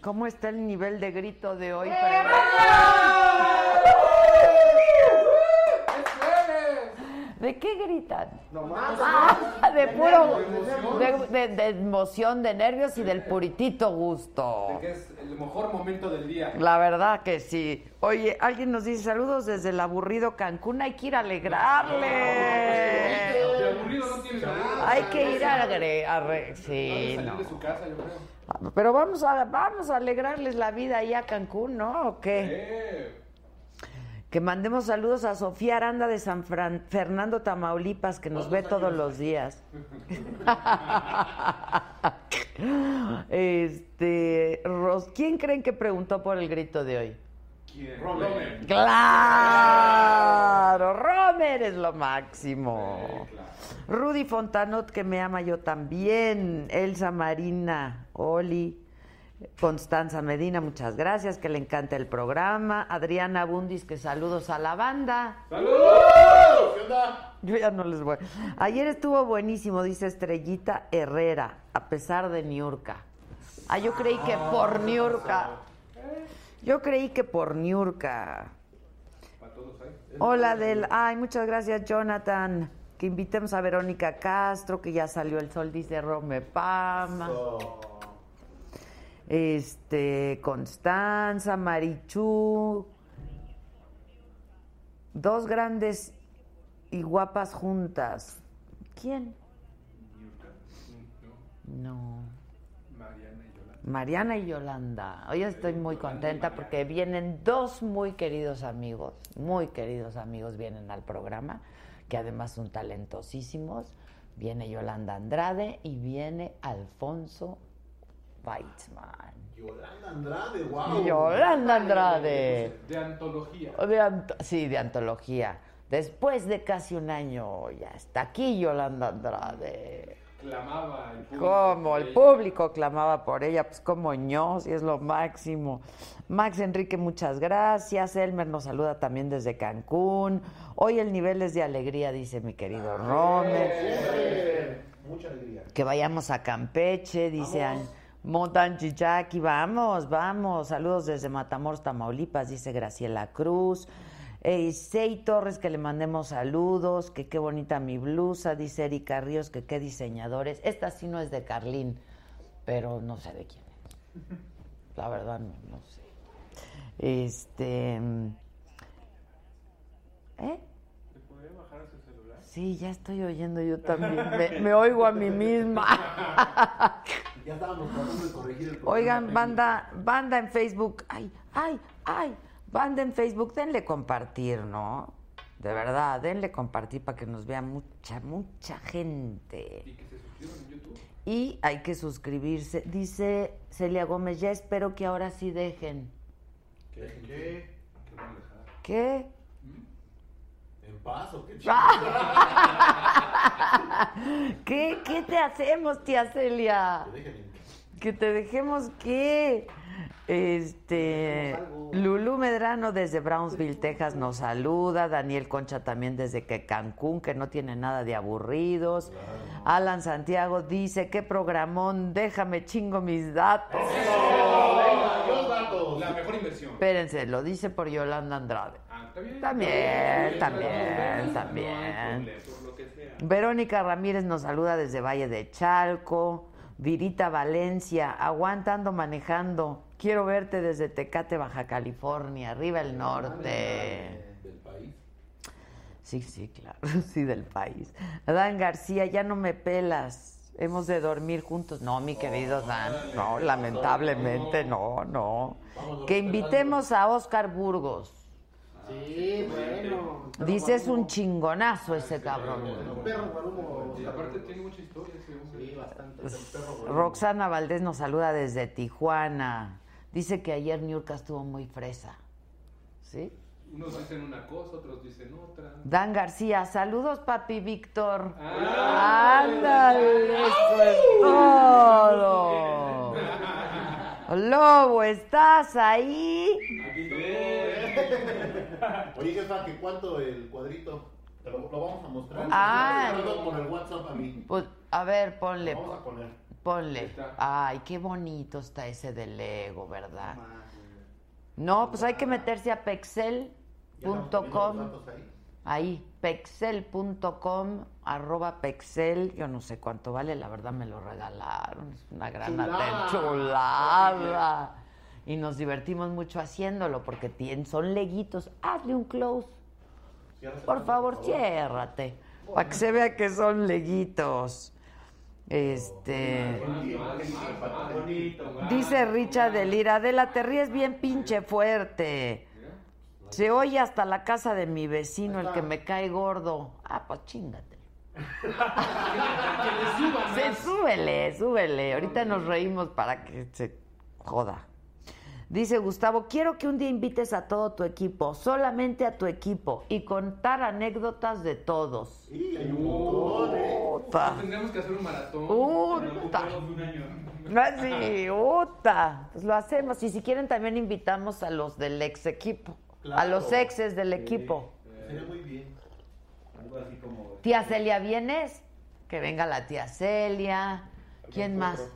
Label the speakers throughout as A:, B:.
A: ¿Cómo está el nivel de grito de hoy?
B: ¡Eh,
A: Para... ¿De qué gritan?
B: No más.
A: Ah, de
B: De
A: puro
B: nervios, de
A: de,
B: emoción.
A: de- de emoción, de nervios y del puritito gusto.
B: Que es el mejor momento del día.
A: La verdad que sí. Oye, alguien nos dice saludos desde el aburrido Cancún, hay que ir a alegrarle.
B: De aburrido no tienes nada.
A: Hay que ir a agregar, sí,
B: Salir
A: no.
B: de su casa, yo creo.
A: Pero vamos a vamos a alegrarles la vida ahí a Cancún, ¿no? ¿O qué?
B: Eh,
A: Que mandemos saludos a Sofía Aranda de San Fran- Fernando Tamaulipas, que nos ve todos los días. este, Ros- ¿quién creen que preguntó por el grito de hoy?
B: ¿quién? Robert.
A: Claro, Romer es lo máximo. Rudy Fontanot, que me ama yo también. Elsa Marina, Oli, Constanza Medina, muchas gracias, que le encanta el programa. Adriana Bundis, que saludos a la banda.
B: ¡Saludos! ¿Qué onda?
A: Yo ya no les voy. Ayer estuvo buenísimo, dice Estrellita Herrera, a pesar de Niurka. Ah, yo creí que por Niurka. Yo creí que por Niurka.
B: Para todos ahí.
A: Hola, Del. Ay, muchas gracias, Jonathan. Que invitemos a Verónica Castro, que ya salió el sol, dice Rome Pama. Este, Constanza, Marichú. Dos grandes y guapas juntas. ¿Quién? No.
B: Mariana y Yolanda.
A: Mariana y Yolanda. Hoy estoy muy contenta porque vienen dos muy queridos amigos, muy queridos amigos vienen al programa, que además son talentosísimos. Viene Yolanda Andrade y viene Alfonso Weitzman.
C: Yolanda Andrade, wow.
A: Yolanda Andrade.
B: De antología.
A: De ant- sí, de antología. Después de casi un año ya está aquí Yolanda Andrade.
B: Clamaba el público.
A: Como el
B: Ella.
A: público clamaba por ella, pues como ño, si es lo máximo. Max Enrique, muchas gracias. Elmer nos saluda también desde Cancún. Hoy el nivel es de alegría, dice mi querido Romer.
C: Siempre. Mucha alegría.
A: Que vayamos a Campeche, dice An- Montan Chichaki. Vamos, vamos. Saludos desde Matamoros, Tamaulipas, dice Graciela Cruz. Eh, Sei Torres, que le mandemos saludos. Que qué bonita mi blusa, dice Erika Ríos. Que qué diseñadores. Esta sí no es de Carlín, pero no sé de quién es. La verdad, no, no sé. Este. mm, ¿Eh? Sí, ya estoy oyendo yo también. Me, me oigo a mí misma.
C: Ya estábamos tratando de corregir el problema.
A: Oigan, banda, banda en Facebook. Ay, ay, ay. Banda en Facebook, denle compartir, ¿no? De verdad, denle compartir para que nos vea mucha, mucha gente.
B: Y que se suscriban en YouTube.
A: Y hay que suscribirse. Dice Celia Gómez, ya espero que ahora sí dejen.
C: ¿Qué? ¿Qué?
B: Que van a dejar.
A: ¿Qué?
C: ¿Mm? ¿En paso? ¿Qué
A: Ah. ¿Qué, qué te hacemos, tía Celia?
C: chido? Déjenme.
A: Que te dejemos que este Lulú Medrano desde Brownsville, Texas nos saluda, Daniel Concha también desde que Cancún, que no tiene nada de aburridos. Alan Santiago dice, "Qué programón, déjame chingo mis datos."
C: Venga, los datos.
B: La mejor inversión.
A: Espérense, lo dice por Yolanda Andrade.
B: Ah, ¿está bien?
A: También,
B: Sí,
A: también,
B: sí,
A: también.
B: No hay problema, por lo que sea.
A: Verónica Ramírez nos saluda desde Valle de Chalco. Virita Valencia, aguantando manejando. Quiero verte desde Tecate, Baja California, arriba el norte.
C: Del país.
A: Sí, sí, claro, sí, del país. Dan García, ya no me pelas. Hemos de dormir juntos. No, mi querido Dan, no, lamentablemente no, no. Que invitemos a Oscar Burgos.
C: Sí, bueno.
A: Dice, es un chingonazo ese cabrón.
C: Perro guarumo.
B: Y aparte tiene mucha historia ese hombre.
C: Sí, bastante. El perro guarumo.
A: Pues, Roxana Valdés nos saluda desde Tijuana. Dice que ayer Niurka estuvo muy fresa. ¿Sí?
B: Unos dicen una cosa, otros dicen otra.
A: Dan García, saludos papi Víctor.
B: Ah.
A: Ándale, eso es todo. Lobo, ¿estás ahí?
B: Aquí todo.
C: Oye, jefa, ¿que cuánto el cuadrito? Te lo, lo vamos a mostrar.
A: Ah.
C: Te lo mando por el WhatsApp a mí.
A: Pues, a ver, ponle.
C: Vamos a poner.
A: Ponle.
B: Ahí está.
A: Ay, qué bonito está ese del Lego, ¿verdad?
C: Más, eh,
A: No, pues hay que meterse a
C: ya estamos poniendo
A: pexel.com.
C: los datos ahí.
A: Ahí, pexel.com, arroba pexel. Yo no sé cuánto vale, la verdad me lo regalaron. Es una gran
C: Chulada.
A: aten- chulada. Y nos divertimos mucho haciéndolo porque tien- son leguitos. Hazle un close.
C: Cierra ese
A: Por
C: dato,
A: favor, ciérrate. Para que se vea que son leguitos. Este.
C: Bonito, ma.
A: Dice Richard de Lira, Adela, te ríes bien pinche fuerte. Se oye hasta la casa de mi vecino, el que me cae gordo. Ah, pues chingate. Se súbele, súbele. Ahorita nos reímos para que se joda. Dice Gustavo, quiero que un día invites a todo tu equipo, solamente a tu equipo, y contar anécdotas de todos.
C: Sí, hay un montón, eh.
A: Puta.
B: Tendríamos que hacer un maratón.
A: Puta.
B: Pero ocupamos un año.
A: Así, puta. Pues lo hacemos. Y si quieren, también invitamos a los del ex equipo. A
C: Claro.
A: los exes del equipo.
C: Sería muy bien.
D: Algo así como.
A: Tía Celia, ¿vienes? Que venga la tía Celia. ¿Quién más?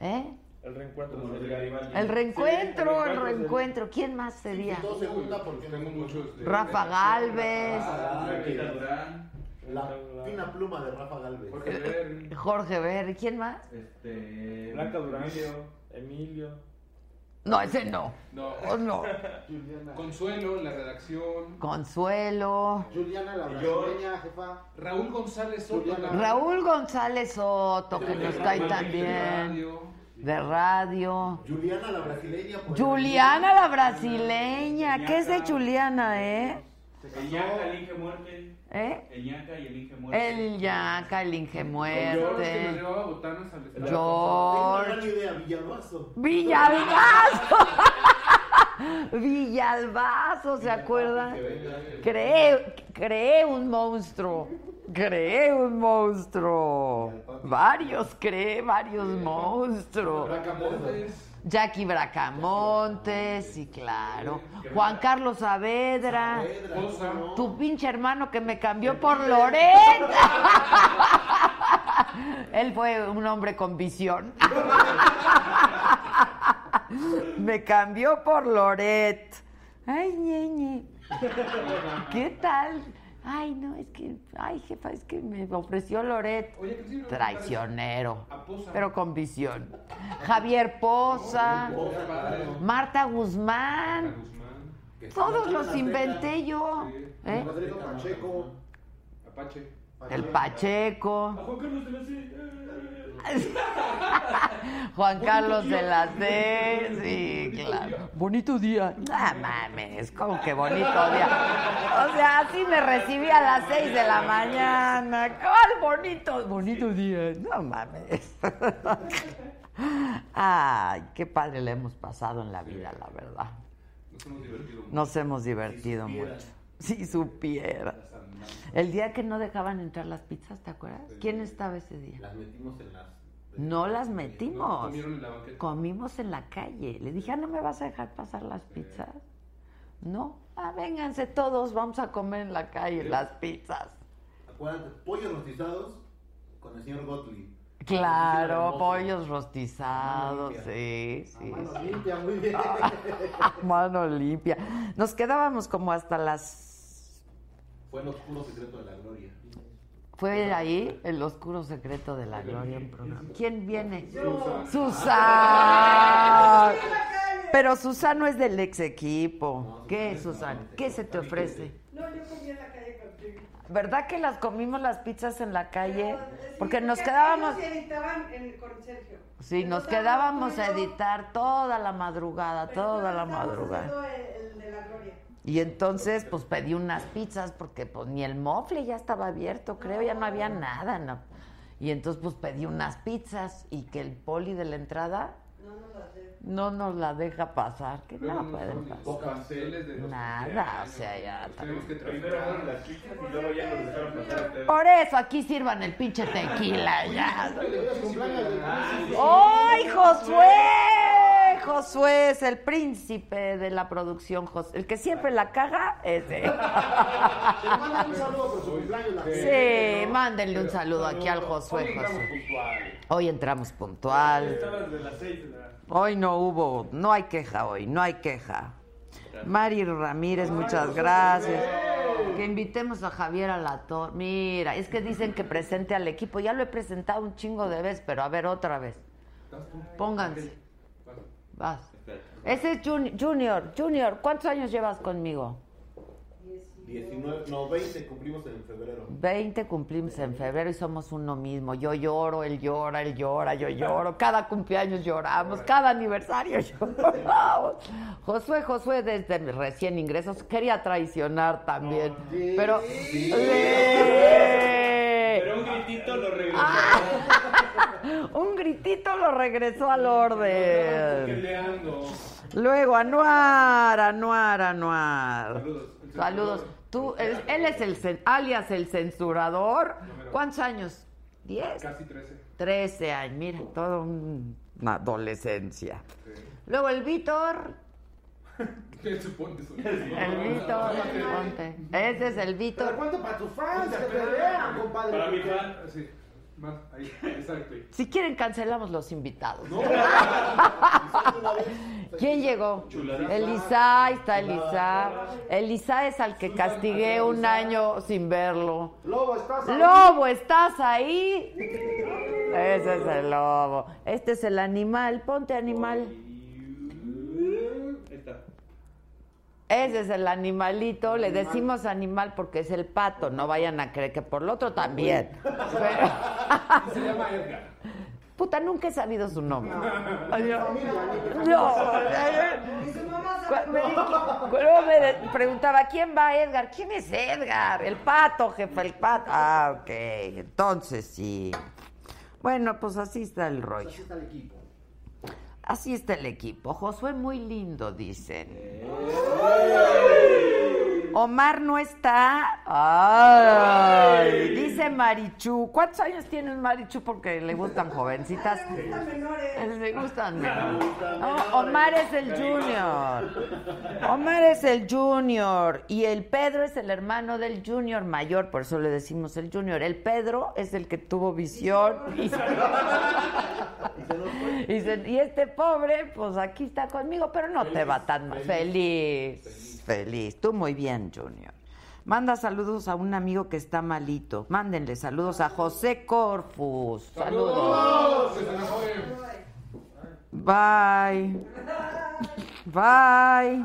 A: ¿Eh?
D: El reencuentro con el Garibaldi.
A: El reencuentro,
D: Sí,
A: el
D: el
A: reencuentro. ¿Quién más sería?
C: Sí, todo se junta porque
B: Pues Tengo muchos. de-
A: Rafa Galvez,
B: Ah,
C: que-
B: Durán,
C: La fina pluma de Rafa Galvez.
B: Jorge Ver.
A: Jorge Ver, ¿quién más?
D: Este. Blanca Durán. Emilio. Emilio.
A: No, ese no.
B: No.
A: Oh, no.
E: Juliana.
B: Consuelo en la redacción.
A: Consuelo.
E: Juliana, la
D: Y yo-
E: brasileña, jefa.
B: Raúl González Soto.
E: Juliana.
A: Raúl González Soto, que nos cae tan bien.
B: Radio.
A: De radio.
C: Juliana la brasileña. pues.
A: Juliana la brasileña. ¿Qué es de Juliana, eh?
D: El Yanka, el Inge Muerte.
A: ¿Eh?
D: El Yanka y el Inge Muerte.
A: El Yaca, el Inge
B: Yo que nos
A: Muerte.
B: llevaba botanas al estado.
C: Tengo una
A: George.
C: gran idea, Villalbazo.
A: Villalbazo. Villalbazo, ¿se acuerdan? Creé, creé un monstruo. Creé un monstruo. Varios, creé varios monstruos.
B: Bracamontes.
A: Jackie Bracamontes, sí, claro. Juan Carlos Saavedra.
B: Cosa.
A: Tu pinche hermano que me cambió por Lorena. Él fue un hombre con visión. me cambió por Loret. Ay, ñeñe. ¿Qué tal? Ay, no, es que, ay, jefa, es que me ofreció Loret.
B: Oye, ¿qué sirve?
A: Traicionero,
B: A Poza.
A: pero con visión. Javier Poza,
B: Poza, padre.
A: Marta Guzmán.
B: Guzmán.
A: Todos los inventé yo.
B: Sí.
A: ¿eh?
E: Rodrigo Pacheco.
B: Apache.
A: El
D: A
A: Pacheco,
D: Juan Carlos de la C.
A: Juan Carlos de la C. Sí, claro. Bonito día. Ah, mames, como que bonito día. O sea, así me recibí a las 6 de la mañana. ¡Cuál bonito! Bonito día. No mames. Ay, qué padre le hemos pasado en la vida, la verdad.
B: Nos hemos divertido mucho.
A: Nos hemos divertido mucho. Si supieras. El día que no dejaban entrar las pizzas, ¿te acuerdas? ¿Quién estaba ese día?
C: Las metimos en las.
A: No las
B: Nos
A: metimos.
B: comieron en la banqueta.
A: Comimos en la calle. Le dije, "Ah, ¿no me vas a dejar pasar las pizzas? No. Ah, vénganse todos, vamos a comer en la calle las pizzas.
C: Acuérdate, pollos rostizados con el señor Gottlieb.
A: Claro,
C: hermoso.
A: pollos rostizados,
C: Limpia.
A: sí,
C: Ah,
A: sí.
E: Mano
A: sí. Ah,
E: limpia, muy bien.
A: Mano limpia. Nos quedábamos como hasta las...
C: Fue el oscuro secreto de la gloria.
A: Fue ahí el oscuro secreto de la gloria en programa. ¿Quién viene?
B: Susan.
A: Susan. Pero Susan no es del ex equipo. ¿Qué, Susan? ¿Qué se te ofrece?
F: No, yo comí en la calle contigo.
A: ¿Verdad que las comimos las pizzas en la calle?
F: Pero, sí,
A: Porque nos
F: porque
A: quedábamos,
F: ellos editaban en- con Sergio.
A: sí, nos
F: Entonces,
A: quedábamos a
F: estábamos tú y yo,
A: editar toda la madrugada,
F: pero
A: toda la
F: nosotros estábamos
A: madrugada.
F: haciendo El, el de la gloria.
A: Y entonces, pues pedí unas pizzas porque pues ni el mofle ya estaba abierto, creo, ya no había nada. no. Y entonces, pues pedí unas pizzas y que el poli de la entrada
F: No nos las de-
A: no nos la deja pasar, que
B: Luego
A: no
B: nos
A: pueden
B: daban
A: pasar.
B: los pasteles de los
A: Nada, o sea, ya.
B: Tenemos que
D: Primero fueron
B: traer.
D: las chicas y luego ya nos dejaron pasar a ustedes.
A: Por eso aquí sirvan el pinche tequila ya.
E: Los cumpleaños del príncipe.
A: ¡Ay, Josué! Josué es el príncipe de la producción, Jos- el que siempre la caga, ese.
E: Te mandan un saludo por su cumpleaños. la gente,
A: Sí,
E: ¿no?
A: mándenle un saludo aquí al Josué,
B: Hoy entramos
A: Josué.
B: puntuales.
A: Hoy entramos puntual.
D: Estabas de las seis de la...
A: Hoy no hubo, no hay queja hoy, no hay queja. Mari Ramírez, muchas gracias. Que invitemos a Javier a la torre. Mira, es que dicen que presente al equipo. Ya lo he presentado un chingo de veces, pero a ver otra vez.
B: ¿Estás tú?
A: Pónganse.
B: Vas.
A: Vas.
E: Espera.
A: Ese es Jun- Junior. Junior, ¿cuántos años llevas conmigo?
C: 19, no, 20 cumplimos en febrero.
A: 20 cumplimos en febrero y somos uno mismo. Yo lloro, él llora, él llora, yo lloro. Cada cumpleaños lloramos, cada aniversario lloramos. Josué, Josué, desde mis recién ingresos, quería traicionar también. Pero. ¡Sí!
D: Pero un gritito lo regresó.
A: Un gritito lo regresó al
D: Estaban
A: orden.
D: peleando.
A: Luego, Anuar, Anuar, Anuar.
B: Saludos. El
A: Saludos.
B: censurador.
A: Tú, él, él es el cen- alias el censurador.
B: Número.
A: ¿Cuántos años? ¿Diez?
B: Casi 13.
A: 13 años, mira, toda una adolescencia.
B: Sí.
A: Luego el Víctor,
B: ¿Qué supones?
A: el Víctor, ponte. ese es el
E: Pero
A: Víctor.
E: cuánto para tus fans, que te vean, compadre.
D: Para mi fan.
B: Sí. Más, ahí. Exacto.
A: Si quieren cancelamos los invitados.
C: No, una vez.
A: ¿Quién llegó?
C: Chuladita.
A: Elisa, ahí está Elisa.
C: Chulada.
A: Elisa es al que castigué un año sin verlo.
E: Lobo, estás ahí.
A: Lobo, ¿estás ahí? Ese es el lobo. Este es el animal, ponte animal.
D: Ahí está.
A: Ese es el animalito, le decimos animal porque es el pato, no vayan a creer que por lo otro también. Pero-
E: Se llama Edgar.
A: Puta, nunca he sabido su nombre. Ay, No,
E: Familia.
A: No, eh,
F: Y su mamá
A: cu-
F: sabe
A: me di- cuando me de- preguntaba, ¿quién va Edgar? ¿Quién es Edgar? El pato, jefe, el pato. Ah, ok, entonces sí. Bueno, pues así está el rollo.
E: Así está el equipo.
A: Así está el equipo. Josué muy lindo, dicen. Omar no está. Ay, dice Marichu. ¿Cuántos años tienes Marichu? Porque le gustan jovencitas.
F: que le gustan menores.
A: Le gustan. No, Oh, Omar es el junior. Omar es el junior. Y el Pedro es el hermano del junior mayor, por eso le decimos el junior. El Pedro es el que tuvo visión. y- y, se- y este pobre, pues aquí está conmigo, pero no te va tan mal. Feliz, feliz, Tú muy bien, Junior. Manda saludos a un amigo que está malito. Mándenle saludos a José Corfus. Saludos.
B: ¡Saludos! ¡Que se mejoren!
A: Bye. Bye.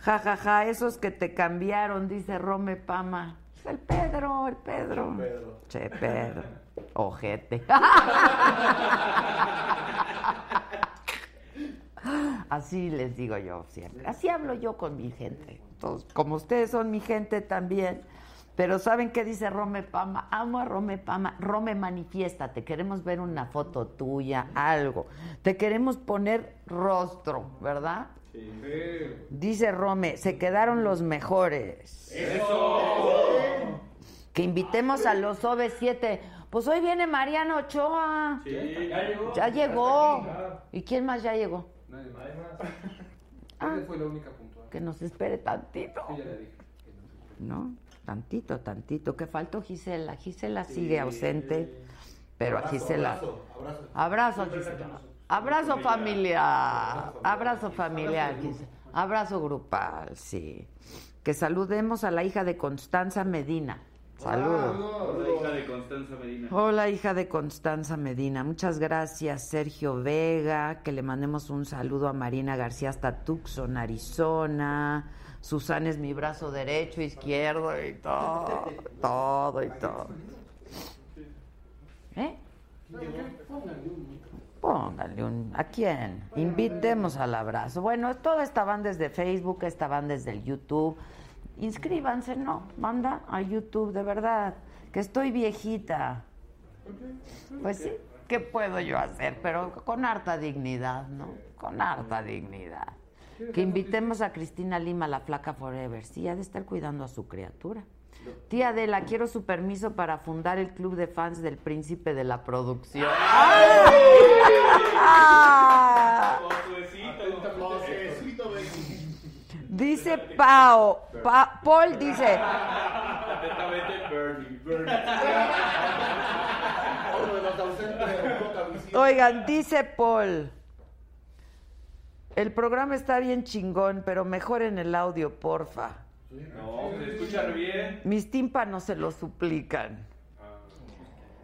A: Ja, ja, ja. Esos que te cambiaron, dice Rome Pama. Es El Pedro, el Pedro.
C: Pedro.
A: Che, Pedro. Ojete. Así les digo yo siempre. Así hablo yo con mi gente. Entonces, como ustedes son mi gente también. Pero ¿saben qué dice Rome Pama? Amo a Rome Pama. Rome, manifiéstate. Queremos ver una foto tuya, algo. Te queremos poner rostro, ¿verdad?
B: Sí.
A: Dice Rome, se quedaron los mejores. Que invitemos a los OV7. Pues hoy viene Mariano Ochoa.
D: Sí, ya llegó.
A: Ya llegó. ¿Y quién más ya llegó?
B: Nadie más.
A: Ah.
B: Ella fue la única puntual.
A: Que nos espere tantito.
B: Sí, ya le dije. que no se preocupe.
A: ¿No? Tantito, tantito. Que faltó Gisela. Gisela sigue ausente. Pero a Gisela.
C: Abrazo, abrazo.
A: Abrazo, a Gisela. Abrazo familiar. Abrazo familiar, Gisela. Abrazo grupal, sí. Que saludemos a la hija de Constanza Medina. Saludos.
D: La Ah, hija de Constanza Medina.
A: Hola, hija de Constanza Medina. Muchas gracias, Sergio Vega. Que le mandemos un saludo a Marina García hasta Tucson, Arizona. Susana es mi brazo derecho, izquierdo y todo. Todo y todo. ¿Eh? Póngale un. ¿A quién? Invitemos al abrazo. Bueno, toda esta banda es de Facebook, esta banda es del YouTube. Inscríbanse, no, manda a YouTube, de verdad, que estoy viejita. Pues sí, ¿qué puedo yo hacer? Pero con harta dignidad, ¿no? Con harta dignidad. Que invitemos a Cristina Lima, la flaca Forever. Sí, ha de estar cuidando a su criatura. Tía Adela, quiero su permiso para fundar el club de fans del príncipe de la producción. ¡Ah!
D: Josuecito.
C: Josecito, baby.
A: Dice Pao, Pa- Paul dice,
D: Atentamente, Bernie. Bernie.
C: Uno de los ausentes. sí.
A: Oigan, dice Paul. El programa está bien chingón, pero mejoren el audio, porfa.
D: No, se escucha bien.
A: Mis tímpanos se lo suplican.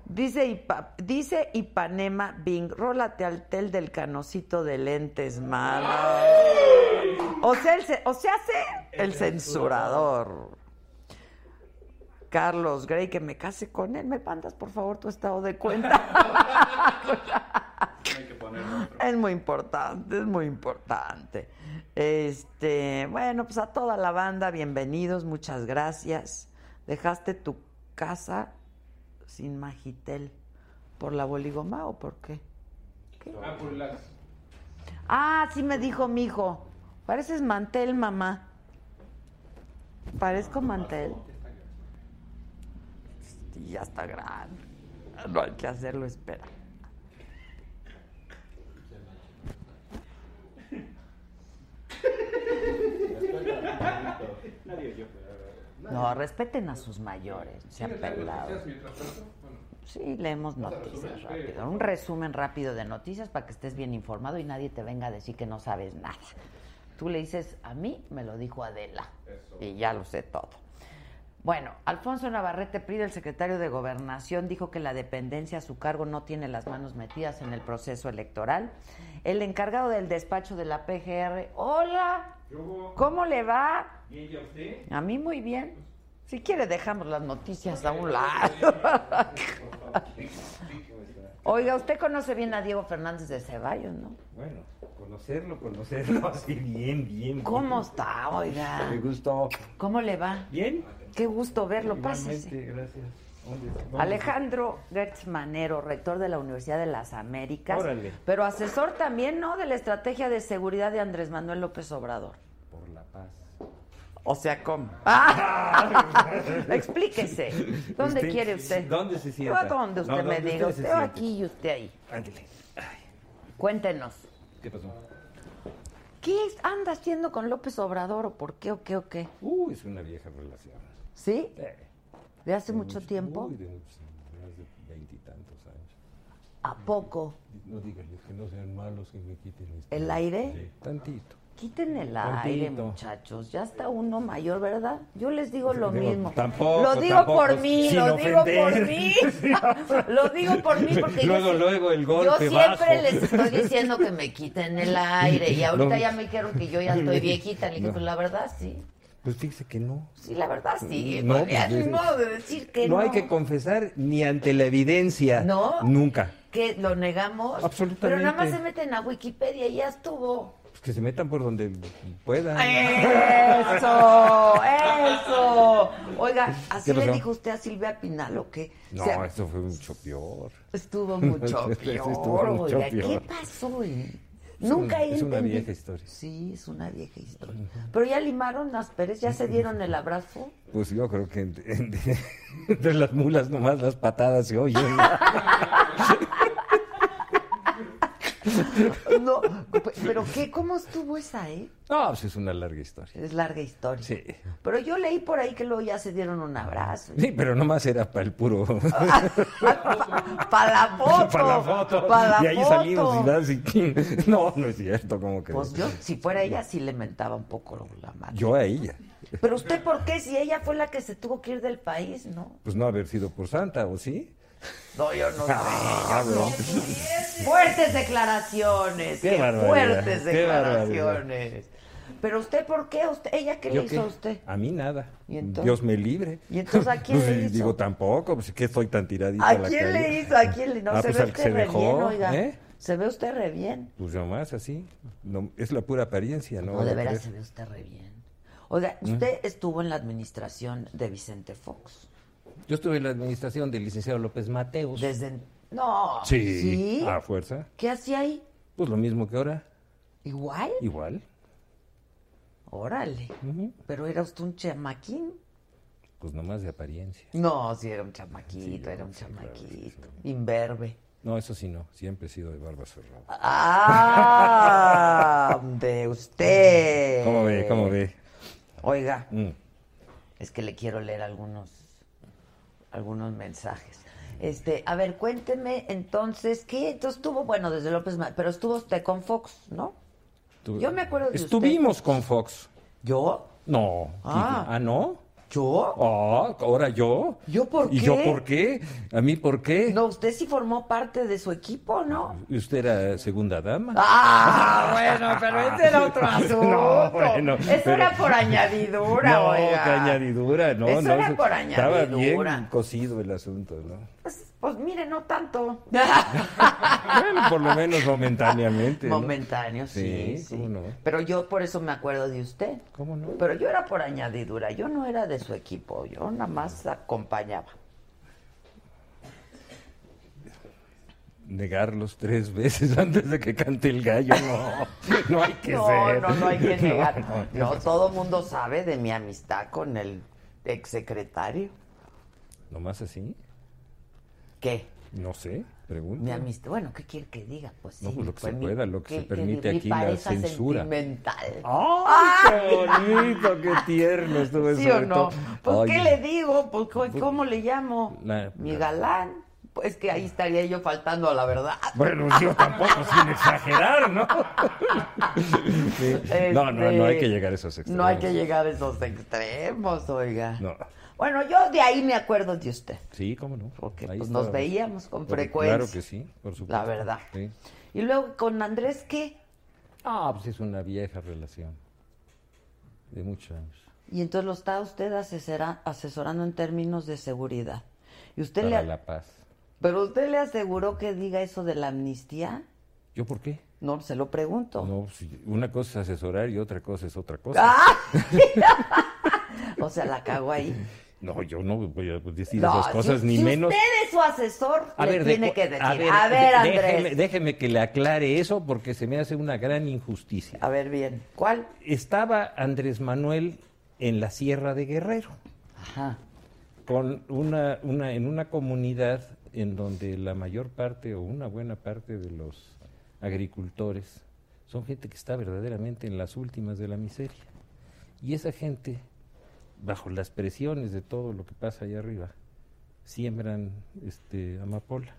A: Dice, Ipa- dice Ipanema Bing, rólate al tel del canocito de lentes, mala. O sea, el ce- o sea, sé el censurador. Carlos Gray, que me case con él. ¿Me mandas, por favor, tu estado de cuenta?
D: Hay que ponerlo.
A: es muy importante, es muy importante. Este, bueno, pues a toda la banda, bienvenidos, muchas gracias. Dejaste tu casa sin Magitel por la boligoma o por qué?
B: Ah, por las.
A: Ah, sí me dijo mi hijo. Pareces mantel, mamá. Parezco mantel. Y ya está grande. No hay que hacerlo espera.
D: Nadie yo.
A: No, respeten a sus mayores. Se han pelado.
B: Mientras tanto, bueno,
A: Sí, leemos noticias rápido. Un resumen rápido de noticias para que estés bien informado y nadie te venga a decir que no sabes nada. Tú le dices, a mí me lo dijo Adela. Y ya lo sé todo. Bueno, Alfonso Navarrete Prida, el secretario de Gobernación, dijo que la dependencia a su cargo no tiene las manos metidas en el proceso electoral. El encargado del despacho de la PGR, hola, ¿cómo le va?
D: ¿Y ella usted?
A: A mí muy bien. Si quiere dejamos las noticias a un lado. Oiga, usted conoce bien a Diego Fernández de Ceballos, ¿no?
G: Bueno, conocerlo, conocerlo así bien, bien.
A: ¿Cómo
G: bien.
A: está, oiga?
G: Me gustó.
A: ¿cómo le va?
G: ¿Bien?
A: Qué gusto verlo, pásese.
G: Igualmente, gracias. ¿Dónde- dónde-
A: Alejandro Gertz Manero, rector de la Universidad de las Américas,
G: Órale.
A: pero asesor también, ¿no?, de la estrategia de seguridad de Andrés Manuel López Obrador.
G: Por la paz.
A: O sea, ¿cómo? ¡Ah! Explíquese. ¿Dónde
G: Usted-
A: quiere usted?
G: ¿dónde se sienta?
A: ¿A dónde usted
G: No,
A: me
G: ¿dónde
A: diga?
G: usted se
A: Usted
G: siente?
A: aquí y usted ahí.
G: Ándele. Ay,
A: Cuéntenos.
G: ¿Qué pasó?
A: ¿Qué anda haciendo con López Obrador o por qué o qué o qué?
G: Uh, es una vieja relación.
A: ¿Sí?
G: Eh,
A: ¿De hace
G: de
A: mucho
G: muchos-
A: tiempo?
G: Uy, de muchos, de hace veintitantos años.
A: ¿A poco?
G: No díganles que no sean malos que me quiten esto.
A: ¿El aire?
G: Sí, tantito.
A: Quiten el aire,
G: Tantito.
A: muchachos. Ya está uno mayor, ¿verdad? Yo les digo lo
G: Digo,
A: mismo.
G: tampoco,
A: Lo digo
G: tampoco,
A: por mí,
G: sin
A: lo digo por
G: ofender.
A: mí. lo digo por mí porque yo
G: Luego,
A: sí-
G: luego el golpe
A: Yo siempre
G: bajo.
A: les estoy diciendo que me quiten el aire y ahorita
G: No.
A: ya me dijeron que yo ya estoy viejita. Le dije,
G: No.
A: pues la verdad sí.
G: Pues fíjese que no.
A: Sí, la verdad sí.
G: No,
A: porque ya
G: pues,
A: ni modo de decir que no.
G: No hay que confesar ni ante la evidencia.
A: ¿No?
G: Nunca.
A: que lo negamos.
G: Absolutamente.
A: Pero nada más se meten a Wikipedia y ya estuvo.
G: Pues que se metan por donde puedan.
A: Eh. Eso, eso. Oiga, ¿así
G: ¿Qué
A: le
G: pasó?
A: dijo usted a Silvia Pinal o qué?
G: No,
A: O sea,
G: eso fue mucho peor.
A: estuvo mucho peor.
G: Estuvo mucho
A: oiga, ¿qué
G: peor.
A: pasó? eh?
G: Es
A: Nunca
G: una-
A: he
G: es una
A: entendido-
G: vieja historia.
A: Sí, es una vieja historia. Pero ya limaron las Pérez, ya se dieron el abrazo.
G: Pues yo creo que en- en- entre, las mulas nomás las patadas se oyen.
A: No, pero ¿qué? ¿Cómo estuvo esa, eh?
G: No, pues es una larga historia.
A: Es larga historia.
G: Sí.
A: Pero yo leí por ahí que luego ya se dieron un abrazo.
G: Sí, pero nomás era para el puro.
A: Para la foto.
G: Para la foto.
A: pa' la
G: y ahí
A: foto.
G: salimos y nada, así que- No, no es cierto, ¿cómo crees?
A: Pues yo, si fuera ella, sí le mentaba un poco la madre.
G: Yo a ella.
A: Pero usted, ¿por qué? Si ella fue la que se tuvo que ir del país, ¿no?
G: Pues no haber sido por santa, ¿o sí?
A: No, yo no sé.
G: Ah, no.
A: Fuertes declaraciones.
G: Qué
A: Qué,
G: barbaridad,
A: fuertes
G: qué barbaridad.
A: declaraciones. Pero usted, ¿por qué? ¿Usted, ¿Ella qué le
G: ¿Yo
A: hizo
G: qué?
A: a usted?
G: A mí nada.
A: ¿Y entonces?
G: Dios me libre.
A: ¿Y entonces a quién le
G: Pues,
A: hizo?
G: Digo tampoco, pues que estoy tan tiradito a
A: ¿A
G: la
A: quién
G: calle.
A: le hizo? ¿A quién le no?
G: Ah,
A: se
G: pues
A: ve
G: al que
A: usted
G: se
A: re
G: dejó,
A: bien, oiga.
G: ¿eh?
A: Se ve usted re bien.
G: Pues nomás así. No, es la pura apariencia, ¿no? ¿Eh?
A: No, de veras
G: ¿Crees?
A: se ve usted re bien. Oiga, usted estuvo en la administración de Vicente Fox.
G: Yo estuve en la administración del licenciado López Mateos.
A: Desde. en- No.
G: Pues Sí. Ah. A fuerza.
A: ¿Qué hacía ahí?
G: Pues lo mismo que ahora.
A: ¿Igual?
G: Igual.
A: Órale. Pero era usted un chamaquín.
G: Pues nomás de apariencia.
A: No, sí, era un chamaquito,
G: Sí,
A: era un
G: sí, claro, sí,
A: chamaquito. Imberbe.
G: No, eso sí no. Siempre he sido de barba cerrada.
A: ¡Ah! De usted.
G: ¿Cómo ve? ¿Cómo ve?
A: Oiga,
G: Mm.
A: es que le quiero leer algunos, algunos mensajes. Este, a ver, cuénteme entonces, ¿qué? Entonces estuvo, bueno, desde López, Ma- pero estuvo usted con Fox, ¿no?
G: Tú-
A: Yo me acuerdo de usted.
G: Estuvimos con Fox.
A: ¿Yo?
G: No.
A: Ah.
G: Kike. ¿no?
A: ¿Yo?
G: Ah, ahora yo.
A: ¿Yo por
G: ¿Y
A: qué?
G: yo por qué? ¿A mí por qué?
A: No, usted sí formó parte de su equipo, ¿no?
G: Usted era segunda dama.
A: Ah, bueno, pero ese era otro asunto.
G: No, bueno,
A: Eso
G: pero-
A: era por añadidura,
G: no,
A: oiga.
G: qué añadidura, no,
A: Eso
G: no.
A: era por
G: estaba bien
A: añadidura.
G: cocido el asunto, ¿no?
A: Pues, pues mire, no tanto.
G: Bueno, por lo menos momentáneamente. ¿no?
A: Momentáneo, sí,
G: Sí,
A: sí.
G: cómo no.
A: Pero yo por eso me acuerdo de usted.
G: ¿Cómo no?
A: Pero yo era por añadidura, yo no era de su equipo, yo nada más acompañaba.
G: Negarlos tres veces antes de que cante el gallo, no. No hay que
A: no,
G: ser.
A: no, no hay que negar.
G: no,
A: No, todo mundo sabe de mi amistad con el exsecretario.
G: Nomás así.
A: ¿Qué?
G: No sé, pregunta.
A: Mi amistad. Bueno, ¿qué quiere que diga? Pues sí.
G: No, pues lo que
A: fue
G: se
A: mi-
G: pueda, lo que se
A: ¿qué- qué-
G: permite
A: mi
G: aquí, la
A: pareja
G: censura.
A: sentimental.
G: ¡Ay, qué bonito, qué tierno estuvo
A: ¿Sí
G: eso
A: o
G: de
A: no?
G: todo.
A: Pues,
G: Ay,
A: ¿qué le digo? Pues, ¿cómo- ¿Cómo le llamo?
G: La-
A: Mi
G: la-
A: galán. Pues que ahí estaría yo faltando a la verdad.
G: Bueno, yo tampoco, sin exagerar, ¿no? Sí. No, no, no hay
A: Este,
G: que llegar a esos extremos.
A: No hay que llegar a esos extremos, oiga.
G: No.
A: Bueno, yo de ahí me acuerdo de usted.
G: Sí, cómo no.
A: Porque
G: Ahí
A: pues, nos
G: estábamos.
A: veíamos con
G: Por-
A: frecuencia.
G: Claro que sí, por supuesto.
A: La verdad.
G: Sí.
A: Y luego con Andrés, ¿qué?
G: Ah, pues es una vieja relación. De muchos años.
A: Y entonces lo está usted asesora- asesorando en términos de seguridad. Y usted
G: Para
A: le,
G: la paz.
A: Pero usted le aseguró que diga eso de la amnistía.
G: ¿Yo por qué?
A: No, se lo pregunto.
G: No, pues, si- una cosa es asesorar y otra cosa es otra cosa.
A: ¡Ah! o sea, la cago ahí.
G: No, yo no voy a decir
A: No,
G: esas cosas,
A: si-
G: ni
A: si
G: menos.
A: Usted es su asesor, le
G: de
A: tiene
G: cu-
A: que decir.
G: a ver, de-
A: Andrés.
G: Déjeme, déjeme que le aclare eso porque se me hace una gran injusticia.
A: A ver, bien. ¿Cuál?
G: Estaba Andrés Manuel en la Sierra de Guerrero,
A: Ajá.
G: con una, una, en una comunidad en donde la mayor parte o una buena parte de los agricultores son gente que está verdaderamente en las últimas de la miseria. Y esa gente, bajo las presiones de todo lo que pasa allá arriba, siembran este, amapola.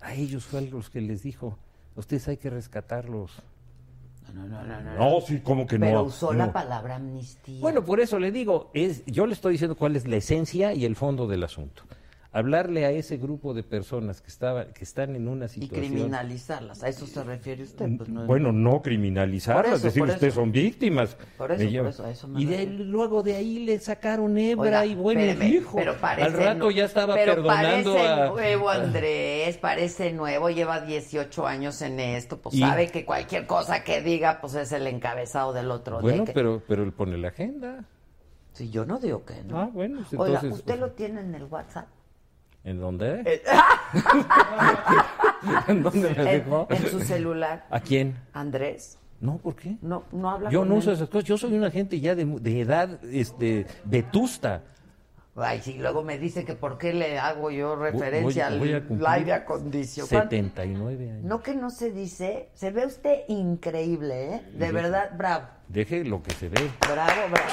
G: A ellos fue a los que les dijo, a ustedes hay que rescatarlos.
A: No, no, no, no.
G: No, sí, como que
A: Pero
G: no.
A: usó
G: no.
A: la palabra amnistía.
G: Bueno, pues, por eso le digo, es, yo le estoy diciendo cuál es la esencia y el fondo del asunto. Hablarle a ese grupo de personas que estaba, que están en una
A: y
G: situación.
A: criminalizarlas. A eso se refiere usted. Pues no es-
G: Bueno, no
A: Por
G: criminalizarlas,
A: eso,
G: decir
A: por
G: ustedes
A: eso.
G: son víctimas.
A: Por eso,
G: Me
A: por
G: lleva-
A: eso, a eso me
G: y de-
A: refiero.
G: luego de ahí le sacaron hebra
A: Oiga,
G: y bueno,
A: espéreme,
G: hijo,
A: pero parece
G: al rato
A: nu-
G: ya estaba
A: pero
G: perdonando
A: parece eh,
G: a. Ah.
A: nuevo, Andrés, parece nuevo, lleva 18 años en esto, pues
G: Y-
A: sabe que cualquier cosa que diga, pues es el encabezado del otro
G: Bueno,
A: día. que-
G: pero, pero él pone la agenda.
A: Sí, yo no digo que no.
G: Ah, bueno, pues
A: Oiga,
G: entonces-
A: ¿usted lo tiene en el WhatsApp?
G: ¿En dónde?
A: Eh,
G: ¿En dónde la
A: en,
G: dejó?
A: en su celular.
G: ¿A quién?
A: Andrés,
G: No, ¿por qué?
A: no, no habla
G: Yo
A: con
G: no
A: él.
G: uso esas cosas. Yo soy una gente ya de, mu- de edad este, vetusta.
A: Ay, sí, luego me dice que por qué le hago yo
G: Voy-
A: referencia
G: voy- voy a
A: al
G: cumplir
A: aire acondicionado.
G: 79 años.
A: No que no se dice, se ve usted increíble, ¿eh? De
G: Sí.
A: verdad, bravo,
G: Deje lo que se ve.
A: bravo, bravo.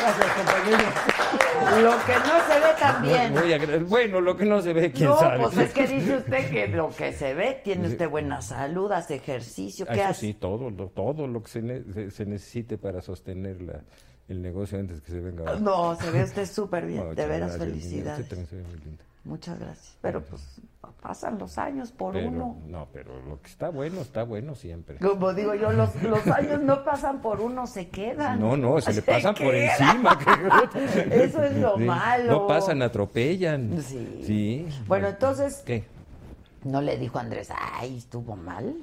A: Gracias, compañero. Lo que no se ve también.
G: No, voy a creer- bueno, lo que no se ve, quién
A: No,
G: sabe.
A: pues es que dice usted que lo que se ve, tiene usted buena salud, hace ejercicio,
G: Ah,
A: ¿qué
G: eso
A: hace?
G: sí, todo, lo, todo lo que se, ne- se- se necesite para sostener la- el negocio antes que se venga. abajo.
A: No, se ve usted súper
G: No,
A: bien, de
G: muchas
A: veras
G: gracias, niña. Usted
A: felicidades.
G: también se ve muy linda.
A: Muchas gracias. Pero pues pasan los años por
G: Pero,
A: uno.
G: no, pero lo que está bueno, está bueno siempre.
A: Como digo yo, los, los años no pasan por uno, se quedan.
G: No, no, se le pasan por
A: quedan.
G: encima.
A: Eso es lo
G: Sí,
A: malo.
G: No pasan, atropellan.
A: Sí.
G: Sí.
A: Bueno, entonces-
G: ¿Qué?
A: No le dijo Andrés, ay, estuvo mal.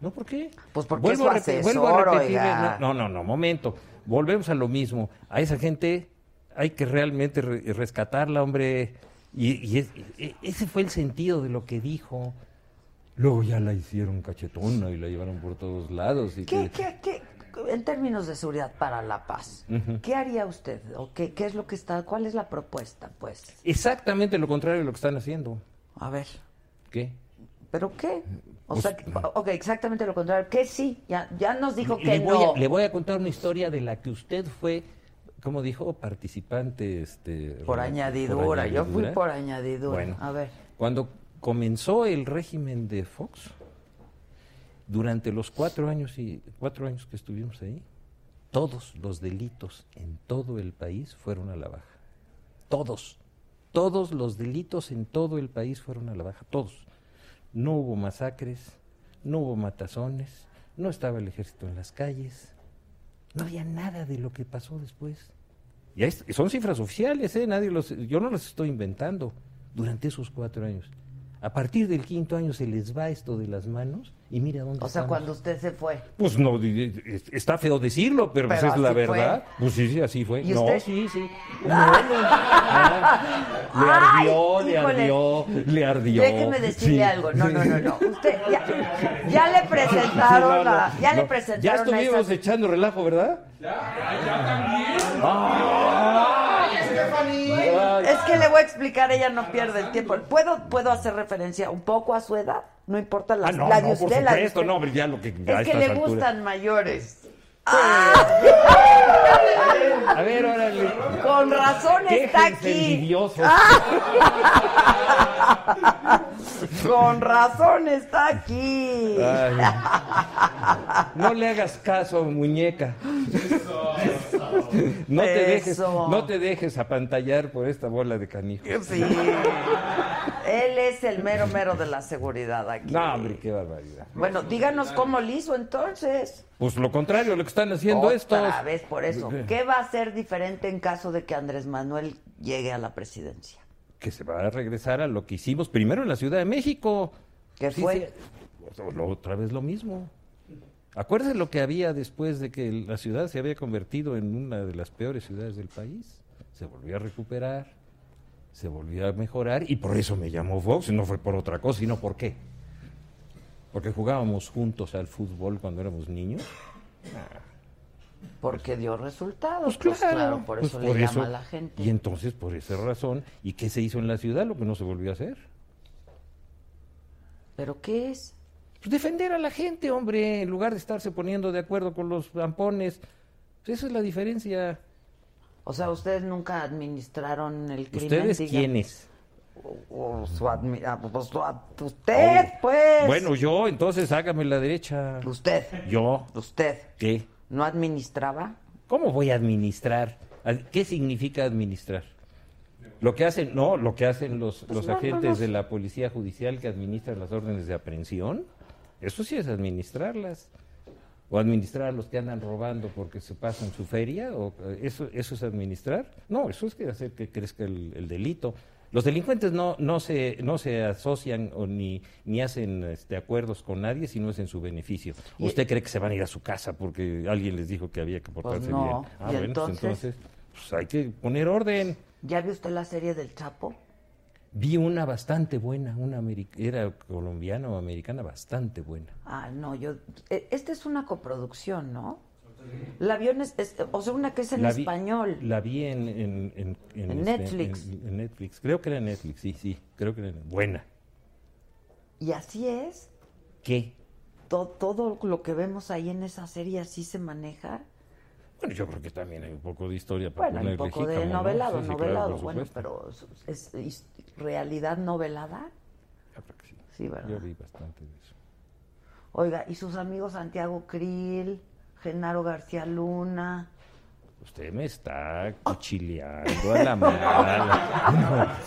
G: ¿No por qué?
A: Pues porque
G: Vuelvo
A: es su
G: a repe-
A: asesor,
G: vuelvo a repetirle,
A: oiga.
G: No, no, no, no, momento. Volvemos a lo mismo. A esa gente hay que realmente re- rescatarla, hombre. Y, y es- e- ese fue el sentido de lo que dijo. Luego ya la hicieron cachetona y la llevaron por todos lados. Y
A: ¿Qué,
G: que-
A: qué, qué, en términos de seguridad para la paz, ¿qué haría usted? ¿O qué, qué es lo que está, cuál es la propuesta, pues?
G: Exactamente lo contrario de lo que están haciendo.
A: A ver,
G: ¿Qué?
A: ¿pero qué? O
G: Pues-
A: sea, que- ok, exactamente lo contrario. ¿Qué sí? Ya, ya nos dijo que
G: le, voy
A: no.
G: a, le voy a contar una historia de la que usted fue como dijo, participante. Este,
A: Por
G: Roberto,
A: añadidura. Yo fui por añadidura.
G: Bueno.
A: A ver.
G: Cuando comenzó el régimen de Fox, durante los cuatro años, y, cuatro años que estuvimos ahí, todos los delitos en todo el país fueron a la baja. Todos. Todos los delitos en todo el país fueron a la baja. Todos. No hubo masacres, no hubo matazones, no estaba el ejército en las calles, no había nada de lo que pasó después. Y ahí es- son cifras oficiales, ¿eh? Nadie los, yo no las estoy inventando durante esos cuatro años. A partir del quinto año se les va esto de las manos y mira dónde
A: O sea,
G: estamos.
A: cuando usted se fue.
G: Pues no, di- di- es- está feo decirlo, pero, pues
A: Pero
G: es la
A: así fue.
G: verdad. Pues sí, sí, así fue.
A: ¿Y
G: no,
A: usted?
G: sí, sí. No, no, no.
A: Ay,
G: Le ardió, le
A: híjole.
G: ardió, le ardió.
A: Déjeme decirle
G: Sí,
A: algo. No,
G: sí.
A: no, no, no. Usted ya, ya le
G: Sí,
A: presentaron
G: no, no,
A: la, ya le
G: no.
A: presentaron
G: Ya
A: a
G: estuvimos
A: esa-
G: echando relajo, ¿verdad? Ay,
A: Es que le voy a explicar, ella no pierde el tiempo. ¿Puedo, puedo hacer referencia un poco a su edad? No importa la,
G: Ah, no,
A: la
G: no,
A: de
G: por
A: usted, la de
G: supuesto,
A: usted.
G: no, hombre, ya lo que a
A: es que
G: estas
A: le
G: alturas.
A: gustan mayores.
G: A ver, órale.
A: Con razón está
G: Déjense
A: aquí. Ah.
G: envidiosos.
A: Con razón está aquí.
G: Ay. No le hagas caso, muñeca. No te, dejes,
A: Eso.
G: no te dejes apantallar por esta bola de canijos.
A: Sí. Él es el mero mero de la seguridad aquí.
G: No, hombre, qué barbaridad.
A: Bueno, díganos cómo lo hizo entonces.
G: Pues lo contrario, lo que están haciendo
A: Otra
G: estos.
A: vez por eso. ¿Qué va a ser diferente en caso de que Andrés Manuel llegue a la presidencia?
G: Que se va a regresar a lo que hicimos primero en la Ciudad de México.
A: ¿Qué
G: Sí,
A: fue?
G: sí. O- o- Otra vez lo mismo. Acuérdense lo que había después de que la ciudad se había convertido en una de las peores ciudades del país. Se volvió a recuperar, se volvió a mejorar y por eso me llamó Fox, y no fue por otra cosa, sino por qué. Porque jugábamos juntos al fútbol cuando éramos niños.
A: Porque dio resultados.
G: Pues
A: pues
G: claro,
A: por
G: pues
A: eso
G: por
A: le
G: eso.
A: llama a la gente.
G: Y entonces, por esa razón, ¿y qué se hizo en la ciudad? Lo que no se volvió a hacer.
A: ¿Pero qué es?
G: Pues defender a la gente, hombre, en lugar de estarse poniendo de acuerdo con los zampones. Pues esa es la diferencia.
A: O sea, ustedes nunca administraron el crimen.
G: ¿Ustedes
A: diga-
G: quiénes?
A: O, o su admi- ah, pues, su ad- usted, pues.
G: Oh. Bueno, yo, entonces hágame la derecha.
A: Usted.
G: Yo,
A: Usted.
G: ¿qué?
A: ¿No administraba?
G: ¿Cómo voy a administrar? Ad- ¿Qué significa administrar? Lo que hacen, no, lo que hacen los, los
A: Pues no, no,
G: agentes
A: no.
G: de la policía judicial que administran las órdenes de aprehensión, eso sí es administrarlas. O administrar a los que andan robando porque se pasan su feria, o eh, eso, eso es administrar. No, eso es que hacer que crezca el, el delito. Los delincuentes no, no, se, no se asocian o ni, ni hacen este, acuerdos con nadie si no es en su beneficio.
A: Y-
G: ¿Usted cree que se van a ir a su casa porque alguien les dijo que había que portarse
A: no.
G: bien? Ah,
A: ¿Y
G: bueno, pues
A: entonces?
G: entonces pues hay que poner orden.
A: ¿Ya vio usted la serie del Chapo?
G: Vi una bastante buena, una ameri- era colombiana o americana, bastante buena.
A: Ah, no, yo. eh, Esta es una coproducción, ¿no? La vio en es- es- o sea, una que es en
G: La vi-
A: español.
G: La vi en, en- en- en este,
A: En Netflix.
G: En, en Netflix, creo que era en Netflix, sí, sí, creo que era en- buena.
A: Y así es.
G: ¿Qué?
A: to- todo lo que vemos ahí en esa serie así se maneja.
G: Bueno, yo creo que también hay un poco de historia para
A: Bueno, hay un
G: ponerle
A: poco de
G: jícamo, ¿no?
A: novelado,
G: Sí, sí, claro,
A: novelado,
G: por
A: bueno,
G: supuesto.
A: pero es, es his- realidad novelada.
G: Yo creo que sí.
A: Sí, ¿verdad?
G: Yo vi bastante de eso.
A: Oiga, y sus amigos Santiago Krill, Genaro García Luna.
G: Usted me está cuchileando a la mala.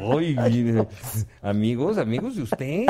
G: No. Ay, mire. amigos, amigos de usted.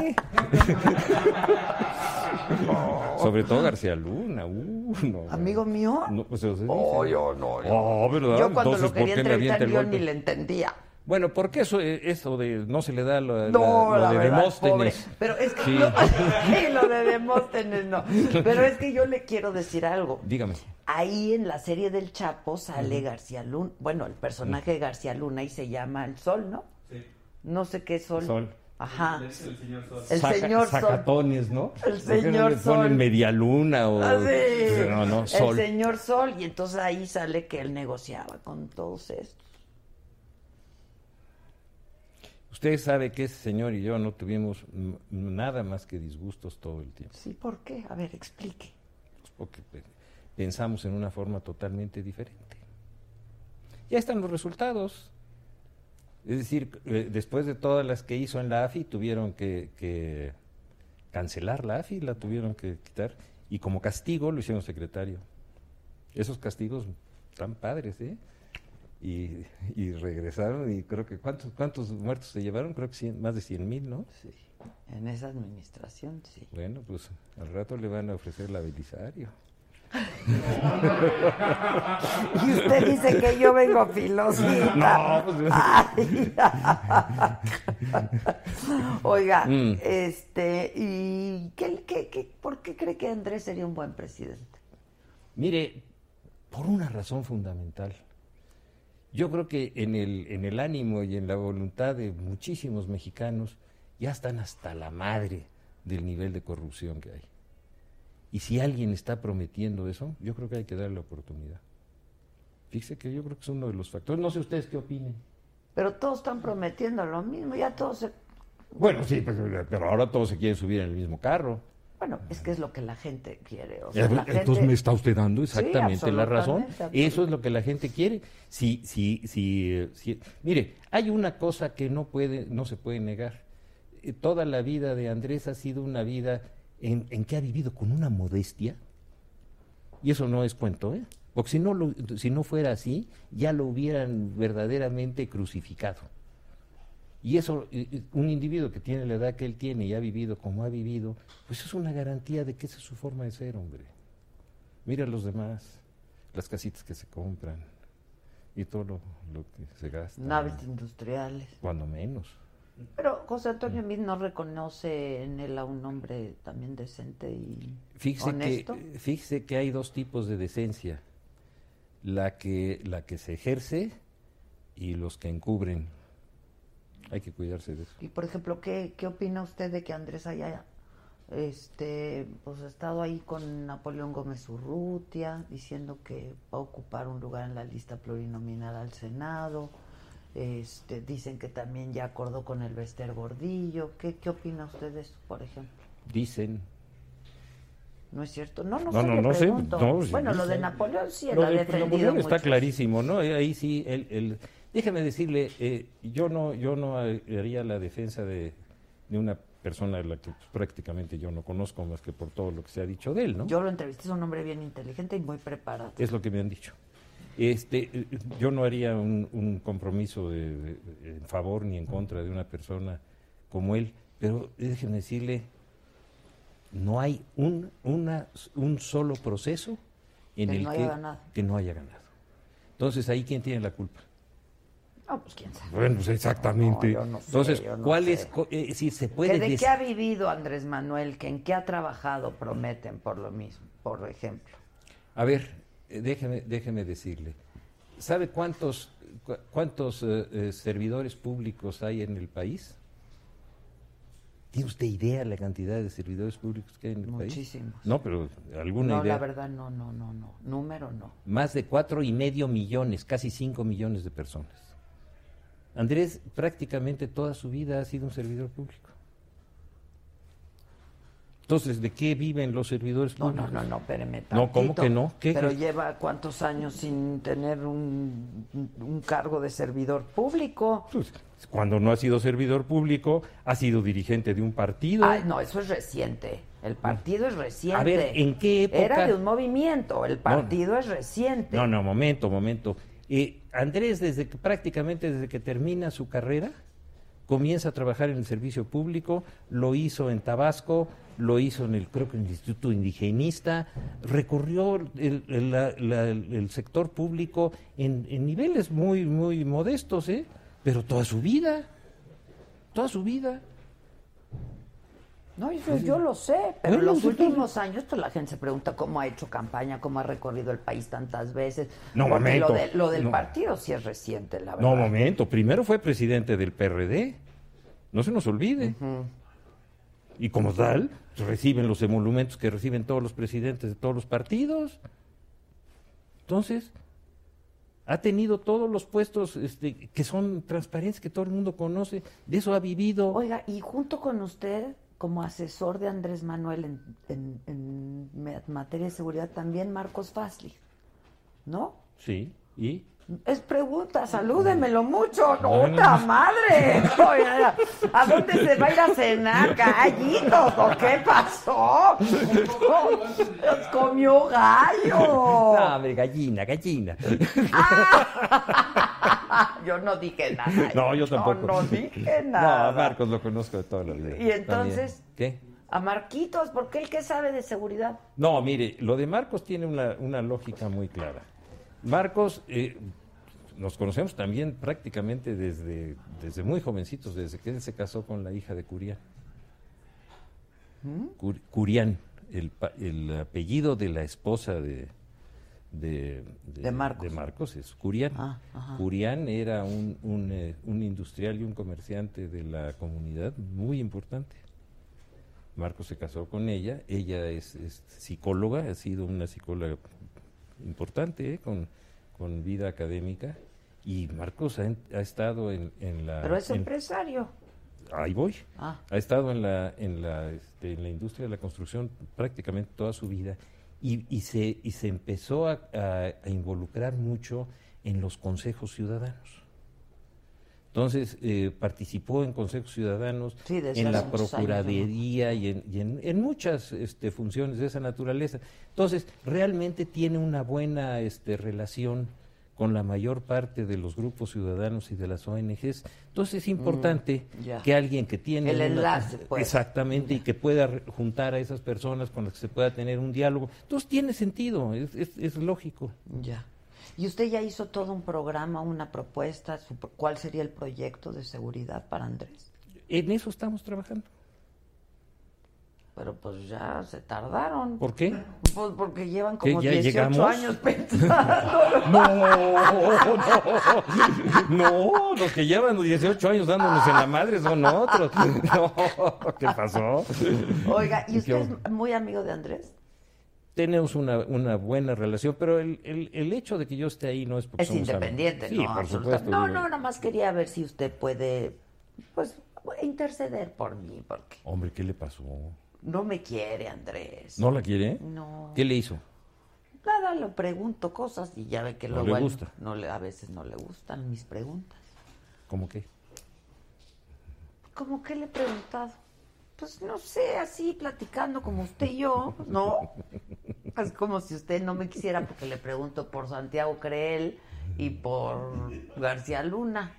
G: Sobre todo García Luna. Uh, no.
A: ¿Amigo mío?
G: No, pues eso se dice.
A: Oh, yo no. Yo,
G: Ah, ¿verdad?
A: yo cuando
G: Entonces,
A: lo quería
G: ¿por qué le avienta
A: entrevistar
G: el
A: yo
G: golpe?
A: ni le entendía.
G: Bueno, porque eso, eh, eso de no se le da lo, la-
A: No,
G: lo
A: la
G: de
A: verdad, pobre.
G: Demóstenes.
A: Pero es que
G: Sí.
A: no, sí, lo de Demóstenes no. Pero es que yo le quiero decir algo.
G: Dígame.
A: Ahí en la serie del Chapo sale García Luna, bueno, el personaje de García Luna y se llama El Sol, ¿no?
D: Sí.
A: No sé qué Sol.
G: Sol.
A: Ajá.
D: Le dice el señor Sol.
A: El
G: Saca-
A: señor Sol.
G: Sacatones, ¿no?
A: El
G: ¿Por qué no
A: señor
G: le
A: Sol.
G: ponen media luna o.
A: Ah, sí.
G: No, no, Sol.
A: El señor Sol. Y entonces ahí sale que él negociaba con todos estos.
G: Usted sabe que ese señor y yo no tuvimos mm, nada más que disgustos todo el tiempo,
A: Sí, ¿por qué? A ver, explique.
G: porque pe- pensamos en una forma totalmente diferente. Ya están los resultados. Es decir, eh, después de todas las que hizo en la AFI, tuvieron que, que cancelar la AFI, la tuvieron que quitar, y como castigo lo hicieron secretario. Esos castigos tan padres, ¿eh? Y, y regresaron, y creo que ¿cuántos, ¿cuántos muertos se llevaron? Creo que cien- más de 100 mil, ¿no?
A: Sí. En esa administración, sí.
G: Bueno, pues al rato le van a ofrecer la Belisario.
A: Y usted dice que yo vengo filosita.
G: No, pues, yo-
A: Ay. Oiga,
G: Mm.
A: este, ¿y qué, qué- qué- por qué cree que Andrés sería un buen presidente?
G: Mire, por una razón fundamental. Yo creo que en el, en el ánimo y en la voluntad de muchísimos mexicanos ya están hasta la madre del nivel de corrupción que hay. Y si alguien está prometiendo eso, yo creo que hay que darle la oportunidad. Fíjese que yo creo que es uno de los factores. No sé ustedes qué opinen.
A: Pero todos están prometiendo lo mismo, ya todos se-
G: Bueno, sí, pues, pero ahora todos se quieren subir en el mismo carro.
A: Bueno, es que es lo que la gente quiere. o sea, la
G: Entonces
A: gente-
G: me está usted dando
A: Sí,
G: exactamente la razón.
A: absolutamente,
G: Eso es lo que la gente quiere. Si, si, si, eh, si- mire, hay una cosa que no puede, no se puede negar. Eh, Toda la vida de Andrés ha sido una vida en, en que ha vivido con una modestia. Y eso no es cuento, ¿eh? Porque si no, lo- si no fuera así, ya lo hubieran verdaderamente crucificado. Y eso, eh, eh, un individuo que tiene la edad que él tiene y ha vivido como ha vivido, pues es una garantía de que esa es su forma de ser, hombre. Mira a los demás, las casitas que se compran y todo lo, lo que se gasta.
A: Naves industriales.
G: Cuando menos.
A: Pero José Antonio Mid no reconoce en él a un hombre también decente y
G: Fíjese que,
A: honesto.
G: fíjese que hay dos tipos de decencia. La que, la que se ejerce y los que encubren. Hay que cuidarse de eso.
A: Y por ejemplo, ¿qué, qué opina usted de que Andrés haya este, pues, estado ahí con Napoleón Gómez Urrutia, diciendo que va a ocupar un lugar en la lista plurinominal al Senado? Este, dicen que también ya acordó con el Bester Gordillo. ¿Qué, ¿Qué opina usted de eso, por ejemplo?
G: Dicen.
A: ¿No es cierto? No, no,
G: No,
A: sé,
G: no,
A: le
G: no sé,
A: pregunto.
G: no, sí,
A: bueno, lo de
G: sí.
A: Napoleón sí
G: Lo
A: lo ha
G: de
A: defendido
G: Napoleón está
A: mucho.
G: clarísimo, ¿no? Eh, Ahí sí, el, el- déjeme decirle, eh, yo no, yo no haría la defensa de, de una persona de la que pues, prácticamente yo no conozco más que por todo lo que se ha dicho de él, ¿no?
A: Yo lo entrevisté, es un hombre bien inteligente y muy preparado.
G: Es lo que me han dicho. Este, eh, yo no haría un, un compromiso de- de- en favor ni en contra de una persona como él, pero déjeme decirle, no hay un, una, un solo proceso en
A: Que
G: el
A: no haya
G: que,
A: ganado.
G: que no haya ganado. Entonces, ahí quién tiene la culpa.
A: No, pues quién sabe.
G: Bueno, pues exactamente.
A: No, yo no sé,
G: Entonces,
A: yo no
G: ¿cuál
A: sé.
G: es? co- eh, si se
A: ¿Que
G: puede
A: ¿De
G: des-
A: qué ha vivido Andrés Manuel? que ¿En qué ha trabajado? Prometen por lo mismo, por ejemplo.
G: A ver, eh, déjeme, déjeme decirle. ¿Sabe cuántos, cu- cuántos eh, eh, servidores públicos hay en el país? ¿Tiene usted idea la cantidad de servidores públicos que hay en el
A: Muchísimos.
G: país? No, pero alguna
A: No,
G: idea.
A: la verdad, no, no, no, no. Número no.
G: Más de cuatro y medio millones, casi cinco millones de personas. Andrés prácticamente toda su vida ha sido un servidor público. Entonces, ¿de qué viven los servidores
A: No,
G: públicos?
A: no, no, no, espéreme.
G: No, ¿cómo
A: tantito.
G: que no? ¿Qué-
A: Pero
G: qué-
A: lleva cuántos años sin tener un, un cargo de servidor público.
G: Pues, cuando no ha sido servidor público, ha sido dirigente de un partido.
A: Ay, no, eso es reciente. El partido es reciente.
G: A ver, ¿en qué época?
A: Era de un movimiento. El partido es reciente.
G: No, no, momento, momento. Eh, Andrés, desde que, prácticamente desde que termina su carrera, comienza a trabajar en el servicio público, lo hizo en Tabasco, lo hizo en el, creo que en el Instituto Indigenista, recorrió el, el- la- la- el sector público en, en niveles muy, muy modestos, ¿eh? Pero toda su vida, toda su vida.
A: No, eso yo lo sé, pero en
G: Bueno,
A: los
G: sí, pero-
A: últimos años pues, la gente se pregunta cómo ha hecho campaña, cómo ha recorrido el país tantas veces.
G: No,
A: Porque
G: momento.
A: Lo, de- lo del
G: No.
A: partido sí es reciente, la verdad.
G: No, momento. Primero fue presidente del PRD. No se nos olvide. Y como tal, pues, reciben los emolumentos que reciben todos los presidentes de todos los partidos. Entonces, ha tenido todos los puestos este, que son transparentes, que todo el mundo conoce. De eso ha vivido.
A: Oiga, y junto con usted, como asesor de Andrés Manuel en, en- en me- materia de seguridad, también Marcos Fasli, ¿no?
G: Sí. ¿Y?
A: Es pregunta, salúdemelo mucho.
G: No, no,
A: ¡Otra
G: no.
A: madre! Oiga, ¿A dónde se va a ir a cenar? ¿Gallitos o qué pasó? ¡Los comió gallo!
G: No, hombre, gallina, gallina.
A: Yo no dije nada.
G: No, yo tampoco.
A: No, dije nada.
G: No, Marcos lo conozco de toda la vida.
A: Y entonces-
G: También. ¿Qué?
A: A Marquitos, porque él que sabe de seguridad.
G: No, mire, lo de Marcos tiene una, una lógica muy clara. Marcos, eh, nos conocemos también prácticamente desde, desde muy jovencitos, desde que él se casó con la hija de Curián. Cur- Curián, el, pa- el apellido de la esposa de, de,
A: De Marcos.
G: es Curián.
A: Ah, ajá.
G: Curián era un, un, eh, un industrial y un comerciante de la comunidad muy importante. Marcos se casó con ella, ella es, es psicóloga, ha sido una psicóloga importante, ¿eh? con, con vida académica, y Marcos ha, en- ha estado en, en la...
A: Pero es
G: en-
A: empresario.
G: ahí voy.
A: Ah.
G: Ha estado en la, en, la, este, en la industria de la construcción prácticamente toda su vida y, y se, y se empezó a, a- a involucrar mucho en los consejos ciudadanos. Entonces eh, participó en consejos ciudadanos,
A: Sí, desde
G: en
A: hace
G: la
A: muchos años, ¿no?
G: procuraduría y en, y en- en muchas este, funciones de esa naturaleza. Entonces realmente tiene una buena este, relación con la mayor parte de los grupos ciudadanos y de las ONGs. Entonces es importante
A: Mm, ya.
G: que alguien que tiene...
A: El
G: una-
A: enlace, pues.
G: Exactamente, y que pueda re- juntar a esas personas con las que se pueda tener un diálogo. Entonces tiene sentido, es, es- es lógico.
A: Ya. ¿Y usted ya hizo todo un programa, una propuesta? su- ¿Cuál sería el proyecto de seguridad para Andrés?
G: En eso estamos trabajando.
A: Pero pues ya se tardaron.
G: ¿Por qué?
A: Pues porque llevan
G: ¿Qué,
A: como
G: ya
A: 18
G: llegamos?
A: años pensándolo.
G: No, no, no, los que llevan 18 años dándonos en la madre son otros. No, ¿qué pasó?
A: Oiga, ¿y usted
G: Yo-
A: es muy amigo de Andrés?
G: Tenemos una, una buena relación, pero el, el- el hecho de que yo esté ahí no es porque
A: Es
G: Pues somos amigos.
A: independiente,
G: Sí,
A: ¿no?
G: por
A: Absoluta-
G: supuesto.
A: no,
G: digo,
A: no, nada más quería ver si usted puede, pues, interceder por mí, porque
G: Hombre, ¿qué le pasó?
A: no me quiere Andrés.
G: ¿No la quiere?
A: No.
G: ¿Qué le hizo?
A: Nada, le pregunto cosas y ya ve que
G: No
A: luego
G: le
A: a él
G: gusta.
A: no le- a veces no le gustan mis preguntas.
G: ¿Cómo qué?
A: ¿Cómo que le he preguntado? Pues no sé, así platicando como usted y yo, pues, ¿no? Es como si usted no me quisiera porque le pregunto por Santiago Creel y por García Luna.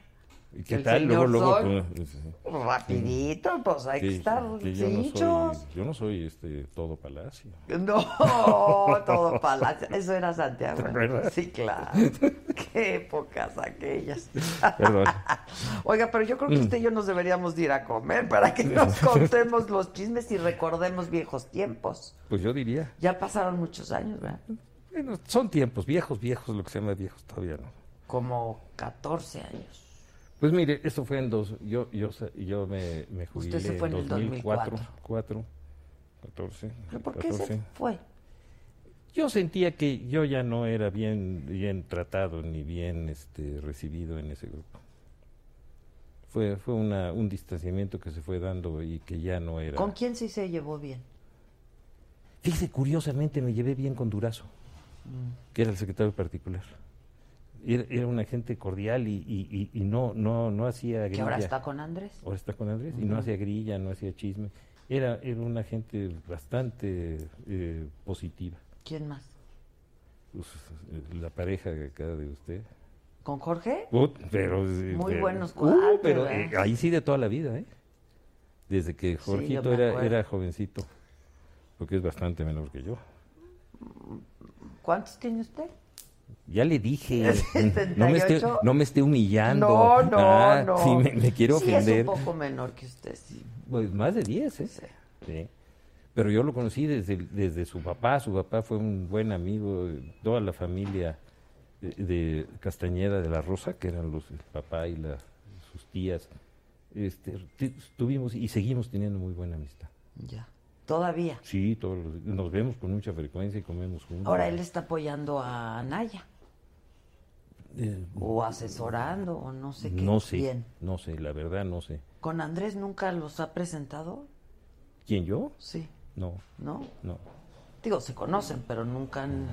G: ¿Y qué
A: El
G: tal? Luego,
A: señor
G: luego.
A: Sol.
G: pues, sí,
A: Rapidito, pues hay que,
G: que-
A: estar
G: que yo, no
A: hinchos.
G: soy, yo no soy este todo palacio.
A: No, todo palacio. Eso era Santiago. ¿eh?
G: ¿Verdad?
A: Sí, claro. Qué épocas aquellas.
G: Perdón.
A: Oiga, pero yo creo
G: Mm.
A: que usted y yo nos deberíamos de ir a comer para que nos contemos los chismes y recordemos viejos tiempos.
G: Pues yo diría.
A: Ya pasaron muchos años, ¿verdad?
G: Bueno, son tiempos viejos, viejos, lo que se llama viejos todavía, ¿no?
A: Como 14 años.
G: Pues mire, eso fue en dos. Yo, yo, sa- yo me, me jubilé
A: se fue en el
G: 2004.
A: 2004.
G: 4, 14.
A: ¿Pero por qué se
G: 14.
A: fue?
G: Yo sentía que yo ya no era bien, bien tratado ni bien este, recibido en ese grupo. Fue, fue una, un distanciamiento que se fue dando y que ya no era.
A: ¿Con quién sí se llevó bien?
G: Fíjese, curiosamente me llevé bien con Durazo,
A: Mm.
G: que era el secretario particular. Era, era una gente cordial y, y- y- y no, no, no hacía grilla.
A: Que ahora está con Andrés.
G: Ahora está con Andrés y no hacía grilla, no hacía chisme. Era, era una gente bastante eh, positiva.
A: ¿Quién más?
G: Pues, eh, la pareja que acaba de usted.
A: ¿Con Jorge?
G: Ut, pero, eh,
A: Muy
G: pero-
A: buenos
G: Uh,
A: cuates,
G: pero
A: ¿verdad?
G: eh, ahí sí de toda la vida, ¿eh? Desde que
A: yo me
G: Jorgito era,
A: acuerdo.
G: era jovencito, porque es bastante menor que yo.
A: ¿Cuántos tiene usted?
G: Ya le dije, no me, esté,
A: 78.
G: no me esté humillando.
A: No, no,
G: Ah,
A: no.
G: Si me, me quiero
A: Sí,
G: ofender.
A: es un poco menor que usted, sí.
G: Pues más de 10, ¿eh?
A: Sí.
G: Sí. Pero yo lo conocí desde, el- desde su papá. Su papá fue un buen amigo. eh, Toda la familia de, de Castañeda de la Rosa, que eran los el papá y la- sus tías, este, tu- tuvimos y seguimos teniendo muy buena amistad.
A: Ya. Todavía.
G: Sí, todos los- nos vemos con mucha frecuencia y comemos juntos.
A: Ahora él está apoyando a Naya.
G: Eh,
A: O asesorando, o no sé qué.
G: no sé,
A: Bien.
G: no sé, la verdad no sé.
A: ¿Con Andrés nunca los ha presentado?
G: ¿Quién yo?
A: Sí.
G: No,
A: ¿No?
G: no.
A: Digo, se conocen, pero nunca han...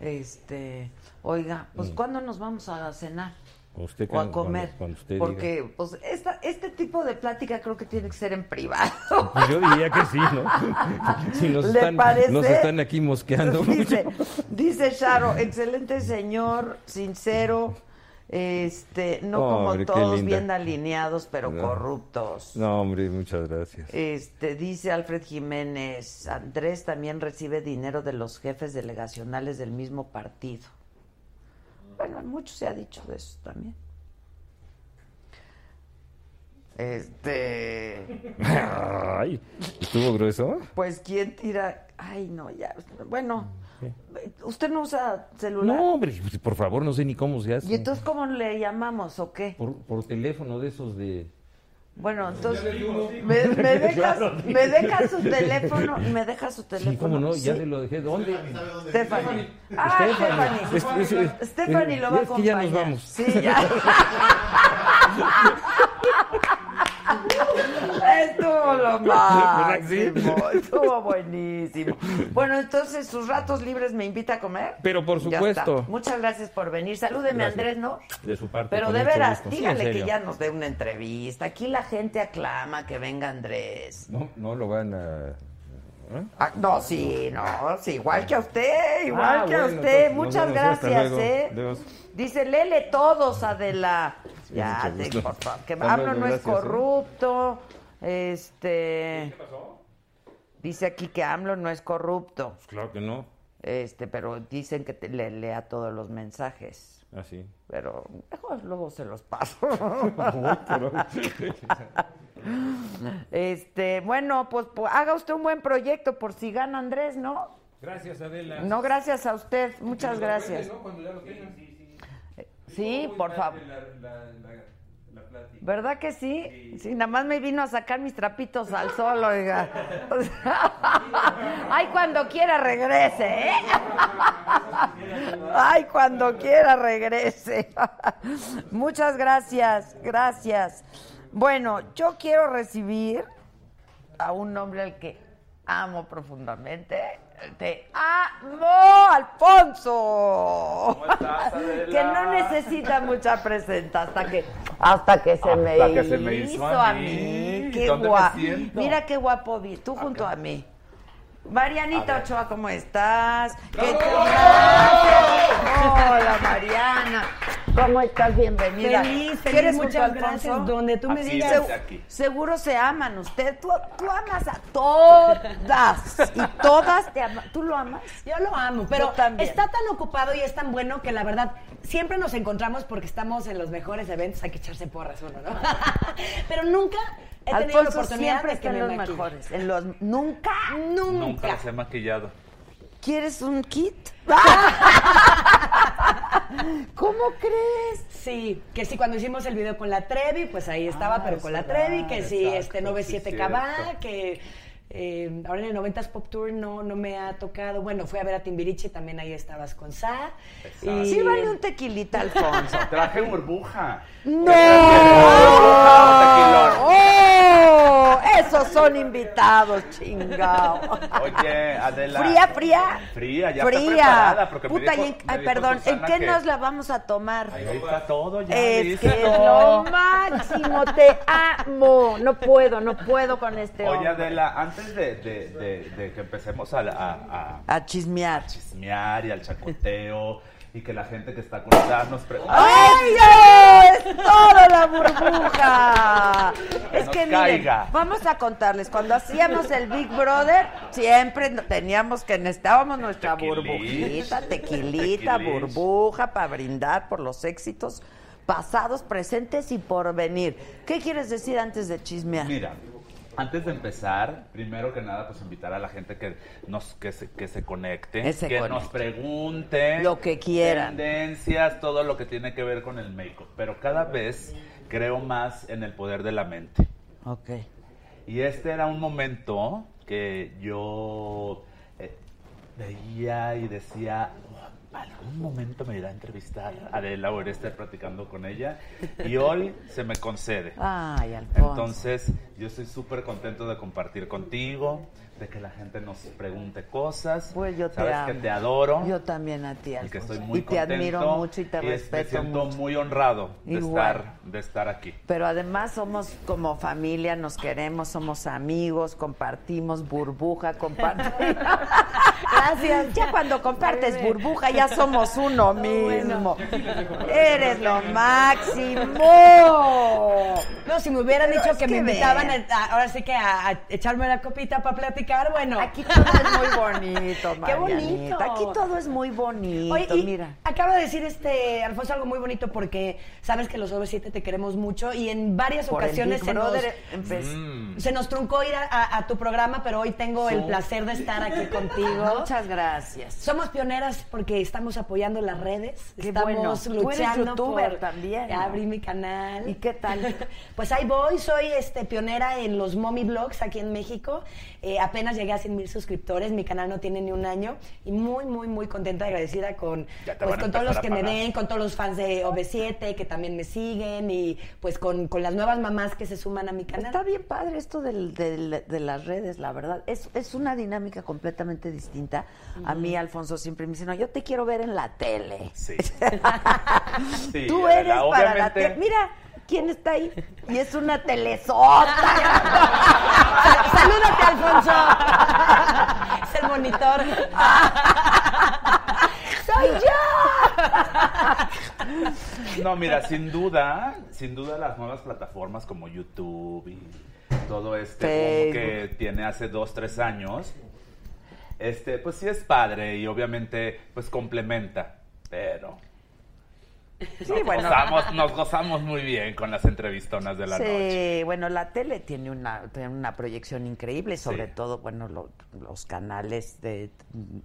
A: Este, oiga, pues
G: Mm.
A: ¿cuándo nos vamos a cenar?
G: O usted
A: O a
G: cuando-
A: comer.
G: cuando- cuando usted
A: porque
G: diga.
A: pues esta, este tipo de plática creo que tiene que ser en privado.
G: Pues yo diría que sí, ¿no? si nos,
A: ¿Le
G: están,
A: parece?
G: nos están aquí mosqueando
A: dice,
G: mucho.
A: dice Charo, excelente señor, sincero, este, no como
G: Hombre, qué
A: todos
G: linda.
A: bien alineados, pero
G: No.
A: corruptos.
G: No, hombre, muchas gracias.
A: Este, dice Alfred Jiménez, Andrés también recibe dinero de los jefes delegacionales del mismo partido. Bueno, mucho se ha dicho de eso también. Este,
G: Ay, ¿estuvo grueso?
A: pues quién tira, ay no, ya, bueno, usted no usa celular.
G: No, hombre, pues, por favor, no sé ni cómo se hace.
A: ¿Y entonces cómo le llamamos o qué?
G: Por, por teléfono de esos de...
A: Bueno, entonces me, me dejas, me dejas su teléfono, me dejas su teléfono.
G: Sí, cómo no, ya
A: Sí.
G: se lo dejé. ¿Dónde?
C: Stephanie sabe dónde vive.
A: Stephanie. Ah, Stephanie.
G: Es- es- es-
A: Stephanie lo va a
G: Pues, es que ya
A: acompañar.
G: nos vamos.
A: Sí, ya. Estuvo lo
G: ¿Verdad que sí?
A: máximo, estuvo buenísimo. Bueno, entonces, sus ratos libres me invita a comer.
G: Pero por
A: Ya
G: supuesto.
A: está. Muchas gracias por venir. Salúdeme,
G: Gracias.
A: Andrés, ¿no?
G: De su parte.
A: Pero
G: con
A: de
G: mucho
A: veras,
G: gusto. Sí, en
A: dígale que
G: serio.
A: ya nos dé una entrevista. Aquí la gente aclama que venga Andrés.
G: No, no lo van a... ¿eh?
A: Ah, no, sí, no, sí, igual que a usted, igual
G: Ah,
A: que a
G: bueno,
A: usted.
G: entonces, nos
A: Muchas
G: vemos, hasta
A: gracias,
G: luego.
A: ¿eh?
G: Adiós.
A: Dice, lele todos, Adela. ya,
G: mucho
A: te-
G: gusto.
A: por favor, que
G: Hasta
A: AMLO
G: luego,
A: no es
G: gracias, ¿eh?
A: corrupto. Este. Dice aquí que AMLO no es corrupto.
G: Pues claro que no.
A: Este, pero dicen que te- le lea todos los mensajes.
G: Así.
A: Pero mejor luego se los paso. este, bueno, pues, pues, haga usted un buen proyecto por si gana Andrés, ¿no?
D: Gracias, Adela.
A: No, gracias a usted, muchas gracias.
B: ¿no? Cuando ya lo tengan.
A: Sí, por favor.
D: La, la, la, la plática.
A: ¿Verdad que sí? Sí, nada más me vino a sacar mis trapitos al sol, oiga. O sea, Ay, cuando quiera regrese, ¿eh? Ay, cuando quiera regrese. Muchas gracias, gracias. Bueno, yo quiero recibir a un hombre al que amo profundamente. Te amo, Alfonso.
D: estás, Adela?
A: que no necesita mucha presenta hasta que hasta que se, me,
D: Hasta Ah, que
A: hizo
D: se me hizo
A: a
D: a
A: mí.
D: mí.
A: Qué
D: ¿Dónde me
A: guapo.
D: siento?
A: Mira qué guapo vi. Tú junto a mí. Marianita Ochoa, ¿cómo estás? ¿Qué te Hola, Mariana. ¿Cómo estás? Bienvenida.
H: Feliz, feliz,
A: ¿Quieres junto a
H: muchas
A: Alfonso?
H: gracias. Donde tú me
D: Así
H: digas.
D: es, aquí.
A: Seguro se aman ustedes. Tú, tú amas a todas. Y todas te aman. ¿Tú lo amas?
H: Yo lo amo, pero
A: Yo también.
H: está tan ocupado y es tan bueno que la verdad siempre nos encontramos porque estamos en los mejores eventos, hay que echarse porras uno, ¿no? pero nunca he tenido la
A: Alfonso
H: oportunidad
A: siempre
H: de que
A: está
H: me
A: en los
H: maquille.
A: mejores. En los, nunca.
H: Nunca.
D: Nunca se ha maquillado.
A: ¿Quieres un kit? ¿Cómo crees?
H: Sí, que sí, cuando hicimos el video con la Trevi, pues ahí estaba,
A: Ah,
H: pero con la Trevi, que sí, este 97
D: sí,
H: Cabá,
D: cierto.
H: que eh, ahora en el 90s Pop Tour no, no me ha tocado. Bueno, fui a ver a Timbiriche, también ahí estabas con Sa. y-
A: Sí, vale un tequilita, Alfonso.
D: Traje burbuja.
A: ¡No!
D: tequilón.
A: ¡Oh! Esos son invitados, chingao.
D: Oye, Adela.
A: ¿Fría, fría?
D: Fría, ya
A: Fría.
D: está preparada. Porque me
A: Puta,
D: dijo-
A: y en-
D: me
A: ay,
D: dijo
A: perdón, ¿en
D: Susana
A: qué
D: que-
A: nos la vamos a tomar?
D: Ahí está todo, ya
A: Es que
D: dice.
A: es lo máximo, te amo. No puedo, no puedo con este
D: Oye,
A: hombre.
D: Adela, antes de, de- de- de que empecemos a, la- a, a
A: A chismear.
D: chismear y al chacoteo y que la gente que está conectada nos pre-
A: ¡Ay, es toda la burbuja!
D: Que
A: Es
D: nos
A: que miren,
D: caiga.
A: vamos a contarles, cuando hacíamos el Big Brother, siempre no- teníamos que necesitábamos nuestra
D: Tequilish.
A: burbujita, tequilita,
D: Tequilish.
A: burbuja para brindar por los éxitos pasados, presentes y por venir. ¿Qué quieres decir antes de chismear?
D: Ah, Mira, antes de empezar, primero que nada, pues invitar a la gente que nos que se, que se conecte,
A: Que se conecte.
D: nos pregunte
A: Lo que quieran.
D: tendencias, todo lo que tiene que ver con el make-up. Pero cada vez creo más en el poder de la mente.
A: Ok.
D: Y este era un momento que yo eh, veía y decía, "Oh, algún momento me irá a entrevistar Adela o iré a estar platicando con ella y hoy se me concede.
A: Ah, Ay, Alfonso.
D: Entonces, yo estoy súper contento de compartir contigo, de que la gente nos pregunte cosas.
A: Pues yo te
D: Sabes
A: amo.
D: que te adoro.
A: Yo también a ti,
D: y que
A: Alfonso.
D: estoy muy
A: y te admiro
D: contento
A: mucho y te
D: es-
A: respeto
D: Me siento
A: mucho.
D: muy honrado de
A: Igual.
D: estar, de estar aquí.
A: Pero además somos como familia, nos queremos, somos amigos, compartimos burbuja, compartimos. Gracias. Ya cuando compartes burbuja ya somos uno mismo. Eres lo máximo.
H: No, si me hubieran
A: Pero
H: dicho
A: es
H: que,
A: que
H: me invitaban
A: ven.
H: a- a- ahora sí que a, a echarme la copita para platicar, bueno.
A: Aquí todo es muy bonito,
H: Qué
A: Marianita.
H: bonito.
A: Aquí todo es muy bonito,
H: Oye, y
A: mira.
H: acaba de decir este Alfonso algo muy bonito porque sabes que los over 7 te queremos mucho y en varias
A: Por el
H: ocasiones
A: Big
H: se nos,
A: Brother empecé-
D: Mm,
H: se nos truncó ir a, a- a tu programa, pero hoy tengo el
D: Sí.
H: placer de estar aquí contigo.
A: Muchas gracias.
H: Somos pioneras porque estamos apoyando las redes,
A: Qué
H: estamos
A: bueno. Tú eres
H: luchando
A: youtuber
H: por
A: también, ¿no?
H: Ya abrí mi canal.
A: ¿Y qué tal?
H: pues ahí voy, soy este pionera en los mommy blogs aquí en México. Eh, apenas llegué a 100 mil suscriptores, mi canal no tiene ni un año y muy muy muy contenta y agradecida con
D: Ya te
H: pues
D: van a
H: con todos los
D: empezar
H: que
D: a
H: me
D: pagar.
H: ven, con todos los fans de OV7 que también me siguen y pues con, con las nuevas mamás que se suman a mi canal.
A: Está bien padre esto del- del- de las redes, la verdad. Es, es una dinámica completamente distinta. A mí, Alfonso siempre me dice, no, yo te quiero ver en la tele.
D: Sí. Sí,
A: Tú
D: Adela,
A: eres para la
D: obviamente-
A: tele. Mira quién está ahí. Y es una telesota.
H: Sa- Salúdate, Alfonso. Es el monitor. Soy yo.
D: No, mira, sin duda, sin duda las nuevas plataformas como YouTube y todo este boom que tiene hace dos, tres años, este, pues sí es padre y obviamente pues complementa, pero nos, gozamos, nos gozamos muy bien con las entrevistonas de la noche.
A: Sí, bueno, la tele tiene una, tiene una proyección increíble, sobre
D: Sí.
A: todo, bueno, lo- los canales de,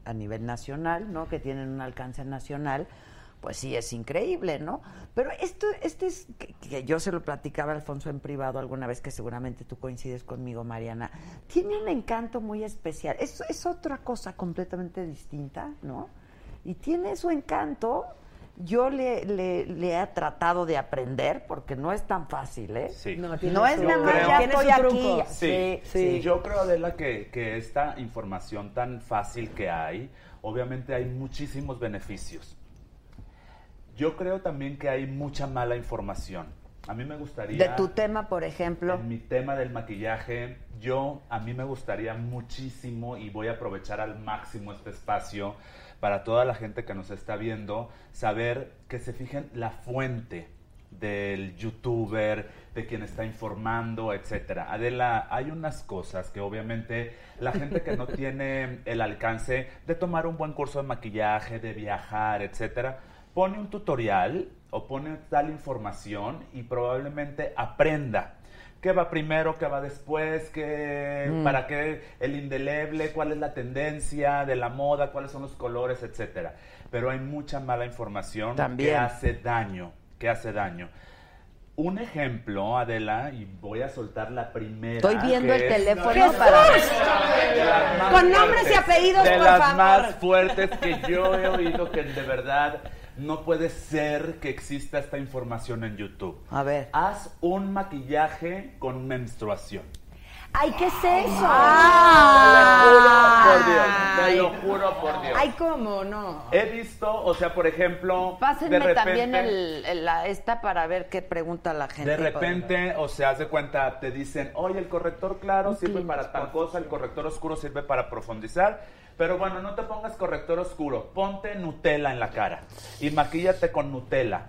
A: a nivel nacional, ¿no? Que tienen un alcance nacional, pues sí es increíble, ¿no? Pero esto, este es, que, que yo se lo platicaba a Alfonso en privado alguna vez, que seguramente tú coincides conmigo, Mariana, tiene un encanto muy especial. Es, es otra cosa completamente distinta, ¿no? Y tiene su encanto. Yo le, le, le he tratado de aprender porque no es tan fácil, ¿eh?
D: Sí.
H: tiene
A: No es
H: su-
A: nada más,
D: creo-
A: ya
H: tiene su
A: estoy aquí.
H: truco.
A: ya
D: Sí,
A: sé.
H: sí.
D: Yo creo, Adela, que, que esta información tan fácil que hay, obviamente hay muchísimos beneficios. Yo creo también que hay mucha mala información. A mí me gustaría...
A: De tu tema, por ejemplo.
D: En mi tema del maquillaje, yo a mí me gustaría muchísimo y voy a aprovechar al máximo este espacio para toda la gente que nos está viendo, saber que se fijen la fuente del youtuber, de quien está informando, etcétera. Adela, hay unas cosas que obviamente la gente que no tiene el alcance de tomar un buen curso de maquillaje, de viajar, etcétera, pone un tutorial o pone tal información y probablemente aprenda qué va primero, qué va después, qué,
H: Mm.
D: para qué el indeleble, cuál es la tendencia de la moda, cuáles son los colores, etcétera. Pero hay mucha mala información
A: También.
D: que hace daño, que hace daño. Un ejemplo, Adela, y voy a soltar la primera.
A: Estoy viendo el
D: que es-
A: teléfono para.
H: ¡Jesús!
D: de las más
H: Con nombres
D: fuertes,
H: y apellidos,
D: de
H: por
D: las
H: favor.
D: más fuertes que yo he oído que de verdad no puede ser que exista esta información en YouTube.
A: A ver.
D: Haz un maquillaje con menstruación.
H: Ay, ¿qué es eso?
A: Ah.
D: Te lo juro por Dios. Te lo juro por Dios.
H: Ay, ¿cómo? No.
D: He visto, o sea, por ejemplo,
A: Pásenme
D: de repente,
A: también el, el- la, esta para ver qué pregunta la gente.
D: De repente, o sea, haz de cuenta, te dicen, oye, el corrector claro sirve para tal cosa, el corrector oscuro sirve para profundizar. Pero bueno, no te pongas corrector oscuro, ponte Nutella en la cara y maquíllate con Nutella.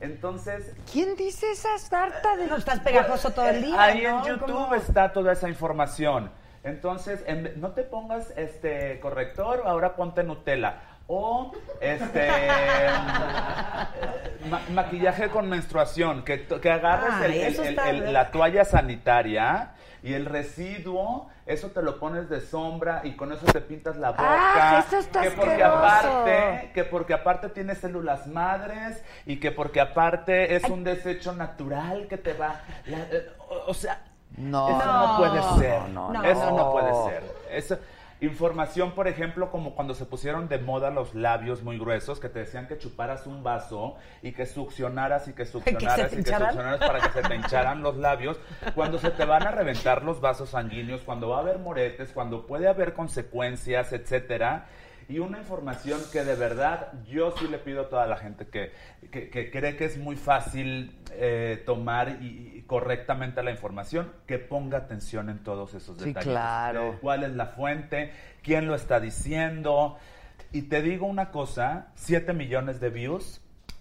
D: Entonces,
A: ¿Quién dice esa sarta de.?
H: No, estás pegajoso todo el día.
D: ahí
H: ¿no?
D: en YouTube
H: ¿Cómo?
D: está toda esa información. Entonces, en ve- no te pongas este corrector, ahora ponte Nutella. O este ma- maquillaje con menstruación, que, to- que agarres el-
H: Ay,
D: el-
H: Ah, eso
D: el-
H: está
D: el-
H: re-
D: la toalla sanitaria y el residuo, eso te lo pones de sombra y con eso te pintas la boca.
A: Ah, eso está
D: que porque
A: asqueroso.
D: aparte, que porque aparte tiene células madres y que porque aparte es un desecho natural que te va la- eh, o, o sea
A: No,
D: eso no, puede ser
A: No, no,
D: eso
A: no.
D: no puede ser eso Información, por ejemplo, como cuando se pusieron de moda los labios muy gruesos, que te decían que chuparas un vaso y que succionaras y que succionaras y que
I: pincharan?
D: succionaras para que se te hincharan los labios. Cuando se te van a reventar los vasos sanguíneos, cuando va a haber moretes, cuando puede haber consecuencias, etcétera. Y una información que de verdad yo sí le pido a toda la gente que, que- que cree que es muy fácil eh, tomar y, y correctamente la información, que ponga atención en todos esos
A: Sí,
D: detalles.
A: claro.
D: Eh, ¿Cuál es la fuente? ¿Quién lo está diciendo? Y te digo una cosa, 7 millones de views,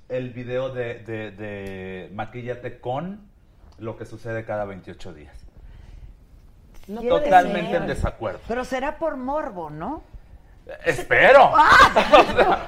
D: el video de, de, de Maquíllate con lo que sucede cada 28 días.
I: No puede
D: Totalmente
I: ser.
D: en desacuerdo.
A: Pero será por morbo, ¿no?
D: Espero.
I: Ah,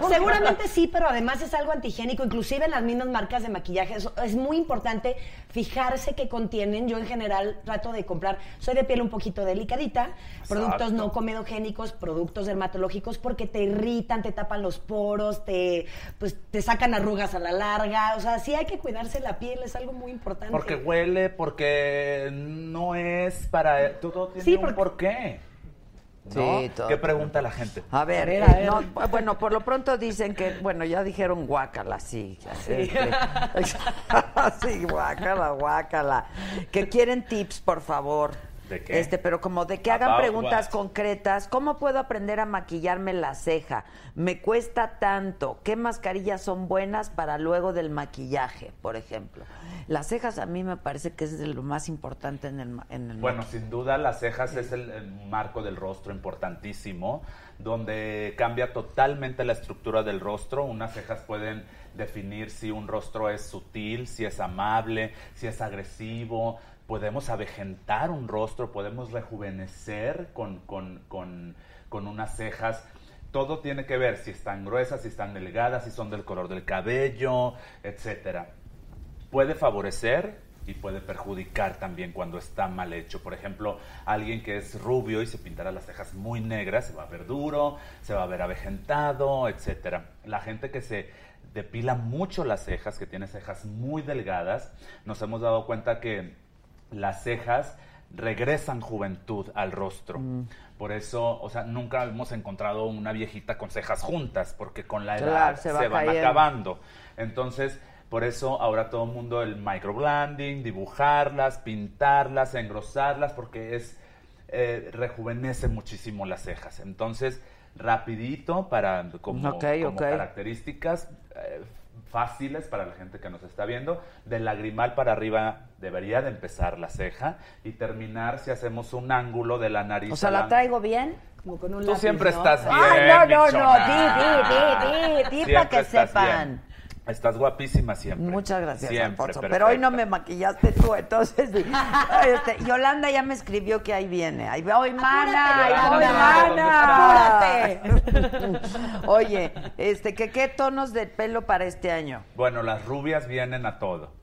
I: Seguramente sí, pero además es algo antigénico. Inclusive en las mismas marcas de maquillaje es, es muy importante fijarse que contienen. Yo en general trato de comprar, soy de piel un poquito delicadita, productos no comedogénicos, productos dermatológicos porque te irritan, te tapan los poros, te pues te sacan arrugas a la larga. O sea, sí hay que cuidarse la piel, es algo muy importante.
D: Porque huele, porque no es para... Todo tiene
I: Sí,
D: un
I: porque-
D: porqué. ¿no?
A: Sí, todo
D: ¿Qué pregunta la gente?
A: A ver,
I: A ver, a
A: eh,
I: ver.
A: no, bueno, por lo pronto dicen que, bueno, ya dijeron guácala, sí. este, sí, guácala, guácala. Que quieren tips, por favor.
D: ¿De qué?
A: Este, pero como de que hagan
D: About
A: preguntas
D: what?
A: concretas. ¿Cómo puedo aprender a maquillarme la ceja? Me cuesta tanto. ¿Qué mascarillas son buenas para luego del maquillaje, por ejemplo? Las cejas a mí me parece que es de lo más importante en el, ma- en el
D: Bueno, sin duda las cejas es el, el marco del rostro importantísimo, donde cambia totalmente la estructura del rostro. Unas cejas pueden definir si un rostro es sutil, si es amable, si es agresivo. Podemos avejentar un rostro, podemos rejuvenecer con, con- con- con unas cejas. Todo tiene que ver si están gruesas, si están delgadas, si son del color del cabello, etcétera puede favorecer y puede perjudicar también cuando está mal hecho. Por ejemplo, alguien que es rubio y se pintará las cejas muy negras, se va a ver duro, se va a ver avejentado, etcétera. La gente que se depila mucho las cejas, que tiene cejas muy delgadas, nos hemos dado cuenta que las cejas regresan juventud al rostro. Por eso, o sea, nunca hemos encontrado una viejita con cejas juntas, porque con la edad
A: Claro, se
D: se,
A: va
D: van
A: cayendo.
D: acabando. Entonces, por eso ahora todo el mundo el microblending, dibujarlas, pintarlas, engrosarlas, porque es eh, rejuvenece muchísimo las cejas. Entonces, rapidito para como,
A: Ok,
D: como
A: ok.
D: características eh, fáciles para la gente que nos está viendo. Del lagrimal para arriba debería de empezar la ceja y terminar si hacemos un ángulo de la nariz.
A: O sea,
D: a
A: ¿la traigo bien?
I: Como con un
D: Tú
I: lápiz,
D: siempre
I: ¿no?
D: estás bien.
A: Ay, no, no,
D: Michona.
A: no, di, di, di, di, di,
D: Siempre
A: para que
D: estás
A: sepan.
D: bien. Estás guapísima siempre.
A: Muchas gracias,
D: Siempre,
A: Alfonso. Pero hoy no me
D: perfecta.
A: maquillaste tú, entonces. sí. Este, Yolanda ya me escribió que ahí viene. Ahí voy, mana, ahí voy,
I: Yolanda,
A: mana. Oye, este, ¿qué, ¿qué tonos de pelo para este año?
D: Bueno, las rubias vienen a todo.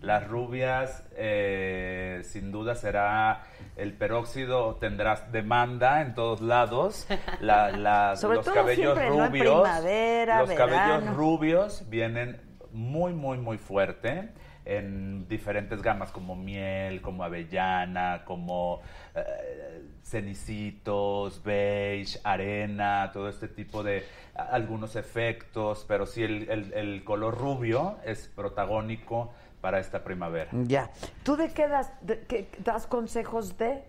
D: Las rubias, eh, sin duda, será el peróxido, tendrás demanda en todos lados. La- la-
A: Sobre
D: los
A: todo
D: cabellos
A: siempre, ¿no? En
D: rubios,
A: primavera,
D: los
A: verano.
D: cabellos rubios vienen muy, muy, muy fuerte en diferentes gamas como miel, como avellana, como eh, cenicitos, beige, arena, todo este tipo de a- algunos efectos, pero sí el, el- el color rubio es protagónico para esta primavera.
A: Ya. ¿Tú de qué das, de qué- das consejos de?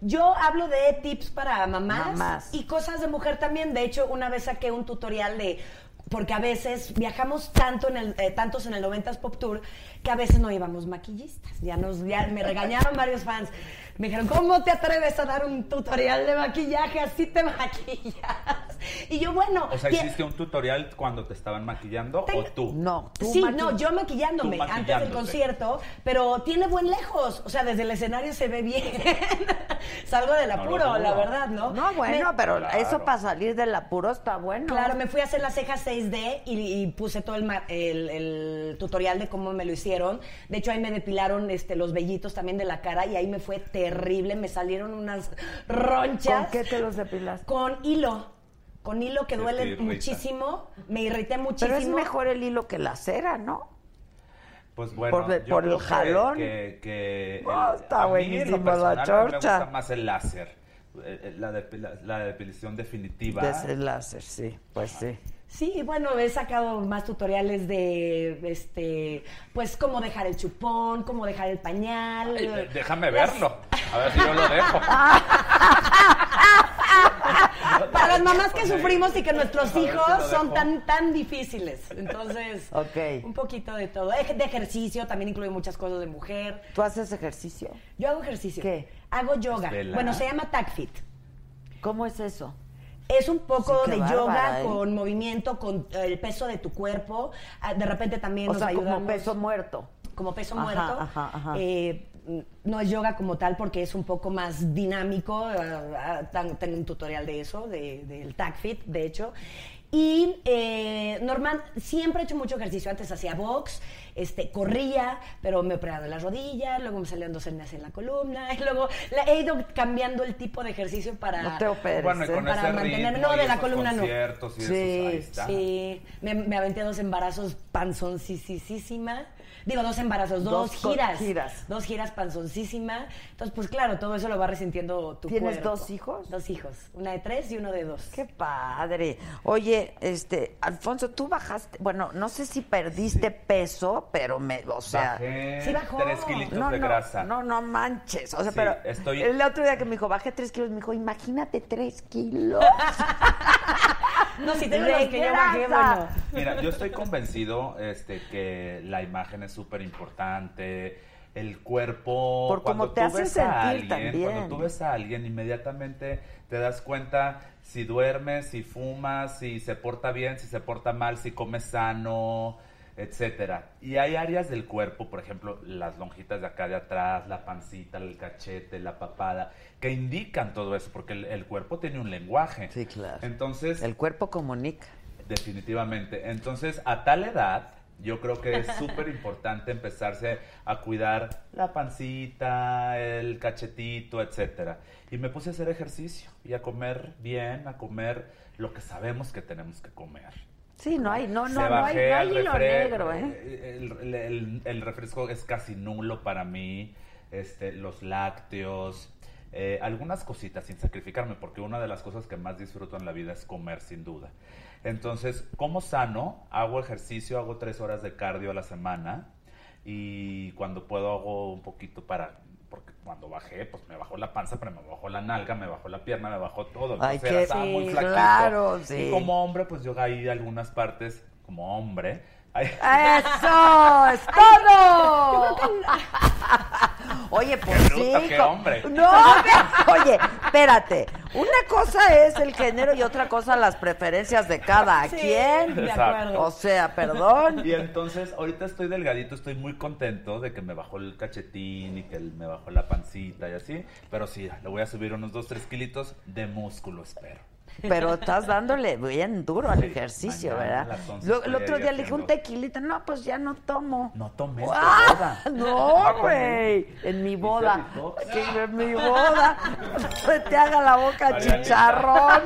I: Yo hablo de tips para mamás,
A: Mamás.
I: y cosas de mujer también. De hecho, una vez saqué un tutorial de porque a veces viajamos tanto en el eh, tantos en el 90s Pop Tour que a veces no íbamos maquillistas. Ya nos ya me regañaron varios fans. Me dijeron, "¿Cómo te atreves a dar un tutorial de maquillaje? Así te maquillas." Y yo, bueno,
D: O sea,
I: tie-
D: ¿hiciste un tutorial cuando te estaban maquillando o
I: Tengo-
D: tú?
A: No, tú
I: sí,
A: maqui-
I: no, yo maquillándome
D: Tú
I: antes del
D: maquillándote.
I: concierto, pero tiene buen lejos, o sea, desde el escenario se ve bien. Salgo del
D: No lo
I: apuro, la
D: dudo.
I: verdad, ¿no?
A: No, bueno,
I: Me-
A: pero
D: Claro.
A: eso para salir del apuro está bueno.
I: Claro, me fui a hacer las cejas 6D y, y puse todo el, ma- el- el tutorial de cómo me lo hicieron. De hecho, ahí me depilaron este, los vellitos también de la cara y ahí me fue terrible. Me salieron unas ronchas
A: ¿Con qué te los depilaste?
I: con hilo. Con hilo que
D: Sí, te
I: duele
D: irrita.
I: muchísimo. Me irrité muchísimo.
A: Pero es mejor el hilo que la cera, ¿no?
D: Pues bueno,
A: Por-
D: yo
A: por el
D: creo que-
A: jalón.
D: Que, que
A: Oh, está
D: a mí en lo
A: buenísimo la
D: personal, a mí
A: chorcha.
D: Me gusta más el láser. eh, eh, la, depi- la- la depilación definitiva.
A: Entonces, láser, sí, pues sí.
I: Sí, y bueno, he sacado más tutoriales de, este, pues cómo dejar el chupón, cómo dejar el pañal.
D: Ay, de- Eh, déjame
I: Las-
D: verlo. A ver si yo lo dejo.
I: Para las mamás que
D: Ok.
I: sufrimos y que nuestros
D: A ver si
I: hijos
D: lo
I: son
D: dejo.
I: tan, tan difíciles. Entonces,
A: Ok.
I: un poquito de todo. Ej- De ejercicio, también incluye muchas cosas de mujer.
A: ¿Tú haces ejercicio?
I: Yo hago ejercicio.
A: ¿Qué?
I: Hago yoga.
D: Estela.
I: Bueno, se llama TACFIT.
A: ¿Cómo es eso?
I: Es un poco
A: Sí, qué
I: de
A: bárbara,
I: yoga
A: ¿eh?
I: con movimiento, con eh, el peso de tu cuerpo. Ah, De repente también
A: O
I: nos
A: sea, como
I: ayudamos-
A: peso muerto.
I: como peso
A: Ajá,
I: muerto.
A: ajá, ajá.
I: eh, no es yoga como tal porque es un poco más dinámico. ah, ah, tan- Tengo un tutorial de eso, de- del TACFIT, de hecho. Y eh, normal, siempre he hecho mucho ejercicio. Antes hacía box, este, corría, pero me operaron las rodillas, luego me salieron dos hernias en la columna, y luego la- he ido cambiando el tipo de ejercicio para...
A: No te operes.
D: Bueno, y
A: ¿eh?
D: con
I: Para
D: ese
I: mantener-
D: ritmo
I: no, de
D: y
I: la
D: esos
I: columna no.
D: conciertos y
A: Sí,
D: esos, ahí está.
I: Sí, me, me aventé dos embarazos panzoncísima. Digo, dos embarazos, dos,
A: Dos co-
I: giras,
A: giras.
I: Dos giras panzoncísima. Entonces, pues claro, todo eso lo va resintiendo tu
A: ¿Tienes
I: cuerpo.
A: dos hijos?
I: Dos hijos. Una de tres y uno de dos.
A: Qué padre. Oye, este, Alfonso, tú bajaste, bueno, no sé si perdiste peso, pero me, o sea,
D: Bajé
I: Sí bajó.
D: tres kilitos
A: no,
D: de
A: no,
D: grasa.
A: no, no manches. O sea,
D: Sí,
A: pero
D: estoy-
A: el otro día que me dijo, bajé tres kilos, me dijo, imagínate tres kilos.
I: No, si te
A: De
I: digo los que yo bajé,
A: grasa.
I: bueno.
D: Mira, yo estoy convencido este, que la imagen es súper importante. El cuerpo.
A: Por cómo
D: cuando
A: te
D: tú
A: hace
D: ves a
A: sentir
D: alguien,
A: también.
D: Cuando tú ves a alguien, inmediatamente te das cuenta si duerme, si fuma, si se porta bien, si se porta mal, si come sano, etcétera. Y hay áreas del cuerpo, por ejemplo, las lonjitas de acá de atrás, la pancita, el cachete, la papada, que indican todo eso, porque el, el cuerpo tiene un lenguaje.
A: Sí, claro.
D: Entonces,
A: El cuerpo comunica.
D: Definitivamente. Entonces, a tal edad, yo creo que es súper importante empezarse a cuidar la pancita, el cachetito, etcétera. Y me puse a hacer ejercicio y a comer bien, a comer lo que sabemos que tenemos que comer.
A: Sí, no hay, no,
D: Se
A: no, no hay,
D: bajé
A: no hay
D: al
A: hilo
D: refre-
A: negro, ¿eh?
D: El, el- el- el refresco es casi nulo para mí, este, los lácteos, eh, algunas cositas sin sacrificarme, porque una de las cosas que más disfruto en la vida es comer, sin duda. Entonces, como sano, hago ejercicio, hago tres horas de cardio a la semana y cuando puedo hago un poquito para... Porque cuando bajé, pues me bajó la panza, pero me bajó la nalga, me bajó la pierna, me bajó todo.
A: Ay,
D: Entonces,
A: qué-
D: estaba muy
A: sí,
D: flaquito.
A: claro,
D: Y
A: sí.
D: como hombre, pues yo hay algunas partes como hombre. Ay,
A: ¡Eso! ¡Es todo! Oye, pues
D: Qué
A: sí.
D: bruto, qué
A: co-
D: hombre.
A: No, ve- oye, espérate. Una cosa es el género y otra cosa las preferencias de cada
I: Sí,
A: quien.
I: De
D: Exacto.
I: acuerdo.
A: O sea, perdón.
D: Y entonces, ahorita estoy delgadito, estoy muy contento de que me bajó el cachetín y que me bajó la pancita y así. Pero sí, le voy a subir unos 2-3 kilitos de músculo, espero.
A: Pero estás dándole bien duro al
D: Sí,
A: ejercicio,
D: mañana a
A: ¿verdad?
D: las once
A: Lo- el
D: estoy
A: otro
D: ahí
A: día le dije
D: haciendo.
A: un tequilita. No, pues ya no tomo.
D: No tomes
A: ¡Ah!
D: tu boda.
A: No,
D: Bájale.
A: güey. En mi boda.
D: Hice detox.
A: Que en mi boda se te haga la boca
D: Marianita.
A: chicharrón.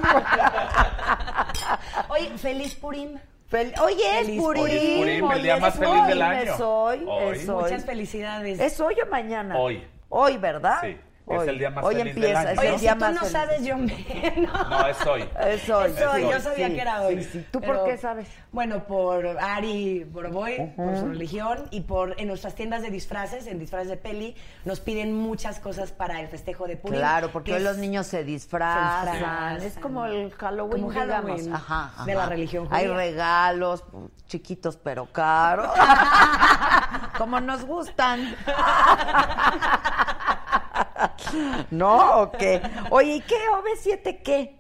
I: Oye, feliz Purim.
A: Fel- Oye, es
I: Feliz
A: Purim.
D: Hoy es Purim, el
A: oye,
D: día
A: es
D: más
A: hoy,
D: feliz del año.
A: Es hoy,
D: Hoy.
A: es hoy.
I: Muchas felicidades.
A: ¿Es hoy o mañana?
D: Hoy.
A: Hoy, ¿verdad?
D: Sí, es
A: Hoy.
D: el día más
A: hoy
D: feliz del
A: empieza,
D: año,
A: Es
I: Oye,
A: el
I: si
A: día
I: tú
A: más
I: no
A: feliz.
I: sabes, yo menos.
D: No, es hoy.
A: Es hoy.
I: Es hoy,
D: hoy,
I: yo sabía
A: sí,
I: que era hoy.
A: sí, sí. ¿Tú
I: Pero,
A: por qué sabes?
I: Bueno, por Ari Boroboy, por su religión y por en nuestras tiendas de disfraces, en disfraces de peli, nos piden muchas cosas para el festejo de Purim.
A: Claro, porque
I: que
A: hoy
I: es
A: los niños se disfrazan.
I: se disfrazan.
A: Es como el Halloween,
I: Como Halloween
A: digamos.
I: de la religión
A: Hay
I: judía.
A: regalos chiquitos pero caros. como nos gustan. ¿No? ¿O qué? Oye, ¿y qué? ¿OV7 qué?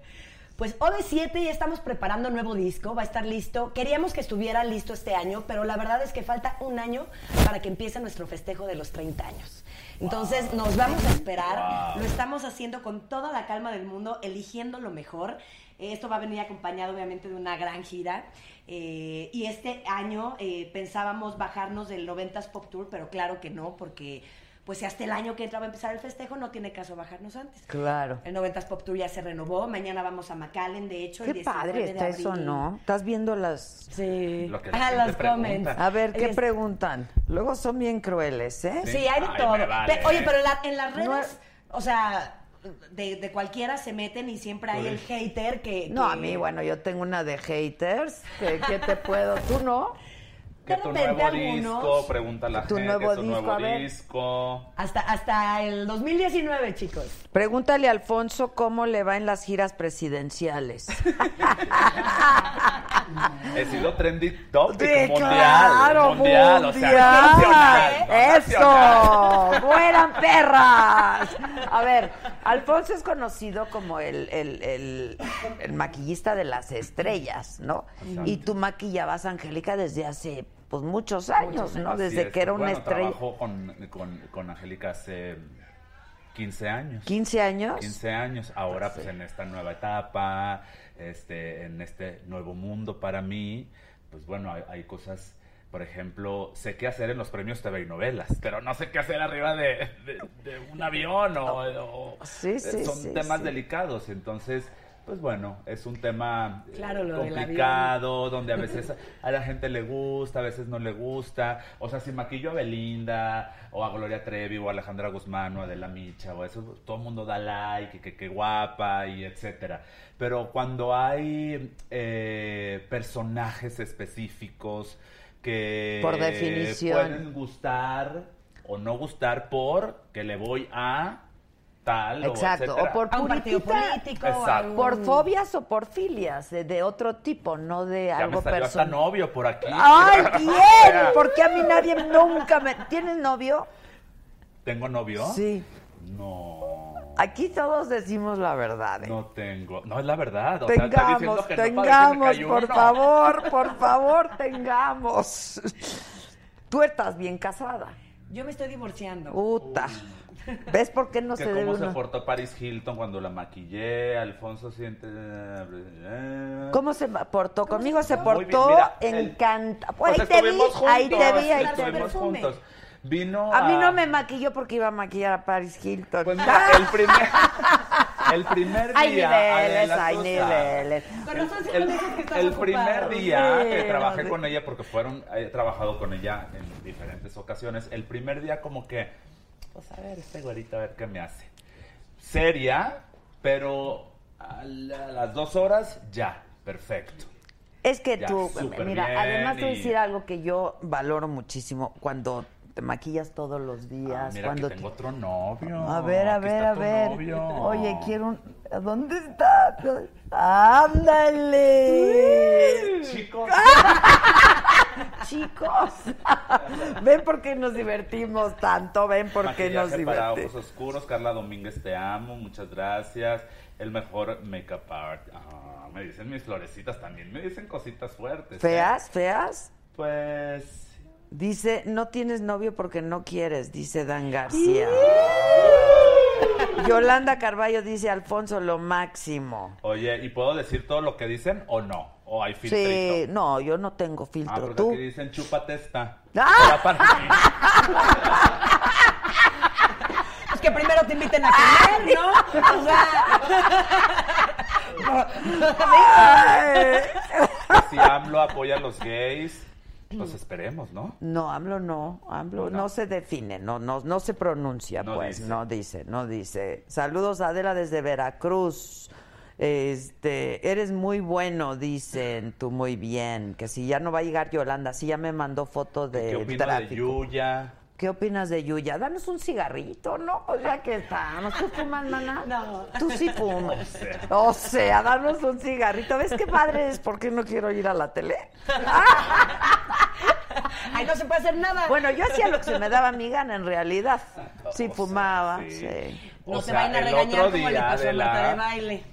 I: Pues OV7 ya estamos preparando nuevo disco, va a estar listo. Queríamos que estuviera listo este año, pero la verdad es que falta un año para que empiece nuestro festejo de los 30 años. Entonces nos vamos a esperar, lo estamos haciendo con toda la calma del mundo, eligiendo lo mejor. Eh, Esto va a venir acompañado obviamente de una gran gira. Eh, y este año eh, pensábamos bajarnos del 90s Pop Tour, pero claro que no, porque pues si hasta el año que entra va a empezar el festejo, no tiene caso bajarnos antes.
A: Claro.
I: El 90s Pop Tour ya se renovó. Mañana vamos a McAllen, de hecho. el
A: Qué
I: 19
A: padre
I: de
A: está eso,
I: abril.
A: ¿no? Estás viendo las...
I: Sí.
D: Lo que la
I: ah,
D: gente
I: las
D: pregunta.
I: comments.
A: A ver, ¿qué
H: Este,
I: Es-
A: preguntan? Luego son bien crueles, ¿eh?
I: Sí, hay de
D: Ay,
I: todo.
D: me vale.
I: Pe- Oye, pero en la- en las
A: No
I: redes, o sea,
H: de, de cualquiera se meten y siempre hay el hater que...
A: No,
H: que-
A: a mí, bueno, yo tengo una de haters. que ¿Qué te puedo? ¿Tú no?
H: De
D: Que tu
H: repente
D: nuevo
H: algunos-
D: disco, pregunta a la
A: Tu
D: gente,
A: nuevo
D: tu
A: disco,
D: nuevo
A: a ver.
D: disco.
H: Hasta, hasta el 2019, chicos.
A: Pregúntale a Alfonso cómo le va en las giras presidenciales.
D: He sido trendy topic
A: Sí,
D: mundial.
A: claro,
D: mundial, o sea,
A: mundial.
D: nacional, no nacional.
A: Eso, mueran perras. A ver, Alfonso es conocido como el, el- el- el maquillista de las estrellas, ¿no?
D: Exacto.
A: Y tú maquillabas a Angélica desde hace pues muchos años, ¿no?
D: Así
A: Desde
D: es.
A: que era una
D: Bueno,
A: estrella.
D: trabajó con, con, con Angélica hace 15 años.
A: 15 años.
D: 15 años, ahora pues en esta nueva etapa, este, en este nuevo mundo para mí, pues bueno, hay, hay cosas, por ejemplo, sé qué hacer en los premios TV y novelas, pero no sé qué hacer arriba de, de- de un avión o... o-
A: Sí, sí,
D: Eh, son
A: sí,
D: temas
A: sí.
D: delicados, entonces... Pues bueno, es un tema eh,
H: Claro, lo del
D: complicado, donde a veces a la gente le gusta, a veces no le gusta. O sea, si maquillo a Belinda, o a Gloria Trevi, o a Alejandra Guzmán, o a Adela Micha, o eso, todo el mundo da like, que, que, que guapa, y etcétera. Pero cuando hay eh, personajes específicos que
A: Por definición.
D: pueden gustar o no gustar por que le voy a tal
A: Exacto, o
D: o etcétera.
A: por
H: A un partido
A: puritica-
H: político, a
D: Exacto.
H: un-
A: Por fobias o por filias, de, de otro tipo, no de
D: ya
A: algo
D: me salió hasta
A: personal.
D: novio por aquí.
A: ¡Ay,
D: O
A: bien!
D: sea,
A: Porque a mí nadie nunca me... ¿Tienes novio?
D: ¿Tengo novio?
A: Sí.
D: No.
A: Aquí todos decimos la verdad. ¿eh?
D: No tengo. No es la verdad. O sea, está
A: tengamos,
D: diciendo que no para decirme que
A: tengamos,
D: hay
A: por
D: uno.
A: favor, por favor, tengamos. Tú estás bien casada.
H: Yo me estoy divorciando.
A: Puta. ¿Ves por qué no
D: Que
A: se debe
D: cómo se
A: uno-
D: portó Paris Hilton cuando la maquillé, Alfonso siente...
A: ¿Cómo se portó? Conmigo se
D: Muy
A: portó
D: bien, mira, el-
A: encanta.
D: Pues
A: ahí, te vi,
D: estuvimos
A: ahí te
D: juntos,
A: vi, ahí te vi.
D: estuvimos
H: perfume.
D: juntos. Vino
A: A mí no me maquilló porque iba a maquillar a Paris Hilton.
D: Pues mira, el primer, el primer día...
A: hay niveles,
D: Adela
A: hay
D: Sosa,
A: niveles.
H: Con razón siempre
D: El,
H: me dices que estás
D: el
H: ocupado.
D: primer día
A: Sí,
D: que trabajé
A: sí.
D: con ella, porque fueron, he trabajado con ella en diferentes ocasiones, el primer día como que, pues a ver, este güerito, a ver qué me hace. Seria, pero a, la- a las dos horas ya, perfecto.
A: Es que
D: Ya,
A: tú,
D: súper
A: mira,
D: bien
A: además te voy a
D: y-
A: decir algo que yo valoro muchísimo cuando te maquillas todos los días,
D: Ah, mira
A: cuando
D: que tengo
A: te-
D: otro novio.
A: A ver, a
D: Aquí
A: ver,
D: está
A: a
D: tu
A: ver.
D: novio.
A: Oye, quiero un ¿A ¿Dónde está? Ándale.
D: Chicos,
A: ¡Ah! Chicos. Ven por qué nos divertimos tanto, ven por qué nos
D: maquillaje para ojos
A: divertimos.
D: oscuros. Carla Domínguez, te amo, muchas gracias. El mejor make-up art. Ah, me dicen mis florecitas también, me dicen cositas fuertes. ¿eh?
A: Feas, feas.
D: Pues.
A: Dice, no tienes novio porque no quieres, dice Dan García. Yolanda Carballo dice, Alfonso, lo máximo.
D: Oye, ¿y puedo decir todo lo que dicen o no? ¿O hay filtrito?
A: Sí, no, yo no tengo
D: Ah,
A: filtro.
D: porque
A: ¿Tú?
D: aquí dicen chúpate esta.
A: ¡Ah!
D: Era para mí.
H: Pues que primero te inviten a comer, ¿no? O sea,
A: Ay.
D: Si AMLO apoya a los gays, pues esperemos, ¿no?
A: No, AMLO no, AMLO no,
D: No.
A: se define, no, no, no se pronuncia,
D: No
A: pues,
D: dice.
A: no dice, no dice. Saludos Adela desde Veracruz. Este, eres muy bueno, dicen tú muy bien, que si ya no va a llegar Yolanda, si ya me mandó foto de
D: ¿Qué opino de
A: tráfico.
D: Yuya?
A: ¿Qué opinas de Yuya? Danos un cigarrito, ¿no? Pues ya que estamos. ¿Tú fumas, maná?
H: No.
A: Tú sí fumas. O
D: O
A: sea,
D: sea.
A: danos un cigarrito. ¿Ves qué padre es? ¿Por qué no quiero ir a la tele?
H: ahí no se puede hacer nada.
A: Bueno, yo hacía lo que se me daba mi gana, en realidad. Sí
D: O sea,
A: fumaba,
D: sí.
A: sí.
H: no
D: O
H: se
D: sea,
H: vayan a
D: el
H: regañar
D: otro
H: como le
D: día
H: pasó a
D: de la-
H: Marta de baile.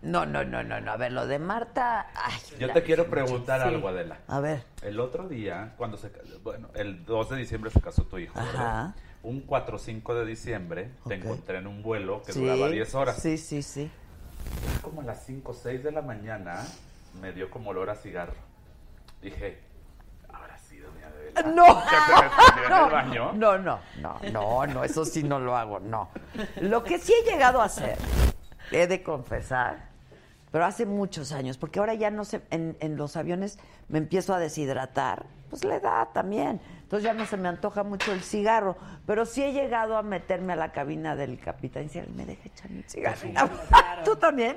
A: No, no, no, no, no. A ver, lo de Marta... ay,
D: Yo
A: la-
D: te quiero preguntar algo, Adela.
A: A ver.
D: El otro día, cuando se. ca- Bueno, el 2 de diciembre se casó tu hijo.
A: Ajá.
D: ¿verdad? Un 4 o 5 de diciembre
A: Ok.
D: te encontré en un vuelo que
A: sí,
D: duraba 10 horas.
A: Sí, sí, sí.
D: Como a las 5 o 6 de la mañana me dio como olor a cigarro. Dije, ahora sí, doña Adela.
A: ¡No!
D: ¿Ya te respondió en el baño?
A: No, no, no, no, no, eso sí no lo hago, no. Lo que sí he llegado a hacer, he de confesar, pero hace muchos años, porque ahora ya no sé, en, en los aviones me empiezo a deshidratar, pues la edad también, entonces ya no se me antoja mucho el cigarro, pero sí he llegado a meterme a la cabina del capitán y decirle, me deja echar un cigarro. ¿Tú también?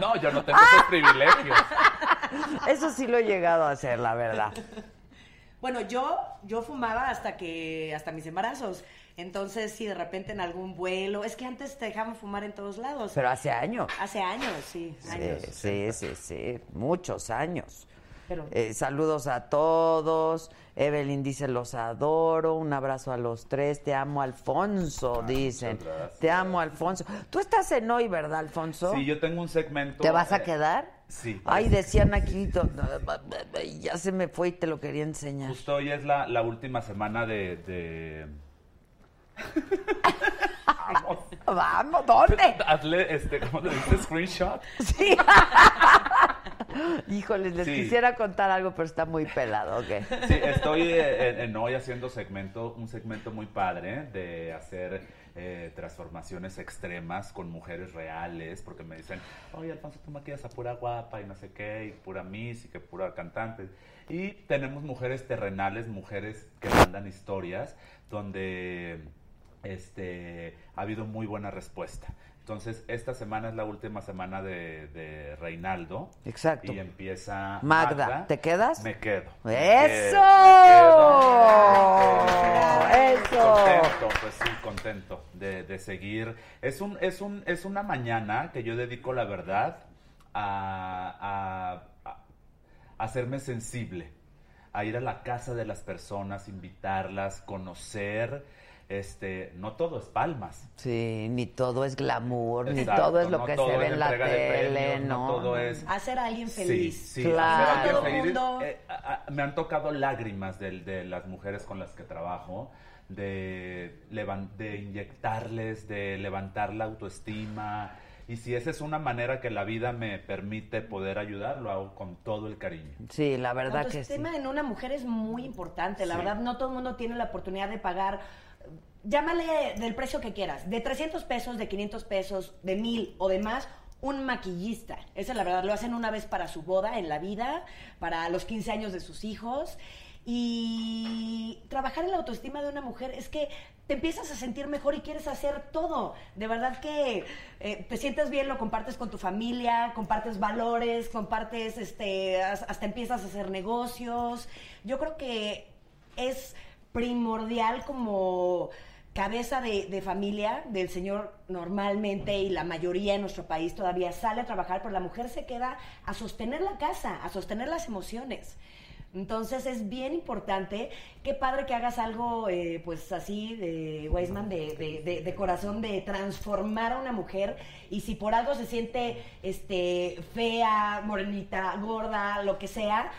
D: No, yo no tengo esos privilegios.
A: Eso sí lo he llegado a hacer, la verdad.
I: Bueno, yo, yo fumaba hasta que, hasta mis embarazos. Entonces, si de repente en algún vuelo, es que antes te dejaban fumar en todos lados.
A: Pero hace años.
I: Hace años, sí,
A: Sí,
I: años.
A: sí, sí, sí, muchos años.
I: Pero-
A: Eh, saludos a todos. Evelyn dice, los adoro. Un abrazo a los tres. Te amo,
D: Ah,
A: Alfonso, dicen. Te amo, Alfonso. Tú estás en hoy, ¿verdad, Alfonso?
D: Sí, yo tengo un segmento.
A: ¿Te vas a
D: eh,
A: quedar?
D: sí.
A: Ay, decían aquí, to- ya se me fue y te lo quería enseñar.
D: Justo hoy es la, la última semana de. de-
A: Vamos, ¿dónde?
D: Hazle, este, ¿cómo le dices? Screenshot.
A: Sí. Híjoles, les
D: Sí.
A: quisiera contar algo, pero está muy pelado. ¿ok?
D: Sí, estoy eh, en, en hoy haciendo segmento, un segmento muy padre de hacer eh, transformaciones extremas con mujeres reales, porque me dicen, oye Alfonso, tú maquillas a pura guapa y no sé qué, y pura miss y que pura cantante. Y tenemos mujeres terrenales, mujeres que mandan historias donde este, ha habido muy buena respuesta. Entonces, esta semana es la última semana de, de Reinaldo.
A: Exacto.
D: Y empieza
A: Magda, ¿te quedas?
D: Me quedo.
A: ¡Eso! ¡Eso!
D: Contento, pues sí, contento de, de seguir. Es un, es un, es una mañana que yo dedico, la verdad, a, a- a- a hacerme sensible, a ir a la casa de las personas, invitarlas, conocer. Este, no todo es palmas.
A: Sí, ni todo es glamour, ni
D: Exacto,
A: todo es lo
D: no
A: que
D: todo
A: se ve
D: es
A: en la
D: entrega de
A: tele,
D: premios,
A: no.
D: todo es
I: Hacer a alguien feliz.
D: Sí, sí,
A: Claro.
D: hacer algo
I: Todo
D: feliz.
I: mundo.
D: Eh, a- a- me han tocado lágrimas del- de, las mujeres con las que trabajo, de, levan- de inyectarles, de levantar la autoestima. Y si esa es una manera que la vida me permite poder ayudar, lo hago con todo el cariño.
A: Sí, la
I: La
A: verdad que sí.
I: autoestima en una mujer es muy importante. La
D: Sí.
I: verdad, no todo el mundo tiene la oportunidad de pagar. Llámale del precio que quieras, de 300 pesos, de 500 pesos, de 1000 o de más, un maquillista. Esa es la verdad, lo hacen una vez para su boda en la vida, para los 15 años de sus hijos. Y trabajar en la autoestima de una mujer es que te empiezas a sentir mejor y quieres hacer todo. De verdad que eh, te sientes bien, lo compartes con tu familia, compartes valores, compartes, este, has- hasta empiezas a hacer negocios. Yo creo que es primordial como cabeza de, de familia del señor normalmente y la mayoría en nuestro país todavía sale a trabajar, pero la mujer se queda a sostener la casa, a sostener las emociones. Entonces es bien importante, qué padre que hagas algo eh, pues así de Weisman, de, de- de- de corazón, de transformar a una mujer y si por algo se siente este, fea, morenita, gorda, lo que sea,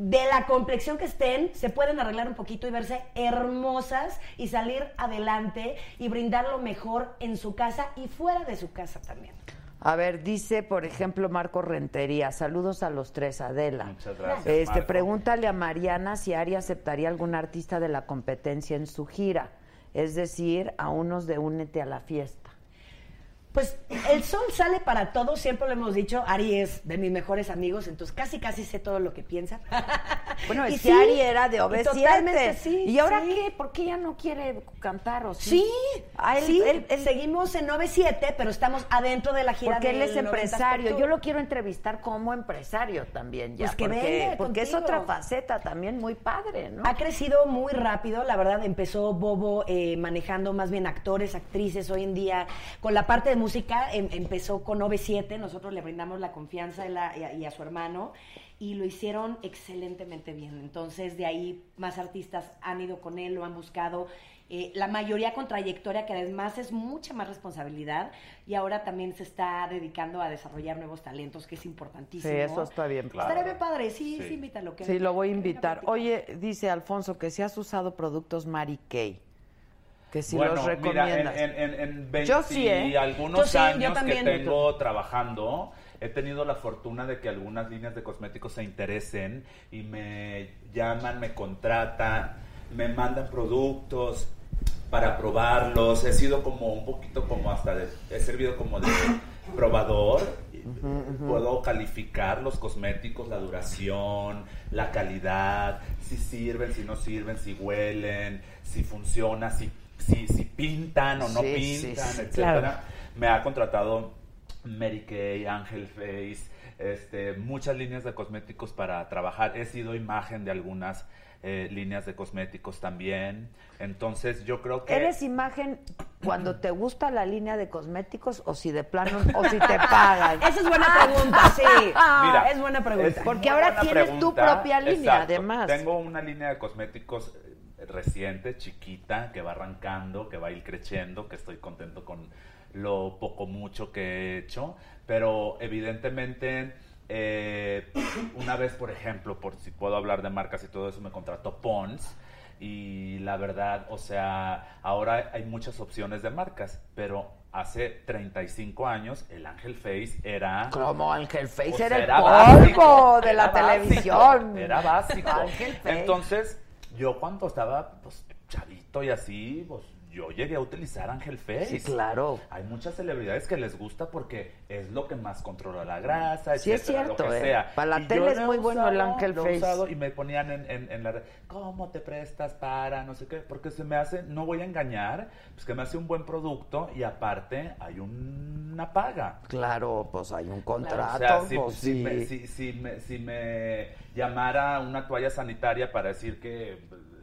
I: de la complexión que estén, se pueden arreglar un poquito y verse hermosas y salir adelante y brindar lo mejor en su casa y fuera de su casa también.
A: A ver, dice, por ejemplo, Marco Rentería, saludos a los tres, Adela.
D: Muchas gracias,
A: Este,
D: Marco.
A: pregúntale a Mariana si Ari aceptaría algún artista de la competencia en su gira, es decir, a unos de Únete a la fiesta.
I: Pues el sol sale para todos, siempre lo hemos dicho, Ari es de mis mejores amigos, entonces casi casi sé todo lo que piensa.
A: Bueno,
I: Y
A: es
I: sí,
A: que Ari era
I: y
A: de ob
I: Totalmente sí.
A: ¿Y ahora
I: sí.
A: qué? ¿Por qué ella no quiere cantar o sí?
I: Sí,
A: Ah, él-
I: sí,
A: él- él-
I: seguimos en 9-7, pero estamos adentro de la gira
A: Porque él
I: del
A: es
I: 90s
A: empresario.
I: Pop
A: Yo
I: Tour.
A: lo quiero entrevistar como empresario también ya.
I: Pues que
A: porque
I: venga
A: porque es
I: contigo.
A: otra faceta también muy padre, ¿no?
I: Ha crecido muy rápido, la verdad. Empezó Bobo eh, manejando más bien actores, actrices. Hoy en día, con la parte de música, em- empezó con OV7. Nosotros le brindamos la confianza y, la- y a, y a su hermano y lo hicieron excelentemente bien. Entonces, de ahí más artistas han ido con él, lo han buscado. eh, la mayoría con trayectoria, que además es mucha más responsabilidad. Y ahora también se está dedicando a desarrollar nuevos talentos, que es importantísimo.
A: eso está bien
D: claro.
I: Estaría bien padre, sí, sí,
D: Sí.
I: invítalo. que
A: Sí, lo voy a
I: que venga
A: invitar.
I: platicar.
A: Oye, dice Alfonso que si has usado productos Mary Kay, que si
D: bueno,
A: los
D: mira,
A: recomiendas.
D: en, eh, en, en, en 20
A: Yo sí, ¿eh?
D: y algunos
I: Yo sí, yo
D: años
I: también.
D: que tengo trabajando, he tenido la fortuna de que algunas líneas de cosméticos se interesen y me llaman, me contratan, me mandan productos para probarlos. He sido como un poquito como hasta de, he servido como de probador y, Puedo calificar los cosméticos, la duración, la calidad, si sirven, si no sirven, si huelen, si funciona, si, si, si pintan o no
A: Sí, sí,
D: pintan,
A: sí,
D: etcétera.
A: claro.
D: Me ha contratado Mary Kay, Angel Face, este, muchas líneas de cosméticos para trabajar. He sido imagen de algunas eh, líneas de cosméticos también. Entonces yo creo que...
A: ¿Eres imagen cuando te gusta la línea de cosméticos o si de plano o si te pagan?
H: Esa es buena pregunta, sí.
D: Mira,
H: es buena pregunta.
D: es
A: Porque
D: muy
A: ahora
D: buena
A: tienes tu propia línea,
D: Exacto.
A: además.
D: Tengo una línea de cosméticos eh, reciente, chiquita, que va arrancando, que va a ir creciendo, que estoy contento con lo poco mucho que he hecho, pero evidentemente eh, una vez, por ejemplo, por si puedo hablar de marcas y todo eso, me contrató Pons. Y la verdad, o sea, ahora hay muchas opciones de marcas, pero hace 35 años el Ángel Face era...
A: Como Ángel Face
D: O sea,
A: era el
D: Pues básico,
A: polvo de
D: era
A: la
D: básico,
A: televisión.
D: Era básico.
A: Ángel Face.
D: Entonces, yo cuando estaba pues, chavito y así, pues yo llegué a utilizar Ángel Face.
A: Sí, claro.
D: Hay muchas celebridades que les gusta porque es lo que más controla la grasa,
A: Sí, es
D: etcétera, lo
A: cierto,
D: que
A: ¿eh?
D: sea.
A: Para la
D: Y
A: tele
D: yo
A: es
D: lo he
A: muy bueno el
D: usado,
A: Ángel
D: lo he
A: Face.
D: usado y me ponían en, en, en la red, ¿cómo te prestas para no sé qué? Porque se me hace, no voy a engañar, pues que me hace un buen producto y aparte hay una paga.
A: Claro, pues hay un contrato.
D: O sea, si,
A: pues,
D: si
A: sí.
D: me, si- si me- si me llamara una toalla sanitaria para decir que eh,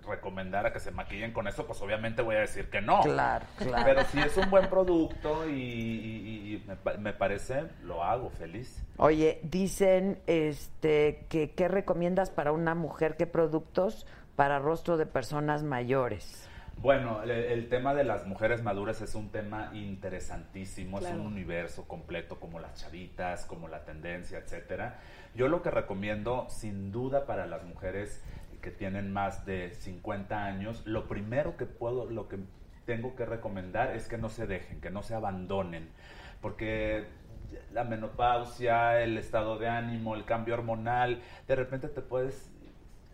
D: recomendara que se maquillen con eso, pues obviamente voy a decir que no.
A: Claro, claro.
D: Pero si es un buen producto y, y- y- y me, pa- me parece, lo hago feliz.
A: Oye, dicen este que qué recomiendas para una mujer, qué productos para rostro de personas mayores.
D: Bueno, el, el tema de las mujeres maduras es un tema interesantísimo, es un universo completo como las chavitas, como la tendencia, etcétera. Yo lo que recomiendo sin duda para las mujeres que tienen más de 50 años, lo primero que puedo lo que tengo que recomendar es que no se dejen, que no se abandonen, porque la menopausia, el estado de ánimo, el cambio hormonal, de repente te puedes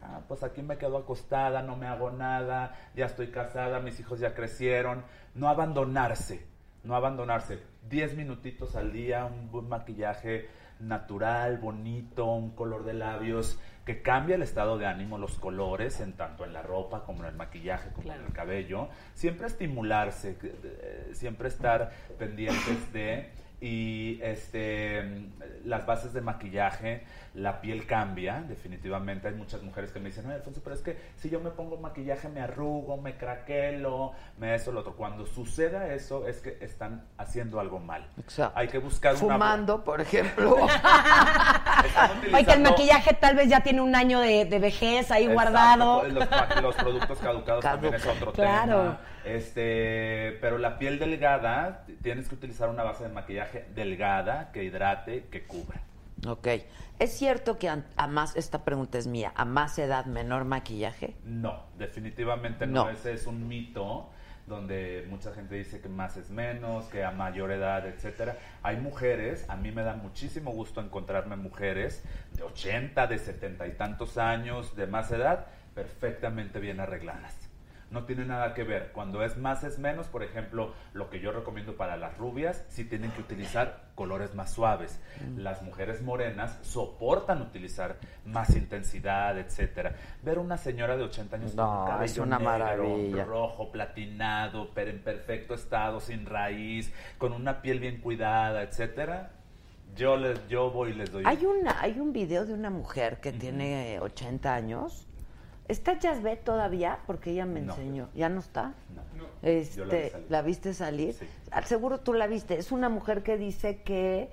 D: Ah, pues aquí me quedo acostada, no me hago nada, ya estoy casada, mis hijos ya crecieron. No abandonarse, no abandonarse. Diez minutitos al día, un buen maquillaje natural, bonito, un color de labios que cambia el estado de ánimo, los colores, en tanto en la ropa como en el maquillaje, como en el cabello. Siempre estimularse, que- eh, siempre estar pendientes de y este mm, las bases de maquillaje, la piel cambia, definitivamente. Hay muchas mujeres que me dicen, "Ay, Alfonso, pero es que si yo me pongo maquillaje me arrugo, me craquelo, me eso, lo otro. Cuando suceda eso es que están haciendo algo mal.
A: Exacto.
D: Hay que buscar una...
A: Fumando, por ejemplo.
D: Están
H: Oye, que el
D: utilizando-
H: maquillaje tal vez ya tiene un año de, de vejez ahí
D: Exacto, pues,
H: guardado.
D: Los, pa- los productos caducados también es
A: Caduca.
D: otro
H: Claro.
D: tema. Este, pero la piel delgada, tienes que utilizar una base de maquillaje delgada que hidrate, que cubra.
A: ok. ¿Es cierto que an- a más, esta pregunta es mía, a más edad menor maquillaje?
D: No, definitivamente no.
A: No.
D: Ese es un mito donde mucha gente dice que más es menos, que a mayor edad, etcétera. Hay mujeres, a mí me da muchísimo gusto encontrarme mujeres de 80, de 70 y tantos años, de más edad, perfectamente bien arregladas. No tiene nada que ver. Cuando es más es menos, por ejemplo, lo que yo recomiendo para las rubias, sí tienen que utilizar colores más suaves.
A: Mm.
D: Las mujeres morenas soportan utilizar más intensidad, etcétera. Ver una señora de 80 años con
A: No,
D: un cabello
A: es una
D: negro,
A: maravilla.
D: rojo, platinado, pero en perfecto estado, sin raíz, con una piel bien cuidada, etcétera. Yo les yo voy y les doy.
A: Hay una, hay un video de una mujer que tiene 80 años. ¿Está Jasbet todavía? Porque ella me
D: No.
A: enseñó. ¿Ya no está?
D: No. Yo la vi
A: Este,
D: salir.
A: la viste salir.
D: Sí.
A: Al Seguro tú la viste. Es una mujer que dice que,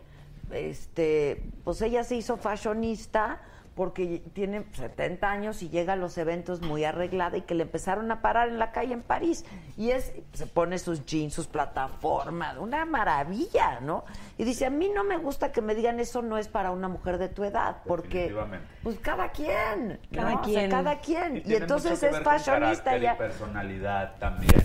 A: este, pues ella se hizo fashionista porque tiene 70 años y llega a los eventos muy arreglada y que le empezaron a parar en la calle en París. Y es, se pone sus jeans, sus plataformas, una maravilla, ¿no? Y dice, a mí no me gusta que me digan eso no es para una mujer de tu edad, porque,
D: Definitivamente.
A: pues cada quien,
H: Cada
A: ¿no? O sea,
H: quien.
A: cada quien. Y,
D: tiene
A: entonces
D: mucho que
A: es
D: ver con
A: fashionista
D: carácter y
A: ya.
D: personalidad también.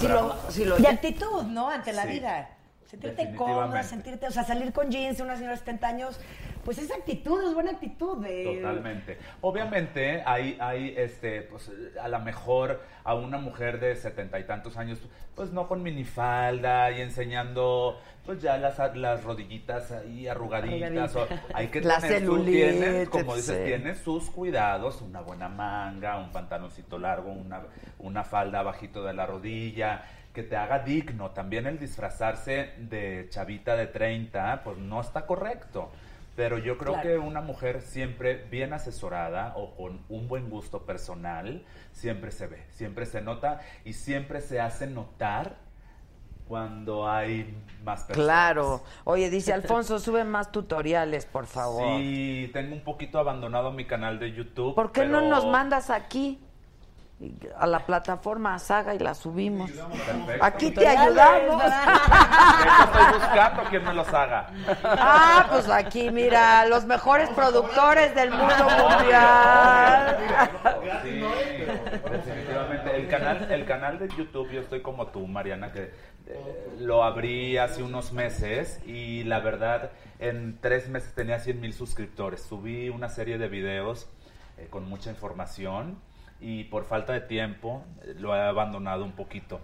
A: Si
D: Habrá
A: lo, si lo-
I: Y actitud, ¿no? Ante la
D: Sí.
I: vida. Sentirte
D: Definitivamente.
I: cómoda, sentirte, o sea, salir con jeans de una señora de 70 años, pues es actitud, es buena actitud. De...
D: Totalmente. Obviamente hay, hay este, pues, a lo mejor a una mujer de setenta y tantos años, pues no con minifalda y enseñando pues ya las, las rodillitas ahí arrugaditas. o- hay que
A: La
D: tener, tú tienes,
A: celulitis,
D: como dices,
A: sí.
D: tienes sus cuidados, una buena manga, un pantaloncito largo, una, una falda abajito de la rodilla, que te haga digno. También el disfrazarse de chavita de 30, pues no está correcto. Pero yo creo
H: Claro.
D: que una mujer siempre bien asesorada o con un buen gusto personal, siempre se ve, siempre se nota y siempre se hace notar cuando hay más personas.
A: Claro. Oye, dice Alfonso, sube más tutoriales, por favor.
D: Sí, tengo un poquito abandonado mi canal de YouTube.
A: ¿Por qué no
D: pero-
A: nos mandas aquí? A la plataforma a Saga y la subimos.
D: Perfecto.
A: Aquí te
H: Tutoriales,
A: ayudamos.
D: Eso estoy buscando quien me los haga.
A: Ah, pues aquí, mira, los mejores productores del mundo mundial.
D: Sí, definitivamente. El canal, el canal de YouTube, yo estoy como tú, Mariana, que eh, lo abrí hace unos meses y la verdad, en tres meses tenía 100 mil suscriptores. Subí una serie de videos eh, con mucha información y por falta de tiempo eh, lo he abandonado un poquito.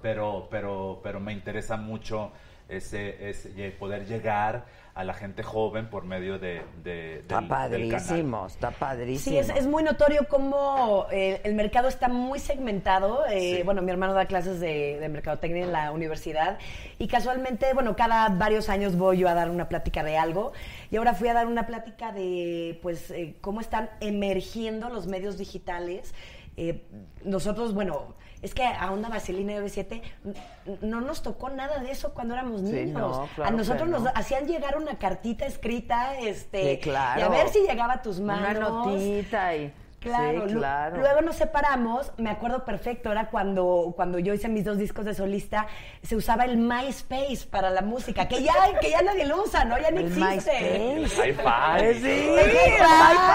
D: Pero, pero, pero me interesa mucho ese, ese eh, poder llegar a la gente joven por medio de, de- del-
A: Está
D: del canal.
A: padrísimo, está
H: Sí,
A: padrísimo.
H: es, es muy notorio cómo eh, el mercado está muy segmentado. Eh,
D: Sí.
H: Bueno, mi hermano da clases de, de mercadotecnia en la universidad y casualmente, bueno, cada varios años voy yo a dar una plática de algo y ahora fui a dar una plática de, pues, eh, cómo están emergiendo los medios digitales. Eh, nosotros, bueno, es que a Onda Vaselina y B7 n- no nos tocó nada de eso cuando éramos
A: Sí,
H: niños.
A: no, claro
H: a nosotros
A: que no.
H: nos hacían llegar una cartita escrita, este,
A: Sí, claro.
H: y a ver si llegaba a tus manos.
A: Una notita y...
H: Claro,
A: sí,
H: lu-
A: claro.
H: luego nos separamos, me acuerdo perfecto, era cuando, cuando yo hice mis dos discos de solista, se usaba el MySpace para la música, que ya, que ya nadie lo usa, ¿no? Ya ni
A: El
H: existe.
A: MySpace.
D: Hi-Fi.
A: Eh, Sí,
H: Sí,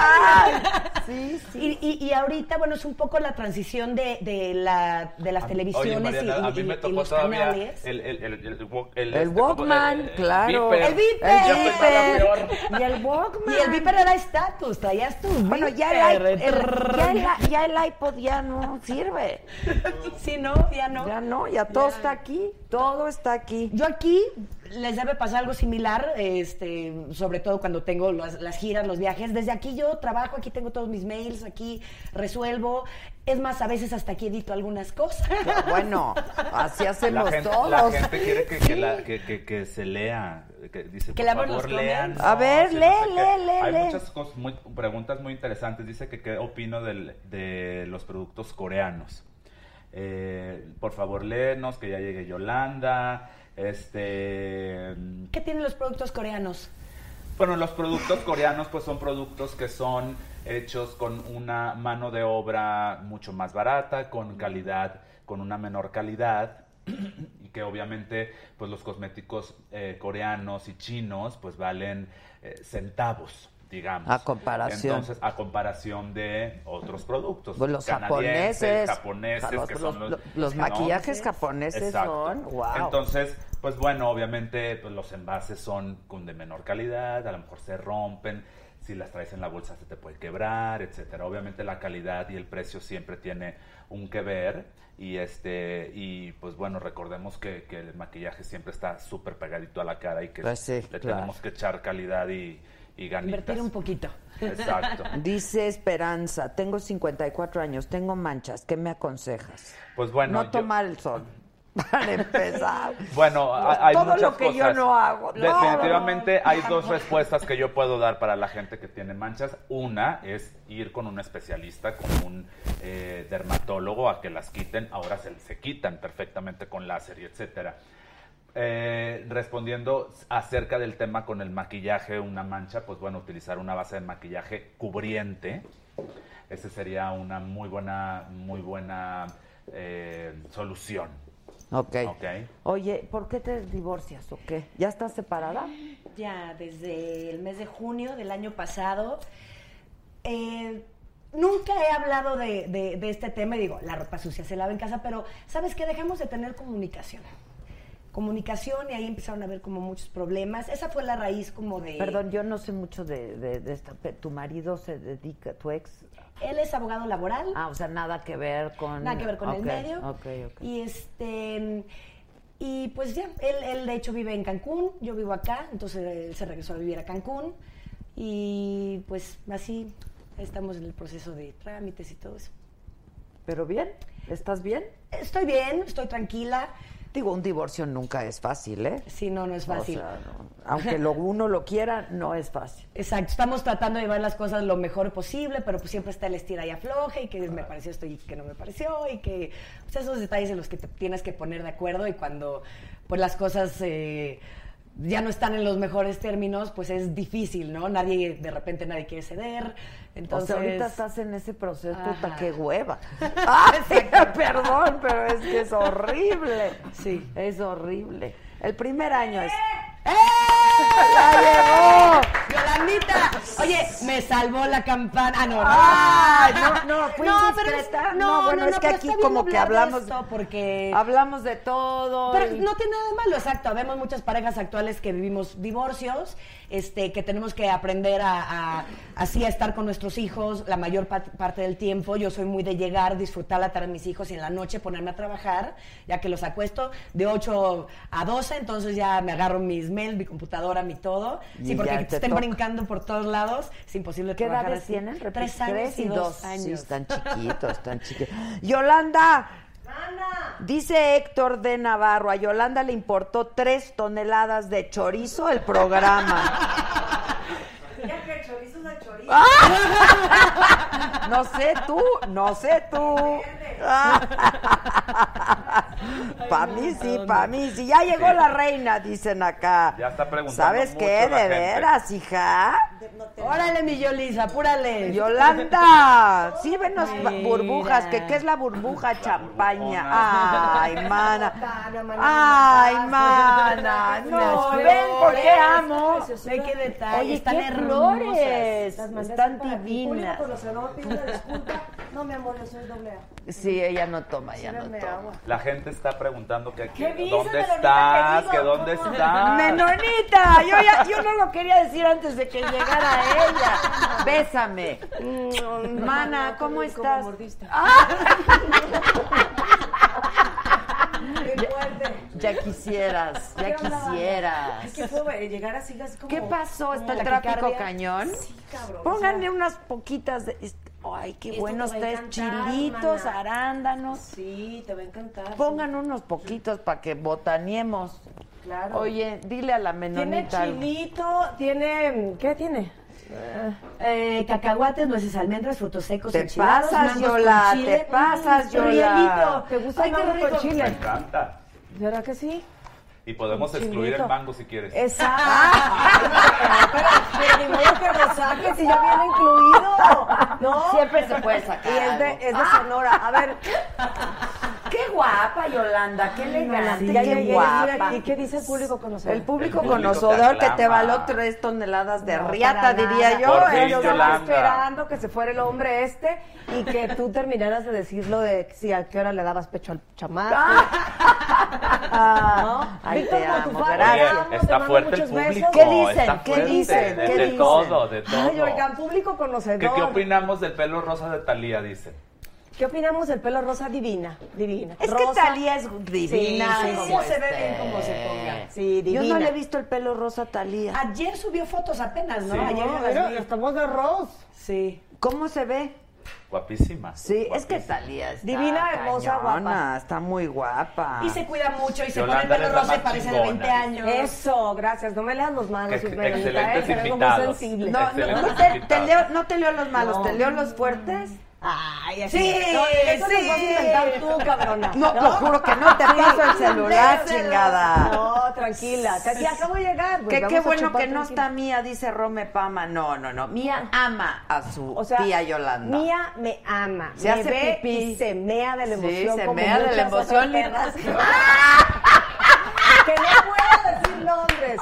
A: bye, bye. Sí, sí.
H: Y, y- y ahorita, bueno, es un poco la transición de, de la, de las
D: A mí-
H: televisiones
D: oye, Mariana,
H: y- y,
D: a mí me
H: y
D: tocó
H: los
D: todavía
H: canales.
D: El, el, el, el, walk-
A: El
D: este, como
A: Walkman, claro.
D: beeper.
H: El beeper.
D: Ya fue lo
A: El
D: peor.
A: Beeper. Y el Walkman.
H: Y el Viper era estatus, traías tu
A: Bueno, ya el, i- el- ya el i- ya el iPod ya no sirve.
H: Sí, no, ya no.
A: Ya no, ya todo está aquí. Todo está aquí.
H: Yo aquí les debe pasar algo similar, este, sobre todo cuando tengo las, las giras, los viajes. Desde aquí yo trabajo, aquí tengo todos mis mails, aquí resuelvo. Es más, a veces hasta aquí edito algunas cosas.
A: Bueno, así
D: La
A: hacemos
D: gente,
A: todos.
D: la gente quiere que, que, la- que, que, que se lea. Que dice,
H: Que
D: por
H: leamos los
D: favor, lean.
H: comments.
A: A ver, lee,
D: qué.
A: lee, lee,
D: Hay
A: lee.
D: muchas cosas, muy- preguntas muy interesantes. Dice que qué opino del, de los productos coreanos. Eh, por favor, léenos, que ya llegue Yolanda. Este.
H: ¿Qué tienen los productos coreanos?
D: Bueno, los productos coreanos pues son productos que son hechos con una mano de obra mucho más barata, con calidad, con una menor calidad y que obviamente pues los cosméticos eh, coreanos y chinos pues valen eh, centavos, digamos.
A: A comparación.
D: Entonces, a comparación de otros productos.
A: Pues los
D: canadienses,
A: japoneses,
D: japoneses,
A: o sea, los-
D: que son
A: los-
D: los,
A: los
D: ¿no?
A: maquillajes japoneses son, wow.
D: Entonces, pues bueno, obviamente pues los envases son con de menor calidad, a lo mejor se rompen, si las traes en la bolsa se te puede quebrar, etcétera. Obviamente la calidad y el precio siempre tiene un que ver y este y pues bueno, recordemos que, que el maquillaje siempre está súper pegadito a la cara y que
A: Pues sí,
D: le
A: claro.
D: tenemos que echar calidad y, y ganitas.
H: Invertir un poquito.
D: Exacto.
A: Dice Esperanza, tengo 54 años, tengo manchas, ¿qué me aconsejas?
D: Pues bueno,
A: no
D: yo-
A: tomar el sol, para empezar.
D: Bueno, ha- hay
A: Todo
D: muchas
A: lo que yo
D: cosas.
A: no hago. No,
D: Definitivamente hay dos respuestas que yo puedo dar para la gente que tiene manchas. Una es ir con un especialista, con un eh, dermatólogo a que las quiten. Ahora se, se quitan perfectamente con láser y etcétera. Eh, respondiendo acerca del tema con el maquillaje, una mancha, pues bueno, utilizar una base de maquillaje cubriente. Esa sería una muy buena, muy buena eh, solución.
A: Ok.
D: Ok.
A: Oye, ¿por qué te divorcias o qué? ¿Ya estás separada?
I: Ya desde el mes de junio del año pasado. Eh, nunca he hablado de, de- de este tema y digo, la ropa sucia se lava en casa, pero ¿sabes qué? Dejamos de tener comunicación. Comunicación y ahí empezaron a haber como muchos problemas. Esa fue la raíz como de...
A: Perdón, yo no sé mucho de, de, de esta. pe- ¿Tu marido se dedica, tu ex?
I: Él es abogado laboral.
A: Ah, o sea, nada que ver con...
I: Nada que ver con
A: Ok,
I: el medio.
A: Ok, ok.
I: Y este. Y pues ya, él, él de hecho vive en Cancún, yo vivo acá, entonces él se regresó a vivir a Cancún y pues así estamos en el proceso de trámites y todo eso.
A: ¿Pero bien? ¿Estás bien?
I: Estoy bien, estoy tranquila.
A: Digo, un divorcio nunca es fácil, ¿eh?
I: Sí, no, no es fácil.
A: O sea, no. aunque lo, uno lo quiera, no es fácil.
I: Exacto, estamos tratando de llevar las cosas lo mejor posible, pero pues siempre está el estira y afloje y que me pareció esto y que no me pareció y que pues, esos detalles en los que te tienes que poner de acuerdo y cuando pues las cosas eh, ya no están en los mejores términos, pues es difícil, ¿no? Nadie, de repente nadie quiere ceder, entonces...
A: o sea, ahorita estás en ese proceso, puta,
I: Ajá.
A: qué hueva. ¡Ay, perdón, pero es que es horrible.
I: Sí.
A: Es horrible. El primer año es... ¡Eh! ¡La llevó!
I: ¡Yolandita! Oye, me salvó la campana. Ah, no, no.
A: Ay, no, no, fui
I: pero es-
A: indiscreta. no, bueno, es que
I: pero
A: aquí
I: está bien
A: como que
I: hablar de
A: hablamos-
I: esto porque
A: Hablamos de todo.
I: Eh, Pero
A: y-
I: no tiene nada de malo, exacto. Vemos muchas parejas actuales que vivimos divorcios, este, que tenemos que aprender a, a- así a estar con nuestros hijos la mayor pat- parte del tiempo. Yo soy muy de llegar, disfrutar la tarde de mis hijos y en la noche ponerme a trabajar, ya que los acuesto de 8 a 12, entonces ya me agarro mis mails, mi computadora, mi todo.
A: Y
I: Sí, porque
A: ya
I: que
A: te
I: estén
A: toca.
I: brincando por todos lados, es imposible
A: ¿Qué
I: trabajar
A: edades
I: así.
A: tienen? Repito,
I: Tres años y dos años.
A: Sí, están chiquitos, están chiquitos. Yolanda,
F: ¡Manda!
A: dice Héctor de Navarro, a Yolanda le importó tres toneladas de chorizo el programa.
F: Ya que el chorizo es el chorizo.
H: ¡Ah!
A: No sé tú, no sé tú. Pa' mí sí, pa' mí sí. Ya llegó la reina, dicen acá.
D: Ya está preguntando
A: ¿Sabes
D: mucho
A: qué?
D: la
A: De
D: gente.
A: veras, hija.
I: Órale, mi Yolisa, apúrale.
A: Yolanda, sírvenos
I: Mira.
A: ba- burbujas, que qué es la burbuja champaña.
D: burbujona.
A: Ay, mana.
I: Pana, mana,
A: Ay, mana.
I: mana.
A: No,
I: Unas
A: ven por qué
I: flores,
A: amo.
I: Ve qué detalle.
A: Oye,
I: están
A: qué
I: hermosas.
A: flores.
I: Las mandé
A: Están
I: para ti.
A: divinas.
F: disculpa. No, mi amor, yo soy doble A.
A: Sí, ella no toma, ella no
F: Sírveme
A: toma.
F: agua.
D: La gente está preguntando que aquí,
F: ¿Qué dices,
D: ¿dónde
F: Verónica?
D: estás?
F: ¿Qué
D: ¿Que
F: digo?
D: dónde
F: ¿Cómo?
A: Ah.
D: estás?
A: Menonita, yo, ya- yo no lo quería decir antes de que llegara ella. Bésame. Mana, ¿cómo estás? Ah,
F: ¡Qué fuerte!
A: Ya quisieras, ya
F: Es
A: quisieras.
F: que puedo eh, llegar así, así como...
A: ¿Qué pasó? ¿Está el
F: taquicardia.
A: tráfico cañón?
F: Sí, cabrón.
A: Pónganle unas poquitas de... est- Ay, qué
F: Esto
A: buenos
F: te va a
A: tres
F: encantar,
A: chilitos,
F: mana.
A: arándanos.
F: Sí, te va a encantar.
A: Pongan unos poquitos para que botaniemos.
F: Claro.
A: Oye, dile a la
F: Tiene
A: menonita. algo.
F: chilito, tiene... ¿Qué tiene?
I: Eh, cacahuates, nueces, almendras, frutos secos,
A: Te
I: enchiladas,
A: pasas,
I: mangos con
A: Yola,
I: chile.
A: te pasas,
I: Mm,
A: Yola.
I: rielito.
F: ¿Te gusta
I: Ay,
F: el
I: qué
F: mango con
I: rico.
F: chile?
D: Me encanta.
F: ¿Verdad que sí?
D: Y podemos excluir el
F: Chilito.
D: mango si quieres.
F: Exacto. pero, pero ni modo que lo saques si ya viene incluido. No.
A: Siempre se puede sacar
F: Y es de,
A: algo.
F: es de Sonora. A ver,
A: Qué guapa, Yolanda, qué elegante,
F: ya
A: qué
F: llegué,
A: guapa.
F: mira, ¿Y qué dice el público con nosotros?
A: El público
D: El público
A: conocedor
D: te
A: que te
D: aclama.
A: való tres toneladas de
F: No,
A: riata,
F: para
A: diría
F: nada.
A: yo.
D: Por
A: ¿eh?
D: fin,
F: Yo estaba
D: Yolanda.
F: esperando que se fuera el hombre este y que tú terminaras de decirlo de si a qué hora le dabas pecho al chamaco.
A: Ah, ay,
F: Víctor
A: te amo,
F: Montufar,
D: Oye,
A: gracias.
F: te
D: está
F: mando
D: fuerte el
F: muchos besos.
D: público.
A: ¿Qué dicen?
D: está
A: ¿Qué
D: fuerte,
A: dicen?
D: De,
A: ¿Qué
D: de
A: dicen?
D: todo, de todo.
F: Ay, oigan, público conocedor.
D: ¿Qué, qué opinamos del pelo rosa de Talía? Dice.
F: ¿Qué opinamos del pelo rosa divina? Divina.
A: Es que
F: Rosa.
A: Talía es divina.
F: Sí, sí,
A: como
F: se ve
A: este.
F: bien como se ponga. Sí,
A: Yo no
F: divina.
A: le he visto el pelo rosa a Talía.
I: Ayer subió fotos apenas, ¿no?
D: Sí.
I: Ayer
F: No,
I: las
F: mira,
I: vi.
F: estamos de arroz.
I: Sí.
A: ¿Cómo se ve?
D: Guapísima.
A: Sí, es que
D: guapísima.
A: Talía está
F: Divina, hermosa,
A: cañona,
F: guapa.
A: Está muy guapa.
I: Y se cuida mucho y se
D: Ah. Yolanda
I: pone el
D: es
I: pelo
D: la
I: rosa y
D: más
I: parece de
D: chingona.
I: 20 años.
F: Eso, gracias. No me leas los malos,
D: Ex-
F: sus Verónica,
D: excelentes
F: eh, que vengo muy
D: invitados.
F: sensible.
A: No, no,
D: Excelente
A: no te,
D: invitado.
A: te leo, no te leo los malos, te leo los fuertes.
F: Ay, así.
I: Sí,
F: no, eso
I: sí.
F: lo vas a inventar tú, cabrona.
A: No, lo juro que no te paso el celular,
F: Déjelo.
A: chingada.
F: No, tranquila. Tati, acabo de llegar. güey,
A: Que
F: vamos
A: qué
F: a
A: bueno
F: chupar
A: que no
F: tranquila.
A: está Mía, dice Rome Pama. No, no, no. Mía ama a su
F: O sea,
A: tía Yolanda.
F: Mía me ama.
A: Se
F: me
A: hace
F: ve
A: pipí.
F: y se mea de la
A: Sí,
F: emoción.
A: se
F: como
A: mea de la
F: muchas otras
A: emoción y-
F: perras. que no puedo decir nombres.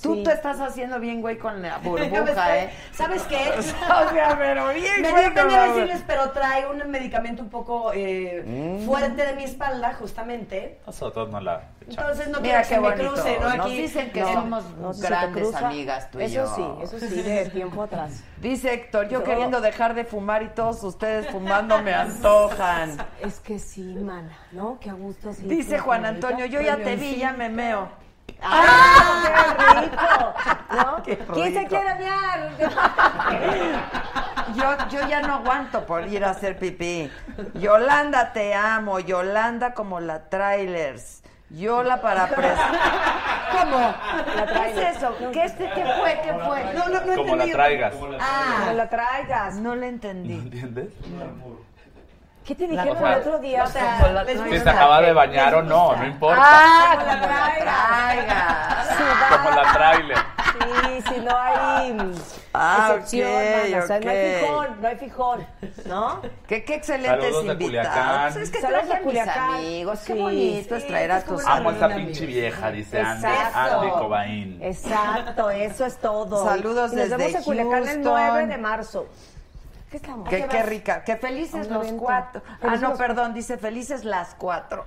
A: Tú
F: Sí.
A: te estás haciendo bien, güey, con la burbuja,
I: ¿Sabes,
A: ¿eh?
I: ¿Sabes qué?
A: O sea, pero bien,
I: Me
A: güey,
I: dio
A: con
I: pena
A: la-
I: decirles, pero trae un medicamento un poco eh,
A: Mm.
I: fuerte de mi espalda, justamente.
D: Nosotros no la echamos.
I: Entonces no quiero
A: Mira
I: que
A: qué
I: se me
A: bonito.
I: cruce, ¿no?
A: Nos
I: Aquí.
A: dicen que
I: No.
A: somos
F: No, si se te
A: grandes
F: cruza-
A: amigas tú y
F: Eso
A: yo.
F: sí, eso sí, de tiempo atrás.
A: Dice Héctor, yo
F: No.
A: queriendo dejar de fumar y todos ustedes fumando me antojan.
F: Es que sí, mana, ¿no? Qué a gusto. así,
A: Dice
F: tu
A: Juan
F: fumadita,
A: Antonio, yo ya te vi,
F: avioncito.
A: ya me meo.
F: ¡Ah, qué rico! ¿No?
A: Qué
F: ¿Quién se
A: rico.
F: quiere aviar?
A: Yo, yo ya no aguanto por ir a hacer pipí. Yolanda, te amo. Yolanda como la trailers. Yola para presidente. ¿Cómo? ¿Qué es eso? ¿Qué, es- qué fue? ¿Qué fue? No, no,
D: Como la traigas.
F: No la traigas.
A: Ah, no le
D: ¿No
A: entendí.
D: entiendes?
F: ¿Qué te
A: La
F: dijeron
D: cosa-
F: el otro día?
A: O sea, les
D: Si se
A: gusta.
D: acaba de bañar o no, no importa.
F: ¡Ah!
A: Como
F: Como la traigas.
A: traigas.
F: Sudada.
D: Como la trailer.
F: Sí, si no hay
A: Ah,
F: excepción,
A: ok,
F: mana, o sea, no hay
A: ok.
F: fijón, no hay fijón, ¿no?
A: Qué, qué excelentes
D: Saludos de
A: invitados.
D: Culiacán.
A: Es que traje
F: Saludos
A: a
F: de
A: mis
F: Culiacán.
A: amigos. Qué
F: Sí,
A: bonito es
F: sí,
A: traer a
F: es como
A: tus
F: una
D: Amo a esa
A: amigos.
D: pinche vieja, dice Andy,
F: Exacto.
D: Andy Cobain.
F: Exacto, eso es todo.
A: Saludos
F: y nos
A: desde
F: vemos en Culiacán el
A: Houston.
F: 9 de marzo. ¿Qué estamos?
A: Qué, qué rica, qué felices
F: Un
A: los
F: evento.
A: cuatro. Ah,
F: Felices
A: no,
F: los-
A: perdón, dice felices las cuatro.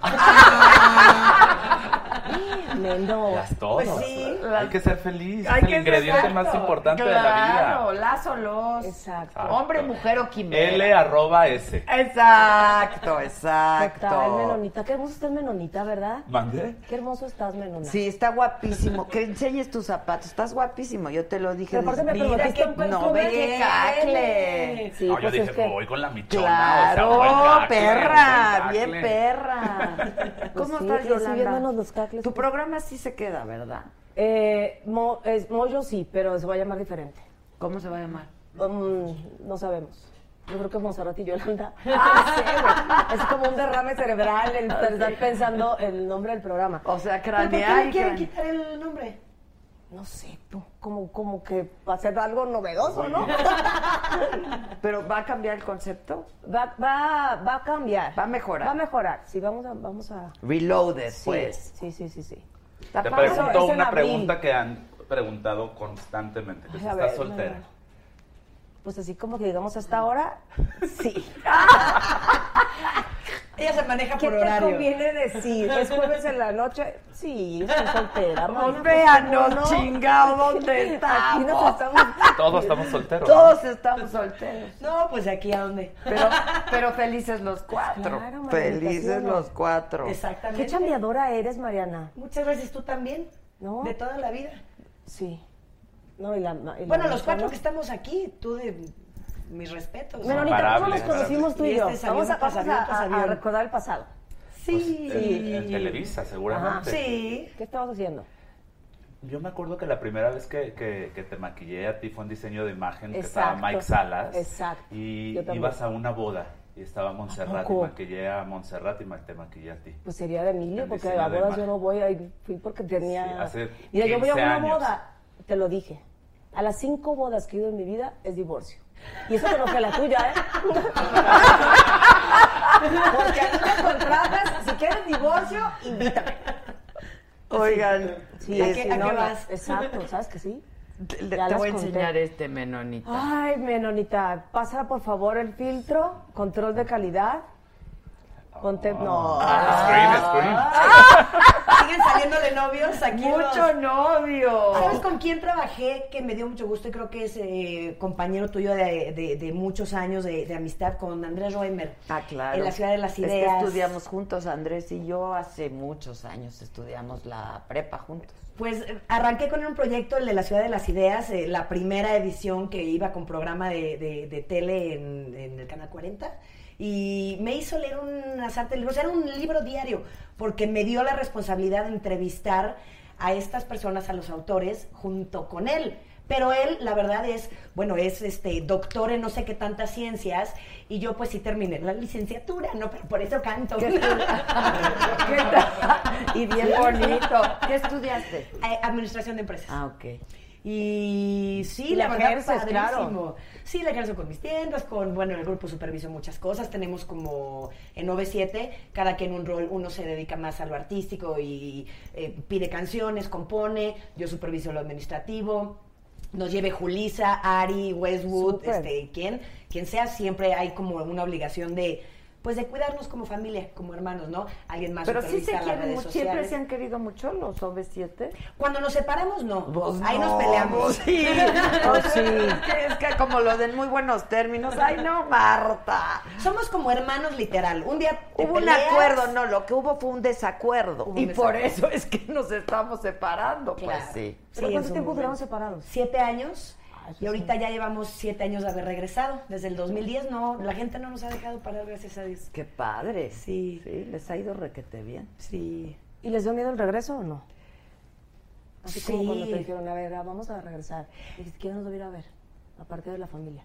F: Mendo.
D: Las todas.
A: Pues sí.
D: Hay que ser feliz.
A: Hay
D: es el
A: que ser
D: ingrediente
A: exacto.
D: más importante
A: claro,
D: de la vida.
A: lazo los.
F: Exacto.
A: Hombre, mujer o quimera.
D: L arroba S.
A: Exacto,
F: ¿Qué
A: exacto.
F: tal, Menonita? Qué hermoso estás, Menonita, ¿verdad?
D: ¿Mandé?
F: Qué hermoso estás, Menona.
A: Sí, está guapísimo. Que enseñes tus zapatos. Estás guapísimo, yo te lo dije.
F: Pero aparte
A: desde-
F: me
A: Mira
F: prometiste
A: qué
F: un buen
A: No,
F: cover
A: ve qué
F: que
A: cacle.
F: Sí,
D: No, yo
F: pues
D: dije,
F: es que...
D: voy con la michona. o sea, buen
A: Claro,
D: cacle,
A: perra,
D: buen
A: bien
D: cacle.
A: perra.
F: Pues
A: ¿Cómo
F: sí,
A: estás,
F: sí,
A: Yolanda?
F: viéndonos los cacles. pues.
A: Tu programa sí se queda, ¿verdad?
F: Eh, Mo- es Moyo sí, pero se va a llamar diferente.
A: ¿Cómo se va a llamar?
F: Mm, no sabemos. Yo creo que Monserrat y Yolanda. Ah, sí, güey. es como un derrame cerebral el estar pensando el nombre del programa.
A: O sea,
I: ¿Pero ¿Por qué
A: cranear.
I: le
A: y
I: quieren
A: crane-
I: quitar el nombre?
F: No sé, tú, como, como que va a ser algo novedoso, ¿no?
A: Pero va a cambiar el concepto.
F: Va, va, va a cambiar.
A: Va a mejorar.
F: Va a mejorar. Sí, vamos a... Vamos a
A: Reloaded,
F: sí,
A: pues.
F: Sí, sí, sí, sí.
A: Está
D: Te
A: padre.
F: Eso
D: pregunto
F: es en
D: una
F: abril.
D: pregunta que han preguntado constantemente. Que
F: Ay,
D: si
F: a
D: estás
F: ver,
D: soltera.
F: no. Pues así como que digamos hasta ahora, sí.
I: Ella se maneja
F: ¿Qué
I: por
F: te
I: horario.
F: conviene decir? ¿Es jueves en la noche? Sí, estoy soltera. mamá.
A: Pues Véanos,
F: ¿Cómo no?
A: chingado, ¿dónde
F: Aquí nos
A: estamos?
F: estamos...
D: Todos estamos solteros.
A: Todos estamos solteros.
I: No, pues de aquí a dónde.
A: Pero, pero felices los cuatro.
F: Pues Claro, manita,
A: felices
F: ¿sí o no?
A: los cuatro.
F: Qué
I: Exactamente.
F: chambeadora eres, Mariana.
I: Muchas gracias, tú también.
F: ¿No?
I: De toda la vida.
F: Sí. No, y la... y la-
I: Bueno, los cuatro que estamos aquí, tú de mis respetos.
F: Bueno, ahorita, ¿cómo nos
D: Imparables.
F: conocimos tú y,
I: Y
F: yo?
I: este es
F: vamos a,
I: avión
F: vamos
I: tras avión
F: a-
I: tras
F: a- a
I: avión.
F: recordar el pasado.
I: sí.
D: En, en Televisa, seguramente.
F: Ah,
I: sí.
F: ¿Qué estabas haciendo?
D: Yo me acuerdo que la primera vez que, que- que te maquillé a ti fue un diseño de imagen que
F: Exacto.
D: estaba Mike Salas.
F: Exacto.
D: Y
F: Yo también.
D: ibas a una boda y estaba Montserrat y
F: poco?
D: maquillé a Montserrat y ma- te maquillé a ti.
F: Pues sería de Emilio,
D: El
F: porque a
D: diseño de
F: bodas
D: imagen.
F: yo no voy, ahí fui porque tenía...
D: Sí, hace
F: Mira, yo voy a
D: 15
F: una
D: años.
F: boda, te lo dije. A las cinco bodas que he ido en mi vida es divorcio. Y eso que no fue la tuya, ¿eh? Porque a mí me contratas, si quieres divorcio, invítame.
A: Oigan,
F: Sí,
I: ¿A qué-
F: sí,
I: a
F: no,
I: qué
F: no,
I: vas?
F: Exacto, ¿sabes que sí?
A: te, te
F: Ya las
A: voy a
F: conté.
A: enseñar este menonita.
F: Ay, Menonita, pasa por favor el filtro, control de calidad. Ponte, no.
D: Screen, screen.
I: Ah. Siguen saliéndole novios aquí.
A: Mucho
I: los- ¿Sabes
A: novio.
I: con quién trabajé que me dio mucho gusto y creo que es eh, compañero tuyo de, de- de muchos años de, de amistad con Andrés Roemer?
A: Ah, claro.
I: En la ciudad de las
A: Es que
I: ideas.
A: estudiamos juntos, Andrés y yo, hace muchos años estudiamos la prepa juntos.
I: Pues eh, arranqué con un proyecto, el de la Ciudad de las Ideas, eh, la primera edición que iba con programa de, de- de tele en, en el Canal 40. Y me hizo leer unas artes libros. Era un libro diario, porque me dio la responsabilidad de entrevistar a estas personas, a los autores, junto con él. Pero él, la verdad es, bueno, es este doctor en no sé qué tantas ciencias, y yo pues sí terminé la licenciatura, ¿no? Pero por eso canto.
A: ¿Qué tal? Y bien bonito. ¿Qué estudiaste?
I: Eh, Administración de empresas.
A: Ah, ok.
I: Y sí,
F: La
I: la, verdad,
F: ejerces, claro.
I: padrísimo. Sí, la ejerzo con mis tiendas, con, bueno, el grupo superviso muchas cosas. Tenemos como en 9-7, cada quien un rol, uno se dedica más a lo artístico y eh, pide canciones, compone, yo superviso lo administrativo. Nos lleve Julisa, Ari, Westwood,
F: Súper.
I: este, quien, quien sea, siempre hay como una obligación de, pues de cuidarnos como familia, como hermanos, ¿no? Alguien más
A: Pero sí se
I: supervisa las
A: quieren
I: redes
A: mucho. Siempre
I: sociales.
A: se han querido mucho los hombres 7
I: Cuando nos separamos, no.
A: Pues
I: Ahí
A: no,
I: nos peleamos.
A: pues sí.
F: Oh,
A: Pues sí. Es que, es que como lo den muy buenos términos. Ay, no, Marta.
I: Somos como hermanos literal. Un día te
A: Hubo un
I: peleas,
A: acuerdo, no, lo que hubo fue un desacuerdo.
I: Hubo un
A: y por eso
I: desacuerdo.
A: es que nos estamos separando.
I: Claro.
A: Pues sí.
I: Sí, en
F: ¿Cuánto
I: su
F: tiempo duraron
I: momento.
F: separados?
I: Siete años. Y ahorita ya llevamos siete años de haber regresado. Desde el 2010 no, la gente no nos ha dejado parar, gracias a Dios.
A: Qué padre.
I: Sí.
A: Sí, les ha ido requete bien.
I: Sí.
F: ¿Y les dio miedo el regreso o no? Así como
I: Sí.
F: cuando te dijeron, a ver, ah, vamos a regresar. Dijiste, ¿quién nos va a ir a ver? Aparte de la familia.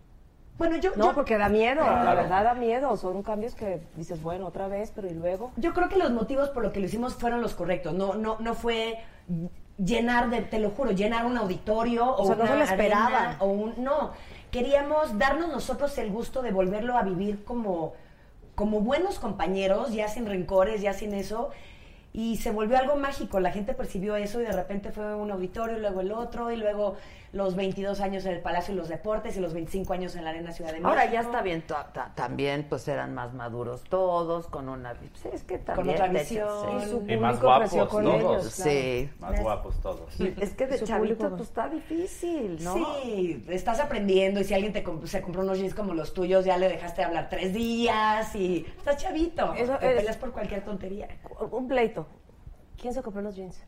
I: Bueno, yo,
F: No,
I: yo-
F: porque da miedo, la verdad da miedo. Son cambios que dices, bueno, otra vez, pero y luego.
I: yo creo que los motivos por los que lo hicimos fueron los correctos. No, no, no fue llenar de, te lo juro, llenar un auditorio o,
F: sea, no se
I: una
F: lo esperaban.
I: arena o un no. Queríamos darnos nosotros el gusto de volverlo a vivir como, como buenos compañeros, ya sin rencores, ya sin eso. Y se volvió algo mágico, la gente percibió eso y de repente fue un auditorio y luego el otro y luego los 22 años en el Palacio de los Deportes y los 25 años en la Arena Ciudad de México.
A: Ahora ya está bien, ta- ta- también pues eran más maduros todos, con una... pues, es que también
I: otra
A: te-
I: visión.
A: sí.
F: su
D: Y más
F: público creció
D: guapos,
F: con
D: ¿no?
F: ellos, claro.
A: Sí.
D: Más guapos todos.
A: Es que de
F: Su
A: chavito
F: público.
A: pues, está difícil, ¿no?
I: Sí, estás aprendiendo y si alguien te comp- se compró unos jeans como los tuyos, ya le dejaste de hablar tres días y estás chavito.
F: Eso
I: te
F: es.
I: peleas por cualquier tontería.
F: Un pleito. ¿Quién se compró los jeans?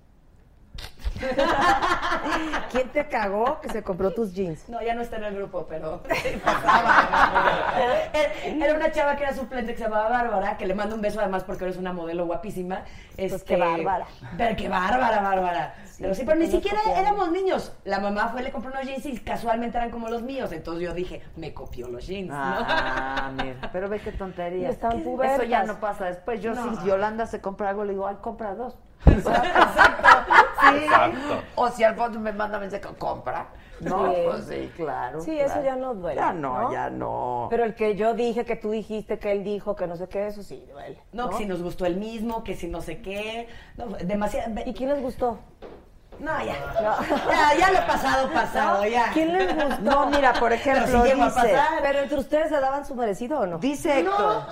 F: ¿Quién te cagó que se compró tus jeans?
I: No, ya no está en el grupo, pero pasaba. Er, Era- Era una chava que era suplente que se llamaba Bárbara, que le mando un beso además porque eres una modelo guapísima. Este,
F: qué bárbara.
I: Pero qué bárbara, Bárbara. pero sí, pero ni
F: porque nos
I: siquiera
F: copiaron.
I: éramos niños. La mamá fue, le compró unos jeans y casualmente eran como los míos. Entonces yo dije, me copió los jeans, ¿no?
A: Ah, mira, pero ve qué tontería.
F: Están
A: Eso ya
F: pubertas.
A: no pasa después. Yo
I: No.
A: si Yolanda se compra algo, le digo, ay, compra dos.
D: Exacto.
A: O si Alfonso me manda mensaje, compra. No,
F: Sí.
A: pues sí, claro.
F: Sí,
A: claro.
F: eso ya no duele,
A: Ya no,
F: ¿no?
A: ya no.
F: Pero el que yo dije, que tú dijiste, que él dijo, que no sé qué, eso sí duele.
I: No, que si nos gustó el mismo, que si no sé qué. No, demasiado.
F: ¿Y quién les gustó?
I: No, ya. Ya, ya lo pasado, pasado, ya.
F: ¿Quién les gustó?
A: No, mira, por ejemplo,
I: Pero sí llegó a
A: dice,
I: pasar.
F: Pero entre ustedes se daban su merecido o no?
A: dice Héctor.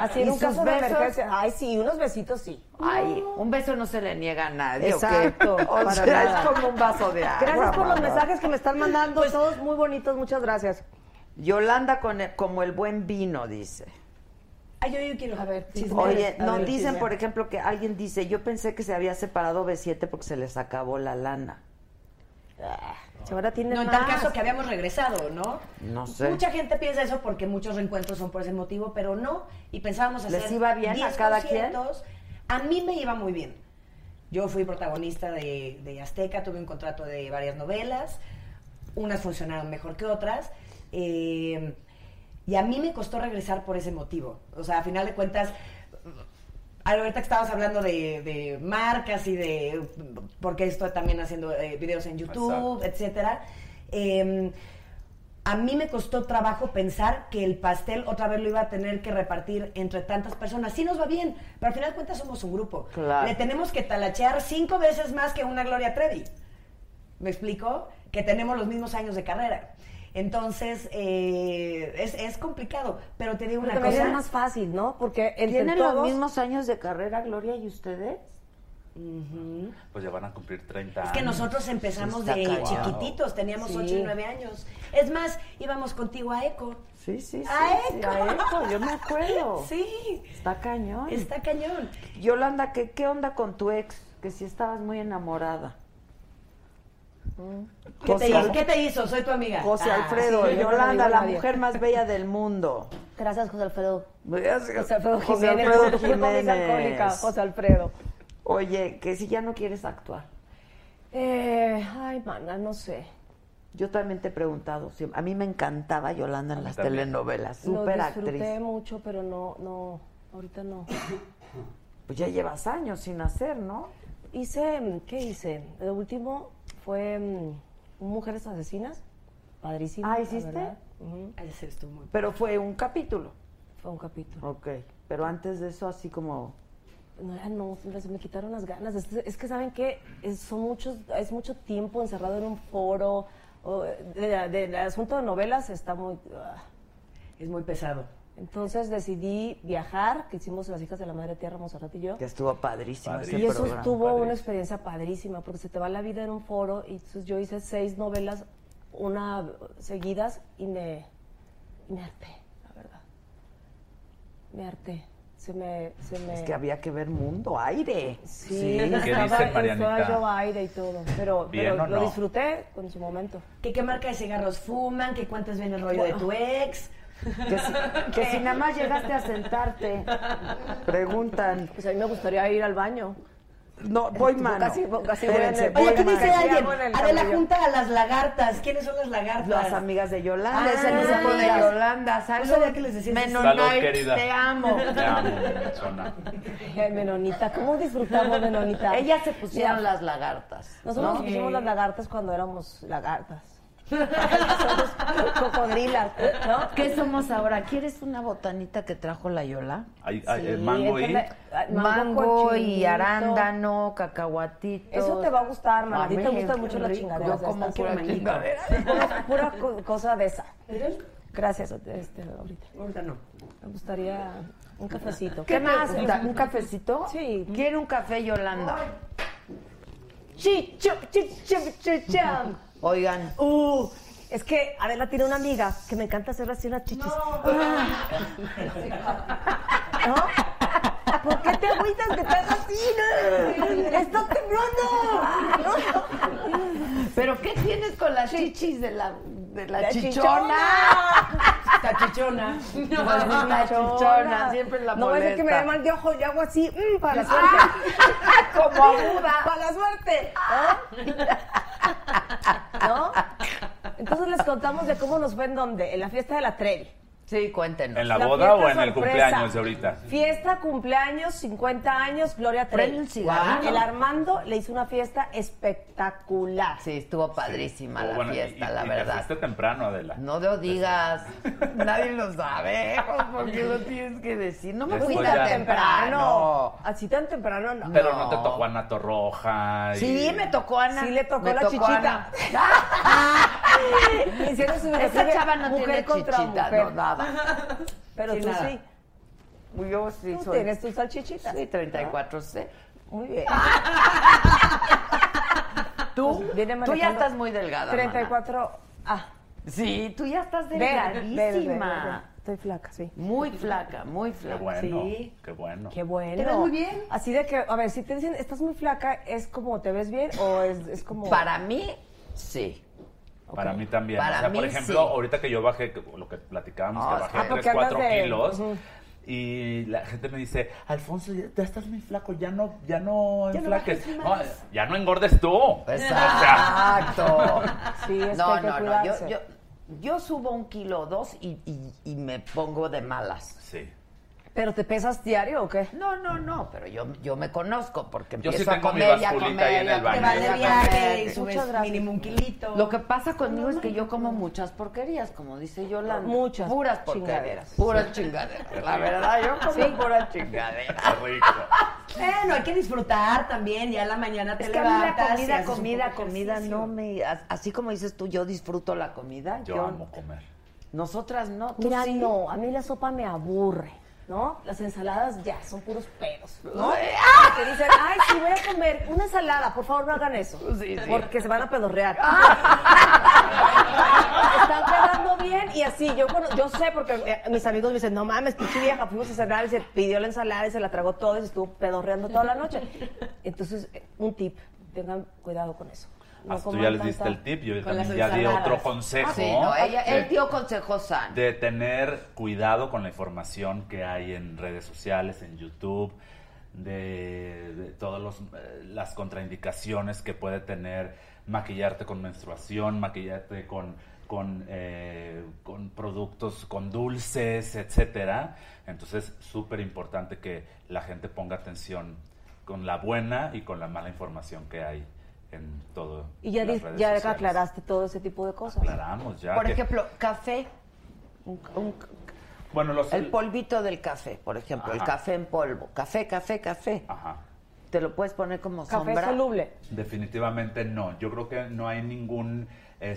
F: Así
A: ¿Y
F: en un
A: sus
F: caso de
A: besos?
F: emergencia. Ay, sí, unos besitos sí.
A: Ay, un beso no se le niega a nadie. ¿o qué?
F: Exacto,
A: O
F: para
A: sea, es
F: nada.
A: como un vaso de agua.
F: Gracias por los
A: mamá.
F: mensajes que me están mandando,
I: Pues
F: todos muy bonitos, muchas gracias.
A: Yolanda con el- como el buen vino, dice.
I: Ay, yo, yo quiero. A ver, chisme.
A: Oye,
I: A
A: no,
I: ver,
A: dicen,
I: chisme.
A: por ejemplo, que alguien dice, yo pensé que se había separado B7 porque se les acabó la lana.
F: Ah, Ahora tienen
I: No, en
F: más.
I: tal caso que habíamos regresado, ¿no?
A: No sé.
I: Mucha gente piensa eso porque muchos reencuentros son por ese motivo, pero no. Y pensábamos hacer.
A: ¿Les iba bien a
I: 10
A: cada quien?
I: conciertos. A mí me iba muy bien. Yo fui protagonista de, de Azteca, tuve un contrato de varias novelas. Unas funcionaron mejor que otras. eh, y a mí me costó regresar por ese motivo. O sea, a final de cuentas, Ahorita que estabas hablando de, de marcas y de porque estoy también haciendo eh, videos en YouTube,
D: Exacto.
I: etcétera. Eh, a mí me costó trabajo pensar que el pastel otra vez lo iba a tener que repartir entre tantas personas. Sí nos va bien, pero al final de cuentas somos un grupo.
A: Claro.
I: Le tenemos que talachear cinco veces más que una Gloria Trevi. ¿Me explico? Que tenemos los mismos años de carrera. Entonces, eh, es, es complicado. Pero te digo
F: Pero
I: una
F: también
I: cosa.
F: es más fácil, ¿no? Porque entre
A: ¿Tienen
F: todos...
A: los mismos años de carrera, Gloria, y ustedes?
D: Pues ya van a cumplir 30
I: Es
D: años.
I: que nosotros empezamos
A: Está
I: de
A: cañón.
I: chiquititos, teníamos
F: Sí.
I: 8 y 9 años. Es más, íbamos contigo a Eco.
A: Sí, sí, sí.
I: ¡A
A: sí,
I: Eco!
A: a Eco, yo me acuerdo.
I: Sí,
A: Está cañón.
I: está cañón.
A: Yolanda, ¿qué, ¿qué onda con tu ex? Que si estabas muy enamorada.
F: Mm.
I: ¿Qué te,
A: José,
I: hizo? ¿Qué te hizo? Soy tu amiga.
A: José
I: Ah,
A: Alfredo,
F: sí, yo no le digo
A: Yolanda,
F: a
A: la
F: nadie.
A: mujer más bella del mundo.
F: Gracias, José Alfredo.
A: José
F: José Alfredo
A: José
F: Jiménez.
A: Alfredo
F: por tu culpa me hice alcohólica,
A: Jiménez.
F: José Alfredo.
A: Oye, que si ya no quieres actuar.
F: Eh, ay, mana, no sé.
A: Yo también te he preguntado. sí, A mí me encantaba Yolanda en las
D: también.
A: telenovelas. Súper
F: Lo disfruté
A: actriz.
F: mucho, pero no, no, ahorita no.
A: Pues ya llevas años sin hacer, ¿no?
F: Hice, mm, ¿qué hice? Lo último fue mm,
I: Mujeres Asesinas, padrísimo.
A: Ah,
I: la
A: ¿hiciste?
I: verdad. Ujú.
F: Ese estuvo muy
A: Pero fue un capítulo.
I: Fue un capítulo.
A: Ok. Pero antes de eso, así como.
I: No, ya no, se me quitaron las ganas. Es, es que, ¿saben qué? Es, son muchos, es mucho tiempo encerrado en un foro. o, eh, de- de- Del asunto de novelas está muy... ah.
F: Es muy pesado.
I: Entonces decidí viajar, que hicimos las hijas de la Madre Tierra, Monserrat y yo.
A: Que estuvo padrísimo
D: Padre.
A: ese
I: Y eso
A: programa.
I: estuvo
D: padrísimo.
I: una experiencia padrísima, porque se te va la vida en un foro. Y entonces yo hice seis novelas, una seguidas, y me, y me harté, la verdad. Me harté. Se me... Se me
A: Es que había que ver mundo, aire.
I: Sí,
D: ¿Qué
I: estaba,
D: dice Marianita?
I: estaba yo aire y todo, pero,
D: ¿Bien
I: pero
D: o
I: lo
D: no?
I: disfruté con su momento.
F: ¿Qué, qué marca de cigarros fuman? ¿Qué cuántas ven el rollo de tu ex?
A: Que si, que si nada más llegaste a sentarte, preguntan.
I: Pues a mí me gustaría ir al baño.
A: No, voy mano.
I: casi- casi voy en
A: Espérense,
I: el-
A: voy
F: Oye, ¿qué
I: Bueno,
A: mano.
F: dice
I: ya
F: alguien?
I: bueno, el
F: A la
I: cabello.
F: junta a las lagartas. ¿Quiénes son las lagartas?
A: Las amigas de Yolanda,
F: Ah,
A: es el grupo de
F: amigas.
A: Yolanda. Salud.
F: sabía que les decías eso.
A: Mennonite,
D: Salud, querida.
A: te amo.
D: Te amo, Menchona.
I: Ay, Menonita, ¿cómo disfrutamos Menonita?
A: Ellas se pusieron
I: Mira,
A: las lagartas.
I: Nosotros nos pusimos las lagartas cuando éramos lagartas. Somos cocodrilas, ¿no?
A: ¿Qué somos ahora? ¿Quieres una botanita que trajo la Yola?
D: Ay, ay, el mango y...
I: entonces, ay,
A: Mango, y
I: cochinito.
A: arándano, cacahuatito.
I: Eso te va a gustar, man. A ti
A: mí
I: te
A: me-
I: gustan mucho las
A: rico.
I: chingaderas.
A: Yo como
I: estas,
A: pura
I: sí,
A: chingadera.
I: Pura, pura co- cosa de esa. Gracias, este, ahorita.
F: Ahorita no.
I: Me gustaría un cafecito.
A: ¿Qué más?
I: me
A: ¿Un cafecito?
I: Sí.
A: ¿Quiere un café, Yolanda?
I: Chi, chu, chi, chu, chu, cham.
A: Oigan,
I: Uh, es que Adela tiene una amiga que me encanta hacer así las chichis. Ah. ¿No? ¿Por qué te agüitas que estás así? ¡Estás temblando!
A: ¿Pero qué tienes con las chichis de la, de la,
I: La
A: chichona?
F: Tachichona.
A: No, la chichona, siempre la
I: No va a ser que me
A: molesta.
I: dé mal de ojo y hago así, mm, para la suerte.
A: Ah. Como aguda.
I: Para la suerte. ¿No? ¿No? Entonces les contamos de cómo nos fue en dónde, en la fiesta de la Trevi.
A: Sí, cuéntenos.
D: ¿En la,
I: La
D: boda o en
I: fiesta
D: el
I: sorpresa.
D: cumpleaños de ahorita?
I: Fiesta, cumpleaños, 50 años, Gloria
A: Prende
I: Trevi.
A: un cigarrillo.
I: El Armando le hizo una fiesta espectacular.
A: Sí, estuvo padrísima
D: Oh,
A: la
D: bueno, y-
A: fiesta,
D: y-
A: la
D: y te
A: verdad.
D: fuiste temprano, Adela.
A: No lo digas. Nadie lo sabe. porque lo tienes que decir? No me fui
D: Después
A: tan
D: ya-
A: Ah,
D: Ah,
A: temprano.
I: Así tan temprano no.
D: Pero
A: no.
D: no. te tocó Anato Roja. y-
A: Sí, me tocó Ana.
I: Sí le tocó
A: Me
I: la chichita. Ah.
A: Ana.
I: Hicieron su
A: Esa
I: versión de
A: chava no
I: mujer
A: tiene
I: contra
A: chichita,
I: mujer.
A: no, nada.
I: Pero
A: Sí,
I: tú
A: nada.
I: sí.
A: Yo sí
I: Tú
A: soy.
I: tienes tus salchichitas. Ah,
A: Sí, 34C.
I: Muy bien.
A: Tú,
I: Pues viene
A: tú ya
I: manejando.
A: estás muy delgada. mana.
I: 34. Ah,
A: Sí, tú ya estás
I: verde, verde, verde.
A: delgadísima.
I: Estoy flaca, sí.
A: Muy flaca, muy
D: Qué
A: flaca.
D: bueno,
F: Sí.
D: qué bueno.
I: Qué bueno.
F: Te ves muy bien.
I: Así de que, a ver, si te dicen, estás muy flaca, ¿es como te ves bien o es, es como...?
A: Para mí, sí.
D: Para mí también.
A: Para
D: o sea, por
A: mí,
D: ejemplo,
A: sí.
D: ahorita que yo bajé, que- lo que platicábamos,
A: Ah,
D: que
A: ah,
D: bajé
I: porque
D: 3, 4
I: hablas de-
D: kilos.
I: Ujú.
D: Y la gente me dice, Alfonso, ya ya estás muy flaco, ya no, ya no enflaques. No, ya no engordes tú.
A: Pues, ah. Exacto.
I: Sí, es
A: no,
I: que hay que
A: no, no. Yo,
I: cuidarse.
A: yo, yo subo un kilo o dos y, y- y me pongo de malas.
D: Sí.
I: ¿Pero te pesas diario o qué?
A: No, no, no, pero yo, yo me conozco porque
D: Yo sí
A: empiezo a
D: tengo mi
A: comer y a
D: basculita
A: comer.
D: ahí en
A: y a
D: el
A: comer,
D: baño.
F: Te
D: Vale.
F: vas de
A: y a comer.
F: viaje y
I: Muchas
F: subes
I: gracias.
F: mínimo un kilito.
A: Lo que pasa conmigo es que yo como muchas porquerías, como dice Yolanda.
I: Muchas
A: Puras porquerías.
I: chingaderas.
A: Puras chingaderas. La verdad, yo como puras chingaderas.
D: Qué rico.
F: Bueno, hay que disfrutar también. Ya a la mañana te
A: Es que a mí la
F: levantas. y
A: comida,
F: haces un
A: comida,
F: poco de
A: comida
F: ejercicio.
A: no me... as- Así como dices tú, yo disfruto la comida.
D: Yo amo comer.
A: Nosotras no. ¿Tú
I: Mira,
A: sí?
I: no, a mí la sopa me aburre, ¿no? Las ensaladas ya, son puros peros, ¿no? Te dicen, ay, si voy a comer una ensalada, por favor no hagan eso,
A: Sí, sí.
I: porque se van a pedorrear.
A: Ah.
I: Están quedando bien y así, yo cuando- yo sé porque eh, mis amigos me dicen, no mames, pinche vieja, fuimos a cenar y se pidió la ensalada y se la tragó todo y se estuvo pedorreando toda la noche. Entonces, eh, un tip, tengan cuidado con eso.
D: Hasta
I: No
D: Ah, tú
I: coman
D: ya les
I: tanta-
D: diste el tip, yo
F: Con las
D: también ya di otro
F: ensaladas.
D: consejo.
A: Sí, no, ella-
D: de-
A: él dio consejos sanos.
D: de tener cuidado con la información que hay en redes sociales, en YouTube, de, de todas los, eh, las contraindicaciones que puede tener maquillarte con menstruación, maquillarte con, con, eh, con productos, con dulces, etcétera. Entonces, súper importante que la gente ponga atención con la buena y con la mala información que hay en todo.
I: Y ya,
D: las
I: dis-
D: redes
I: ya
D: sociales.
I: aclaraste todo ese tipo de cosas.
D: Aclaramos ya.
J: Por
D: que-
J: ejemplo, café. Un- un-
D: bueno, los,
A: El polvito del café, por ejemplo, el
D: Ajá. Ah.
A: café en polvo. Café, café, café.
D: Ajá.
A: Te lo puedes poner como
I: Café
A: sombra.
I: soluble.
D: Definitivamente no. Yo creo que no hay ningún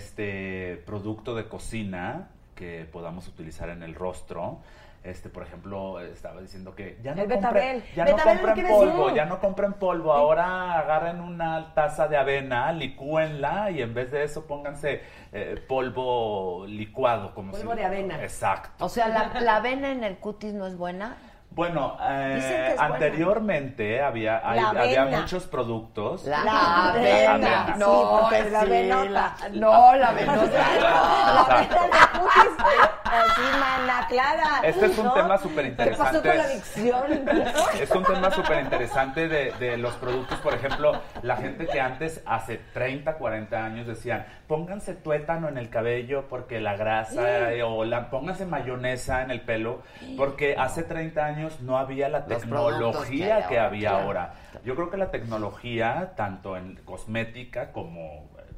D: este producto de cocina que podamos utilizar en el rostro. Este, por ejemplo, estaba diciendo que ya no
I: El
D: compren,
I: betabel.
D: ya no
I: Betabel,
D: compren
I: ¿qué
D: polvo,
I: decimos?
D: ya no compren polvo. Ahora agarren una taza de avena, licúenla y en vez de eso pónganse eh, polvo licuado, como
K: Polvo
D: si-
K: de avena.
D: Exacto.
J: O sea, la, la avena en el cutis no es buena.
D: Bueno, eh,
J: Dicen que es buena.
D: anteriormente había, hay-
J: La
D: había
J: avena.
D: muchos productos.
A: La,
J: La
A: avena.
D: avena.
J: Sí,
A: No,
J: porque
A: es
J: la avenota.
A: no, la avenota.
J: La avena
D: Exacto.
J: en el cutis. Así, mana, clara.
D: Este es un
J: ¿No?
D: tema súper interesante.
J: adicción?
D: Es un tema súper interesante de, de los productos. Por ejemplo, la gente que antes, hace 30, 40 años, decían, pónganse tuétano en el cabello porque la grasa, eh, o la, pónganse mayonesa en el pelo, porque hace 30 años no había la
A: Los productos que hay
D: tecnología que
A: ahora,
D: había
A: claro.
D: ahora. Yo creo que la tecnología, tanto en cosmética como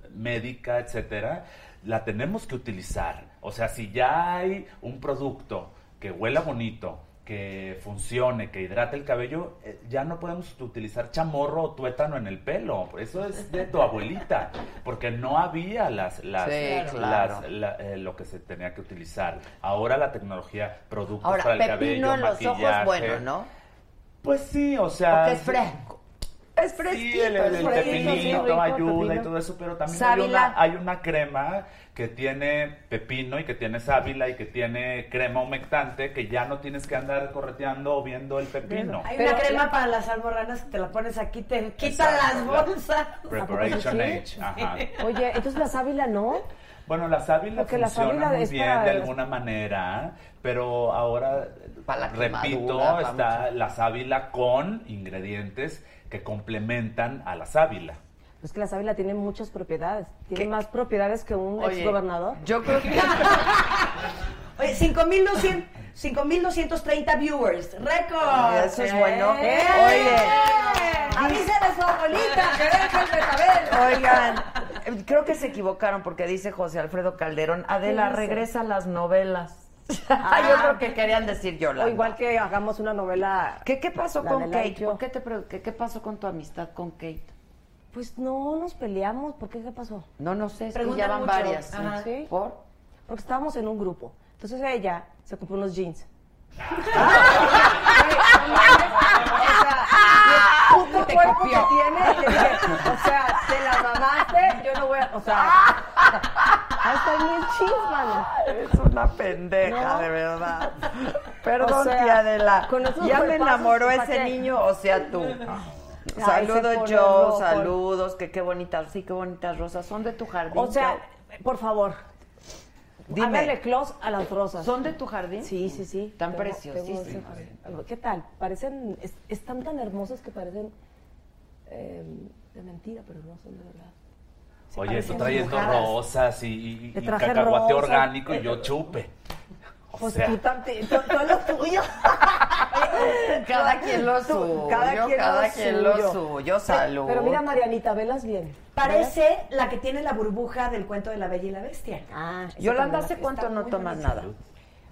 D: eh, médica, etcétera, la tenemos que utilizar. O sea, si ya hay un producto que huela bonito, que funcione, que hidrate el cabello, eh, ya no podemos utilizar chamorro o tuétano en el pelo. Eso es de tu abuelita, porque no había las, las,
A: Sí,
D: las-
A: claro.
D: la- eh, lo que se tenía que utilizar. Ahora la tecnología, productos
A: Ahora,
D: para el
A: pepino
D: cabello,
A: en los ojos,
D: maquillaje.
A: bueno, ¿no?
D: Pues sí, o
I: Ah,
D: sea.
A: Porque es fresco. Es fresquito,
D: Sí, el, el-
A: es
D: el
A: fresquito.
D: pepinito
A: sí.
D: ayuda y todo eso, pero también hay
J: Sábila.
D: una, hay una crema que tiene pepino y que tiene sábila y que tiene crema humectante que ya no tienes que andar correteando o viendo el pepino.
L: Hay
I: Pero-
L: una crema para las almorranas que te la pones aquí, te quita las
D: Exacto, la-
L: bolsas.
D: Preparation
I: ¿A poco
D: Age.
I: sí?
D: Ajá.
I: Oye, entonces la sábila no.
D: Bueno, la sábila
I: Porque la
D: funciona
I: sábila
D: muy
I: es
D: bien
I: para-
D: de alguna manera, pero ahora,
A: Para la
D: repito,
A: quemadura, para
D: está
A: muchas-
D: la sábila con ingredientes que complementan a la sábila.
I: Es que la sábila tiene muchas propiedades. Tiene más propiedades que un
A: Oye,
I: exgobernador.
A: Yo creo que.
K: Oye, 5,200 5.230 viewers. ¡Récord!
A: Ay, eso es bueno.
K: ¡Eh!
A: Oye.
K: Avísale a su abuelita que deja el betabel.
A: Oigan, eh, creo que se equivocaron porque dice José Alfredo Calderón, Adela,
I: dice?
A: regresa a las novelas. yo creo que querían decir Yolanda.
I: O igual que hagamos una novela.
A: ¿Qué, qué pasó
I: La
A: con
I: Adela y
A: Kate?
I: yo.
A: ¿Por qué, te pre- qué, qué pasó con tu amistad con Kate?
I: Pues no nos peleamos. ¿Por qué? ¿Qué pasó?
A: No, no sé, es que
K: Preguntan
A: ya van
K: mucho.
A: varias.
K: Ajá.
A: ¿Sí? ¿Por?
I: Porque estábamos en un grupo. Entonces ella se compró unos jeans.
A: Ah.
I: O sea, el puto cuerpo que tiene, le dije, o sea, te la mamaste, yo no voy a, o sea, hasta en el chisman.
A: Es una pendeja,
I: No.
A: de verdad. Perdón,
I: O sea,
A: tía Adela.
I: con esos
A: ya me
I: cuerpazos,
A: enamoró
I: ¿pa'
A: ese
I: qué?
A: niño, o sea, tú.
I: Ay, se
A: Saludos
I: pone
A: yo,
I: rojo.
A: saludos, que qué bonitas, sí, qué bonitas rosas. Son de tu jardín.
I: O sea, por favor,
A: Dime.
I: háganle close a las rosas.
A: ¿son de tu jardín?
I: Sí, sí, sí.
A: Tan
I: Tengo-
A: preciosísimas.
I: tengo ese- ¿Qué tal? Parecen, es- están tan hermosas que parecen eh, de mentira, pero no son de verdad. Se
D: Oye, tú
I: parecen
D: trayendo
I: dibujadas.
D: rosas y, y- y
I: Te traje
D: cacahuate
I: rosas.
D: orgánico y yo chupe. O
I: Pues
D: sea,
I: tú también, tú- tú lo tuyo.
A: Cada quien lo
I: Tú-
A: suyo,
I: cada quien
A: cada
I: lo
A: quien lo
I: suyo.
A: suyo,
I: Pe-
A: salud.
I: Pero mira, Marianita, velas bien.
K: Parece la que tiene la burbuja del cuento de la Bella y la Bestia.
I: Ah, esa
A: Yolanda,
I: también
A: ¿hace
I: la-
A: cuánto
I: está
A: no
I: muy
A: tomas
I: buena.
A: nada?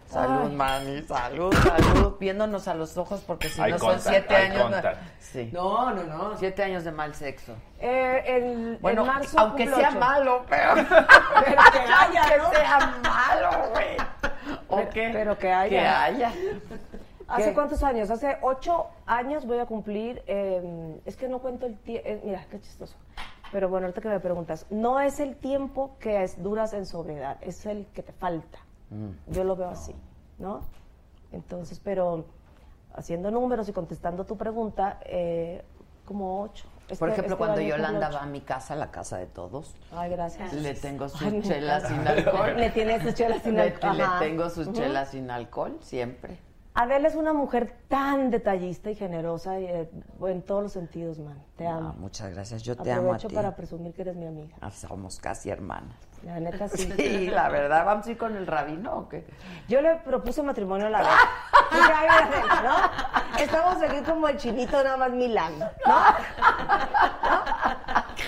A: Salud, mami, salud, salud. Viéndonos a los ojos porque si
D: Eye
A: no son
D: contact,
A: siete
D: eye
A: años. no-
D: contact.
A: sí.
K: No, no, no.
A: Siete años de mal sexo.
I: Eh, el,
A: Bueno,
I: en marzo
A: aunque
I: cumplo
A: sea
I: ocho.
A: malo, pero.
I: Pero que haya,
A: aunque
I: ¿no?
A: sea malo, güey. ¿O
I: Pero-
A: qué?
I: pero que haya. Este,
A: Que haya.
I: ¿Hace
A: ¿Qué?
I: cuántos años? Hace ocho años voy a cumplir. eh, es que no cuento el tiempo. mira, qué chistoso. Pero bueno, ahorita que me preguntas, no es el tiempo que es, duras en sobriedad, es el que te falta.
A: Mm.
I: Yo lo veo así, ¿no? Entonces, pero haciendo números y contestando tu pregunta, eh, como ocho.
A: Por
I: Este-
A: ejemplo,
I: este
A: cuando
I: año cumplo
A: Yolanda
I: ocho.
A: va a mi casa, la casa de todos,
I: Ay, gracias.
A: le tengo sus
I: Ay, me
A: chelas sin
I: encanta.
A: alcohol.
I: Le tiene sus chelas sin
A: Le-
I: alcohol.
A: Le
I: Ajá.
A: tengo sus
I: Ujú.
A: chelas sin alcohol, siempre.
I: Adele es una mujer tan detallista y generosa y, eh, en todos los sentidos, man. Te amo.
A: Ah, muchas gracias, yo te amo a
I: Aprovecho
A: ti.
I: para presumir que eres mi amiga.
A: Ah, Somos casi hermanas.
I: La neta Ah, sí.
A: Sí, la verdad, ¿vamos a ir con el rabino o qué?
I: Yo le propuse matrimonio a la vez. Mira, mira, mira, ¿no? Estamos aquí como el chinito nada más Milán, ¿no? ¿No?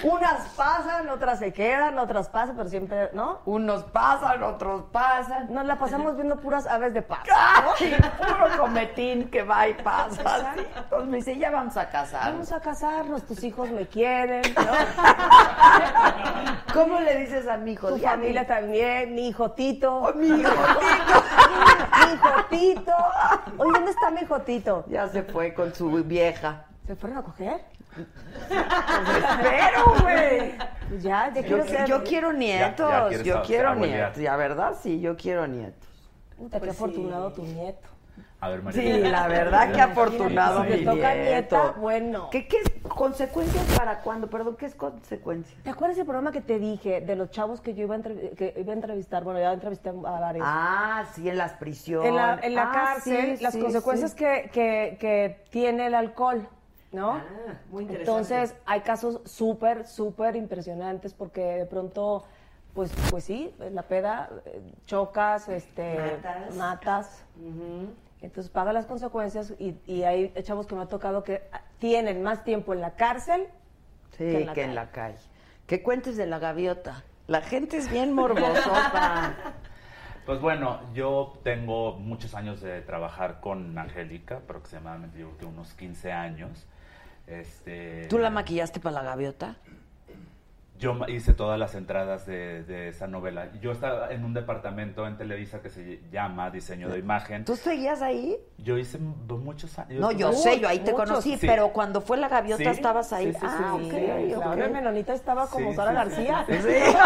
I: Unas pasan, otras se quedan, otras pasan, pero siempre, ¿no?
A: Unos pasan, otros pasan.
I: Nos la pasamos viendo puras aves de paso.
A: ¡Ay! Puro cometín que va y pasa. ¿sí? Entonces me dice, ya vamos a casar.
I: Vamos a casarnos, tus hijos me quieren, ¿no?
A: ¿Cómo le dices a mi hijo?
I: Tu
A: Ya,
I: familia también, mi hijo Tito.
A: mi hijo.
I: mi hijo Tito. Oye, ¿dónde está mi hijo Tito?
A: Ya se fue con su vieja.
I: ¿Se fueron a coger?
A: Pero, güey.
I: Pues ya, ya
A: Yo,
I: quiero ser.
A: yo quiero nietos,
D: ya quieres
A: yo
D: a-
A: quiero
D: abuelear.
A: nietos. La verdad, sí, yo quiero nietos.
I: Puta,
A: Pues
I: qué afortunado tu nieto.
D: A ver, María.
A: Sí, la verdad que afortunado
I: si
A: mi
I: te
A: nieto.
I: toca nieta, bueno.
A: ¿Qué, ¿Qué es consecuencias para cuándo? Perdón, ¿qué es consecuencia?
I: ¿Te acuerdas del programa que te dije de los chavos que yo iba a, entrev- que iba a entrevistar? Bueno, ya entrevisté a varios.
A: Ah, sí, en las prisiones.
I: en la, en la
A: Ah,
I: cárcel,
A: sí,
I: las
A: sí,
I: consecuencias
A: sí.
I: que, que, que tiene el alcohol, ¿no?
A: Ah,
F: muy interesante.
I: Entonces, hay casos súper, súper impresionantes porque de pronto, pues, pues sí, en la peda, eh, chocas, este,
F: Matas.
I: matas. Entonces, paga las consecuencias y, y hay chavos que me ha tocado que ah, tienen más tiempo en la cárcel.
A: Sí, que en la, calle. Que cuentes de la gaviota. La gente es bien morbosota.
D: Pues bueno, yo tengo muchos años de trabajar con Angélica, aproximadamente yo creo que unos 15 años. Este,
A: ¿Tú la maquillaste para la gaviota?
D: Yo ma- hice todas las entradas de, de esa novela. Yo estaba en un departamento en Televisa que se llama Diseño de Imagen.
A: ¿Tú seguías ahí?
D: Yo hice m- muchos años.
A: No, yo
D: estuve-
A: sé, yo ahí te
I: muchos,
A: conocí,
D: sí.
A: pero cuando fue la gaviota
D: Sí,
A: estabas ahí.
D: sí, sí,
A: ah,
D: sí,
A: ok,
D: sí, sí,
A: ok.
I: La pobre menonita estaba como
D: Sí,
I: Sara
D: sí, sí,
I: García.
D: sí, sí.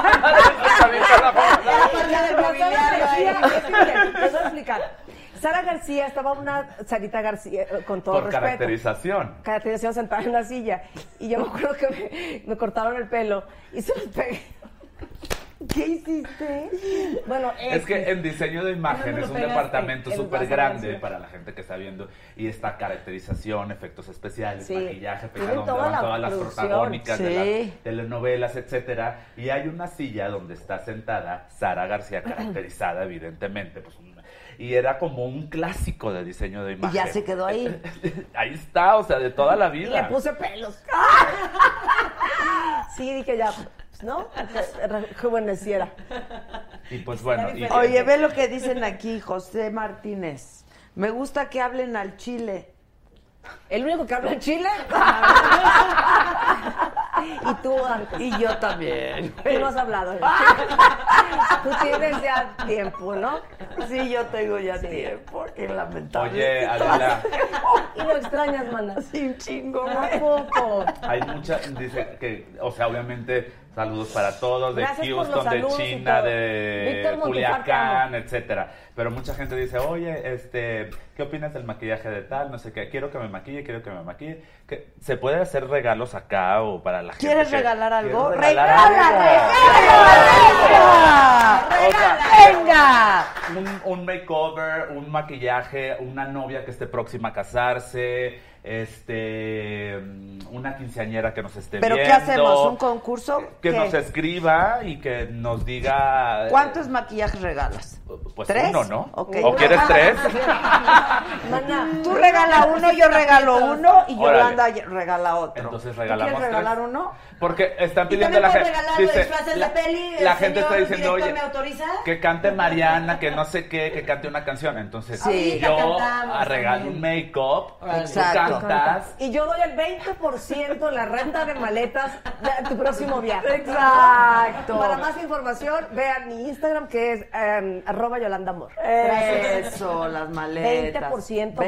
I: Sara García, te voy a explicar. Sara García estaba una Sarita García, eh, con todo
D: Por
I: respeto.
D: caracterización.
I: Caracterización sentada en una silla. Y yo me acuerdo que me, me cortaron el pelo y se los pegué. ¿Qué hiciste? Bueno, este,
D: Es que en diseño de imagen
I: No, no lo
D: es un
I: pegaste,
D: departamento
I: el
D: súper
I: vas a
D: grande
I: ver.
D: para la gente que está viendo y está caracterización, efectos especiales,
I: Sí.
D: maquillaje,
I: Tiene
D: pegado donde
I: toda
D: van
I: la
D: todas las
I: producción,
D: protagónicas de
A: sí.
D: las telenovelas, etcétera. Y hay una silla donde está sentada Sara García, caracterizada evidentemente, pues un- y era como un clásico de diseño
A: Y
D: de imagen.
A: ya se quedó ahí.
D: Ahí está, o sea, de toda la vida.
I: le puse pelos. Sí, dije ya, pues, ¿no? Que Rejuveneciera.
D: Y pues bueno, y-
A: Oye, ve lo que dicen aquí, José Martínez. Me gusta que hablen al chile.
I: El único que habla en Chile. y tú, Marcos.
A: Y yo también.
I: Tú no has hablado. Tú tienes ya pues tiempo, ¿no?
A: Sí, yo tengo ya tiempo. Qué lamentable.
D: Oye, Adela.
I: Y lo extrañas, manas.
A: Sí, un chingo,
I: ¿A
A: güey.
I: poco?
D: Hay muchas, dice que, o sea, obviamente, saludos para todos, de
I: Gracias por los
D: Houston, de
I: saludos y
D: China,
I: todo.
D: de
I: Víctor
D: Culiacán,
I: Montefalcano.
D: etcétera. Pero mucha gente dice, oye, este, ¿qué opinas del maquillaje de tal? No sé qué, quiero que me maquille, quiero que me maquille. Que, ¿Se puede hacer regalos acá o para la gente?
A: ¿Quieres
D: que-
A: regalar algo?
D: ¿Quieres regalar
A: ¡Regala,
D: algo?
A: regala!
D: O sea,
A: ¡Venga!
D: un, un makeover, un maquillaje, una novia que esté próxima a casarse, este, mm, una quinceañera que nos esté
A: ¿Pero qué
D: viendo.
A: hacemos? ¿Un concurso?
D: Que
A: ¿Qué?
D: nos escriba y que nos diga... eh,
A: ¿Cuántos maquillajes regalas?
D: Pues
A: ¿Tres?
D: uno, ¿no?
A: Ok.
D: ¿O quieres tres?
I: Mana,
A: Tú regala uno, yo regalo uno y
D: Órale.
A: Yolanda regala otro.
D: Entonces
A: ¿Tú
D: regalamos
A: quieres
D: tres.
A: regalar uno?
D: Porque están
F: Y
D: pidiendo
F: también
D: la
F: puedes
D: gente...
F: regalar
D: dice,
F: disfraces de peli, el
D: la gente está
F: señor
D: diciendo,
F: director,
D: oye,
F: ¿me autoriza?
D: que cante Mariana, que no sé qué, que cante una canción. Entonces
A: Sí.
D: yo
F: La cantamos
D: ah, regalo un
F: también.
D: make-up, tú
A: Exacto.
D: cantas,
I: Y yo doy el 20% en la renta de maletas de tu próximo viaje.
A: Exacto.
I: Para más información, vean mi Instagram que es em, arroba Yolanda Amor.
A: Eso, las maletas.
I: 20%, 20%.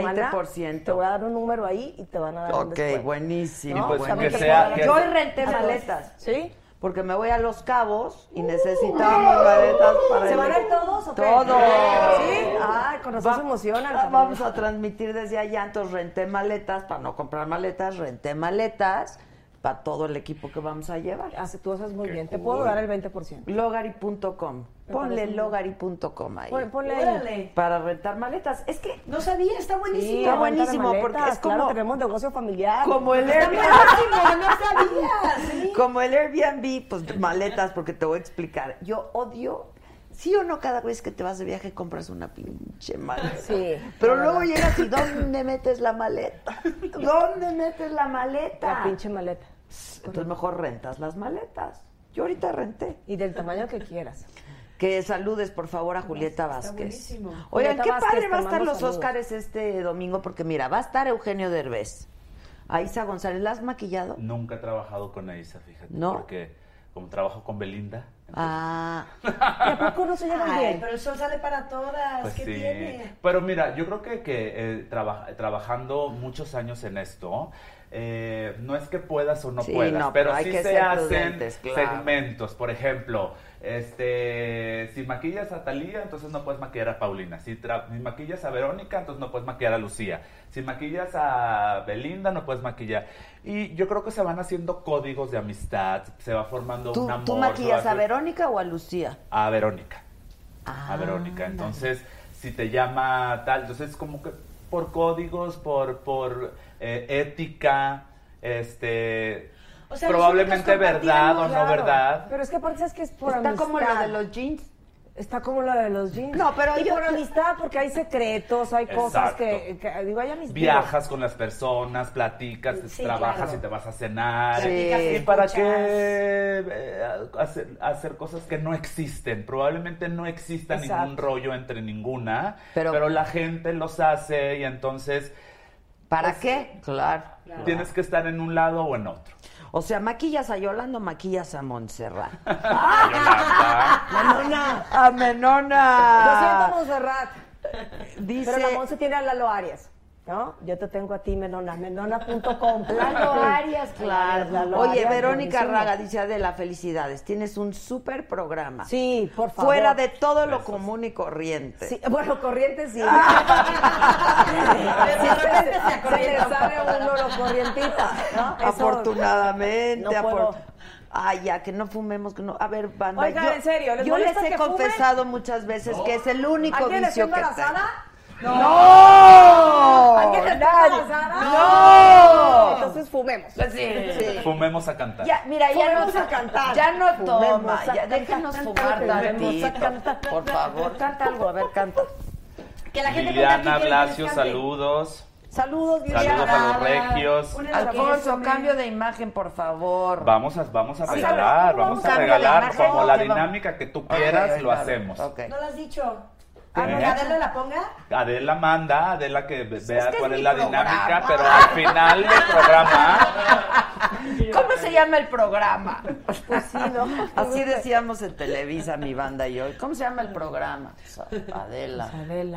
I: Te voy a
A: 20%.
I: dar un número ahí y te van a dar un
A: Ok,
I: descuento.
A: buenísimo.
I: No,
D: Y pues
A: buenísimo.
D: que sea- que-
A: Yo hoy renté
I: Entonces,
A: maletas.
I: ¿Sí?
A: Porque me voy a Los Cabos y necesitamos maletas para
I: Uh. ¿Se
A: el-
I: van a ir todos o qué?
A: Todos.
I: ¿Sí? Ay, con razón
A: Va-
I: se emocionan.
A: Ah, Vamos a transmitir desde allá, entonces renté maletas para no comprar maletas, renté maletas para todo el equipo que vamos a llevar.
I: Hace- Tú haces muy bien. Te puedo dar el 20%.
A: Logari.com.
I: Me
A: Ponle
I: parece muy
A: logari.com ahí.
I: Pon- Ponle ahí.
F: Órale.
A: Para rentar maletas. Es que
F: No sabía, está buenísimo.
A: está buenísimo,
I: aguanta las
A: porque
I: maletas,
A: es como-
I: claro, tenemos negocio familiar.
A: como el
F: Está buenísimo,
A: Airbnb,
F: no sabía. sí.
A: como el Airbnb, pues maletas, porque te voy a explicar. Yo odio, sí o no, cada vez que te vas de viaje compras una pinche maleta.
I: Sí,
A: Pero
I: la
A: luego
I: verdad.
A: llegas y ¿dónde metes la maleta? ¿Dónde metes la maleta?
I: La pinche maleta.
A: Entonces mejor rentas las maletas. Yo ahorita renté.
F: Y del tamaño que quieras.
A: Que saludes, por favor, a Julieta Vázquez.
F: buenísimo.
A: Oigan,
F: Julieta
A: qué
F: Vázquez,
A: padre
F: te
A: va a estar
F: mando
A: los
F: saludos.
A: Óscares este domingo, porque mira, va a estar Eugenio Derbez. Aiza González, ¿la has maquillado?
D: Nunca he trabajado con Aisa, fíjate.
A: ¿No?
D: Porque como trabajo con Belinda,
A: Ah,
F: ¿Y a poco no se llevan
I: Ay,
F: bien?
I: pero el sol sale para todas.
D: Pues
I: ¿Qué
D: sí.
I: tiene?
D: Pero mira, yo creo que, que, eh, traba- trabajando muchos años en esto, eh, no es que puedas o no
A: Sí,
D: puedas,
A: no,
D: pero,
A: pero hay
D: sí
A: que
D: se
A: ser
D: hacen
A: prudentes, claro.
D: segmentos. Por ejemplo, este, si maquillas a Talía, entonces no puedes maquillar a Paulina. Si, tra- si maquillas a Verónica, entonces no puedes maquillar a Lucía. Si maquillas a Belinda, no puedes maquillar. Y yo creo que se van haciendo códigos de amistad, se va formando
A: ¿tú,
D: un amor.
A: tú
D: se va
A: maquillas a
D: haciendo-
A: Verónica o a Lucía?
D: a Verónica.
A: Ah,
D: a Verónica. Entonces, si te llama tal, entonces como que por códigos, por, por eh, ética, este,
I: O sea,
D: probablemente
I: nosotros
D: verdad o no
F: Claro.
D: verdad.
F: Pero es que aparte es que es por
A: Está como lo
F: amistad.
A: de los jeans.
F: Está como la de los jeans.
A: No, pero
F: y
A: yo-
F: por amistad, porque hay secretos, hay cosas
D: Exacto.
F: que, que- digo, hay amistad.
D: Viajas con las personas, platicas,
I: Sí,
D: trabajas
I: claro.
D: y te vas a cenar.
A: Platicas,
D: ¿Y para
I: escuchas.
D: qué eh, hacer, hacer cosas que no existen? Probablemente no exista ningún
F: Exacto.
D: rollo entre ninguna,
A: Pero-
D: pero la gente los hace y entonces
A: ¿Para qué? Claro.
D: Tienes que estar en un lado o en otro.
A: O sea, maquillas a Yolanda o maquillas a Montserrat.
D: Yolanda.
A: Menona. A
F: Lo siento,
A: Menona.
F: Monserrat.
A: Dice,
F: Pero la Monse tiene a Lalo Arias. ¿No? Yo te tengo a ti, Menona. Menona.com.
A: Lalo Arias, claro.
F: Lalo
A: Oye,
F: Arias,
A: Verónica
F: buenísimo.
A: Raga dice, Adela, felicidades. Tienes un súper programa.
F: Sí, por favor.
A: Fuera de todo lo
D: Besos.
A: común y corriente.
F: Sí, bueno, corriente sí. de
I: repente se
F: le
I: acorrienta.
F: sabe a uno lo corrientita, ¿no? Eso-
A: Afortunadamente.
F: No puedo.
A: afor- Ay, ya, que no fumemos. que no- A ver, banda.
F: Oigan,
A: yo,
F: en serio, ¿les
A: yo les
F: molesta
A: he
F: que fume?
A: confesado muchas veces que es el único
F: ¿Alguien está
A: vicio que
F: embarazada?
A: tengo.
F: ¡No! ¿Alguien está
A: Nadie.
F: embarazada?
A: ¡No!
F: Entonces fumemos.
A: Sí.
D: Fumemos a cantar.
A: Ya, mira, ya
F: Fumemos
A: no,
F: a cantar.
A: ya no toma,
F: Fumemos a
A: ya
F: cantar,
A: déjanos
F: cantar,
A: fumar
F: fumemos a
A: tantito, por favor, canta algo, a ver, canta.
I: Que la gente cuenta
D: Liliana
I: aquí que
D: Blasio,
I: les cante.
D: saludos.
F: Saludos,
D: Saludos a los regios.
A: Alfonso, cambio de imagen, por favor.
D: Vamos a, vamos a
A: Sí.
D: regalar,
A: Vamos
D: vamos
A: a
D: a
A: cambiar la
D: regalar.
A: imagen,
D: Como la
A: que vamos-
D: dinámica que tú quieras,
A: Ok,
D: lo
A: claro,
D: hemos.
A: ok.
I: ¿No lo has dicho?
D: ¿Eh?
I: ¿Que Adela la ponga?
D: Adela manda, Adela que ve- vea
A: este es
D: cuál es
A: mi
D: la
A: programa.
D: dinámica, pero al final del programa,
A: ¿Cómo se llama el programa?
F: Pues
A: Así decíamos en Televisa, mi banda y yo. ¿Cómo se llama el programa? Sa- Pues, Adela.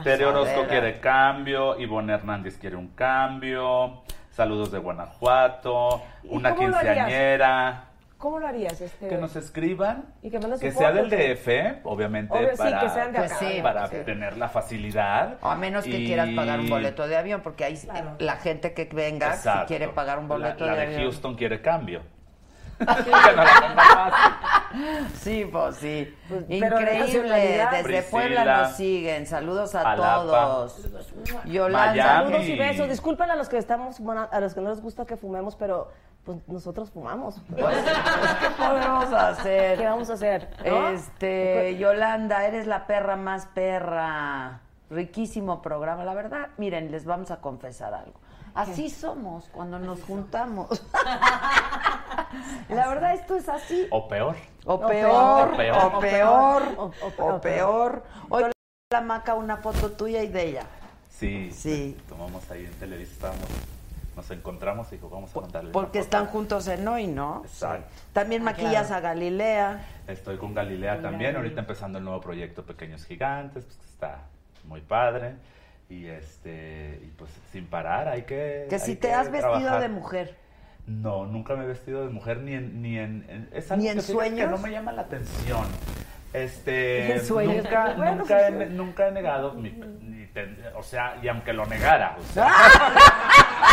D: Tere Orozco
A: Adela.
D: quiere cambio, Ivonne Hernández quiere un cambio, saludos de Guanajuato,
F: ¿Y
D: una
F: cómo lo harías?
D: quinceañera.
F: ¿Cómo lo harías? Este?
D: Que nos escriban.
F: Y que mandes
D: que
F: un
D: sea
F: foto.
D: del DF, obviamente,
F: Obvio, sí,
D: para,
F: que sean de
A: Pues acá. sí,
D: para
A: sí.
D: tener la facilidad.
A: O a menos que
D: Y-
A: quieras pagar un boleto de avión, porque ahí la gente que venga, si
D: Exacto.
A: quiere pagar un boleto
D: La, la
A: de
D: de,
A: avión.
D: Houston quiere cambio. Que nos la ponga fácil.
A: Sí, pues sí.
F: pero de
A: Increíble.
F: nacionalidad.
A: Desde
D: Priscila.
A: Puebla nos siguen. Saludos a
D: Jalapa.
A: todos. Yolanda.
D: Miami.
F: Saludos y besos. Disculpen a los que estamos, bueno, a los que no les gusta que fumemos, pero pues nosotros fumamos.
A: Pues, pues, ¿Qué podemos hacer?
F: ¿Qué vamos a hacer? no?
A: Este, Yolanda, eres la perra más perra. Riquísimo programa, la verdad. Miren, les vamos a confesar algo. Así somos cuando nos juntamos. la verdad, esto es así.
D: O peor.
A: O peor,
D: O peor.
A: o peor,
F: O- o-
A: o
F: o
A: peor. Oye, la maca una foto tuya y de ella.
D: Sí.
A: Sí.
D: Tomamos ahí en Televisa, estábamos- nos encontramos y dijo, vamos a mandarle.
A: Porque
D: una
A: están
D: foto.
A: juntos en hoy, ¿no?
D: Exacto.
A: También maquillas a Galilea.
D: Estoy con Galilea también, ahorita empezando el nuevo proyecto Pequeños Gigantes, pues, que está muy padre. Y este, y pues sin parar, hay que.
A: Que
D: hay
A: si te has vestido
D: trabajar.
A: de mujer.
D: No, nunca me he vestido de mujer ni en ni en, en- es
A: ¿Ni
D: algo
A: en
D: que fíjate que
A: sueños?
D: no me llama la atención. Este,
A: ¿En sueños?
D: nunca
A: Bueno,
D: nunca he, nunca he negado mi, mi ten- o sea, y aunque lo negara, o sea,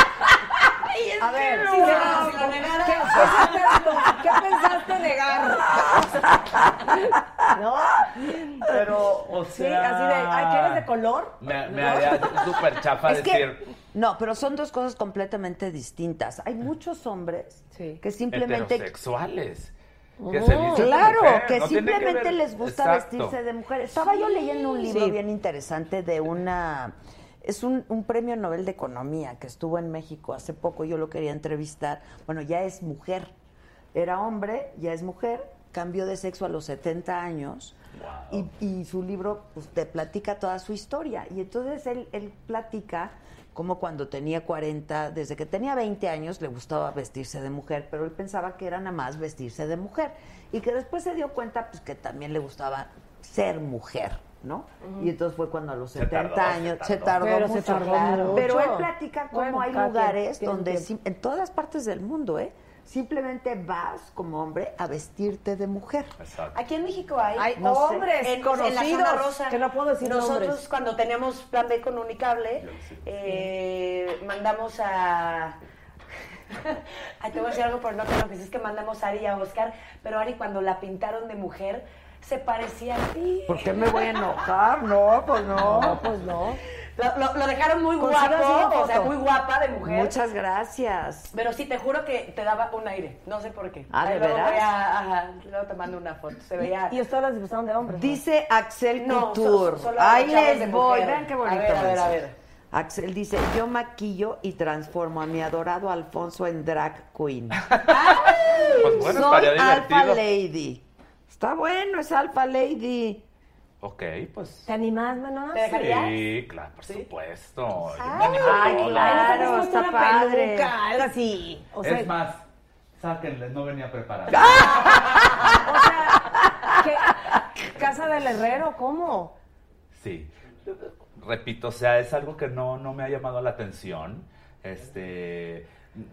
F: A ver, si negamos, si lo negaras, ¿qué pensaste, ¿Qué pensaste negar? ¿No?
D: pero o sea,
F: Sí, así de, ay, ¿quieres de color?
D: Me, me haría súper chafa
A: Es
D: decir
A: que, no, pero son dos cosas completamente distintas. Hay muchos hombres
F: Sí.
A: que simplemente...
D: heterosexuales. Que se visten de
A: Claro,
D: mujer,
A: que
D: no tiene
A: simplemente
D: ver-
A: les gusta
D: Exacto.
A: vestirse de mujer. Estaba yo leyendo un libro
F: Sí.
A: bien interesante de una es un, un premio Nobel de Economía que estuvo en México hace poco, yo lo quería entrevistar. Bueno, ya es mujer. Era hombre, ya es mujer, cambió de sexo a los 70 años y, y su libro pues, te platica toda su historia. Y entonces él, él platica como cuando tenía 40, desde que tenía 20 años le gustaba vestirse de mujer, pero él pensaba que era nada más vestirse de mujer y que después se dio cuenta pues que también le gustaba ser mujer, ¿no? Y entonces fue cuando a los
D: Se
A: 70
D: tardó, se
A: años se
D: tardó.
A: tardó,
M: Pero se
A: mucho,
M: tardó
A: claro.
M: mucho.
A: Pero él platica cómo
M: Bueno,
A: hay
M: cada quien
A: lugares
M: tiene un
A: donde
M: tiempo.
A: sim- en todas partes del mundo, ¿eh? Simplemente vas como hombre a vestirte de mujer.
D: Exacto.
F: Aquí en México hay,
I: Hay
A: No sé.
I: hombres
F: en, en la
I: conocidos
F: zona rosa.
I: que no puedo decir
F: Nosotros
I: nombres.
F: cuando tenemos plan B con Unicable,
D: Ya lo sé.
F: eh, mandamos a... Ay, te voy a decir algo, pero no creo que sí, es que mandamos a Ari y a Oscar, pero Ari cuando la pintaron de mujer se parecía a ti.
A: ¿Por qué me voy a enojar? No, pues no.
M: Pues no.
F: Lo, lo- lo dejaron muy
I: Consigas una
F: guapo, o sea,
I: foto.
F: muy guapa de mujer.
A: Muchas gracias.
F: Pero sí, te juro que te daba un aire, no sé por qué.
A: Ah, ¿de
F: Ahí luego
A: veras?
F: voy a- ajá, luego te mando una foto, se veía...
I: Y ustedes las gustaron de hombres. ¿no?
A: Dice Axel
F: No,
A: Couture.
F: so- solo
A: Ahí
F: los chavos
A: les
F: de
A: voy.
F: mujer.
A: Vean qué
F: A
A: bonito.
F: ver, a ver, a
A: mensaje.
F: ver.
A: Axel dice, yo maquillo y transformo a mi adorado Alfonso en drag queen.
D: Pues bueno,
A: Soy
D: estaría
A: alfa
D: divertido.
A: lady. Está bueno, es alfa lady.
D: Ok, pues.
M: ¿Te animás, Manuel?
F: ¿Te dejarías?
D: Sí, claro, por supuesto. Yo me
A: Ay,
D: animo sola.
A: claro, está padre.
I: Algo así. O sea,
D: es más, sáquenle, no venía preparado.
A: ¡Ah!
I: ¿qué? ¿Casa del herrero? ¿Cómo?
D: Sí. Repito, o sea, es algo que no, no me ha llamado la atención. Este,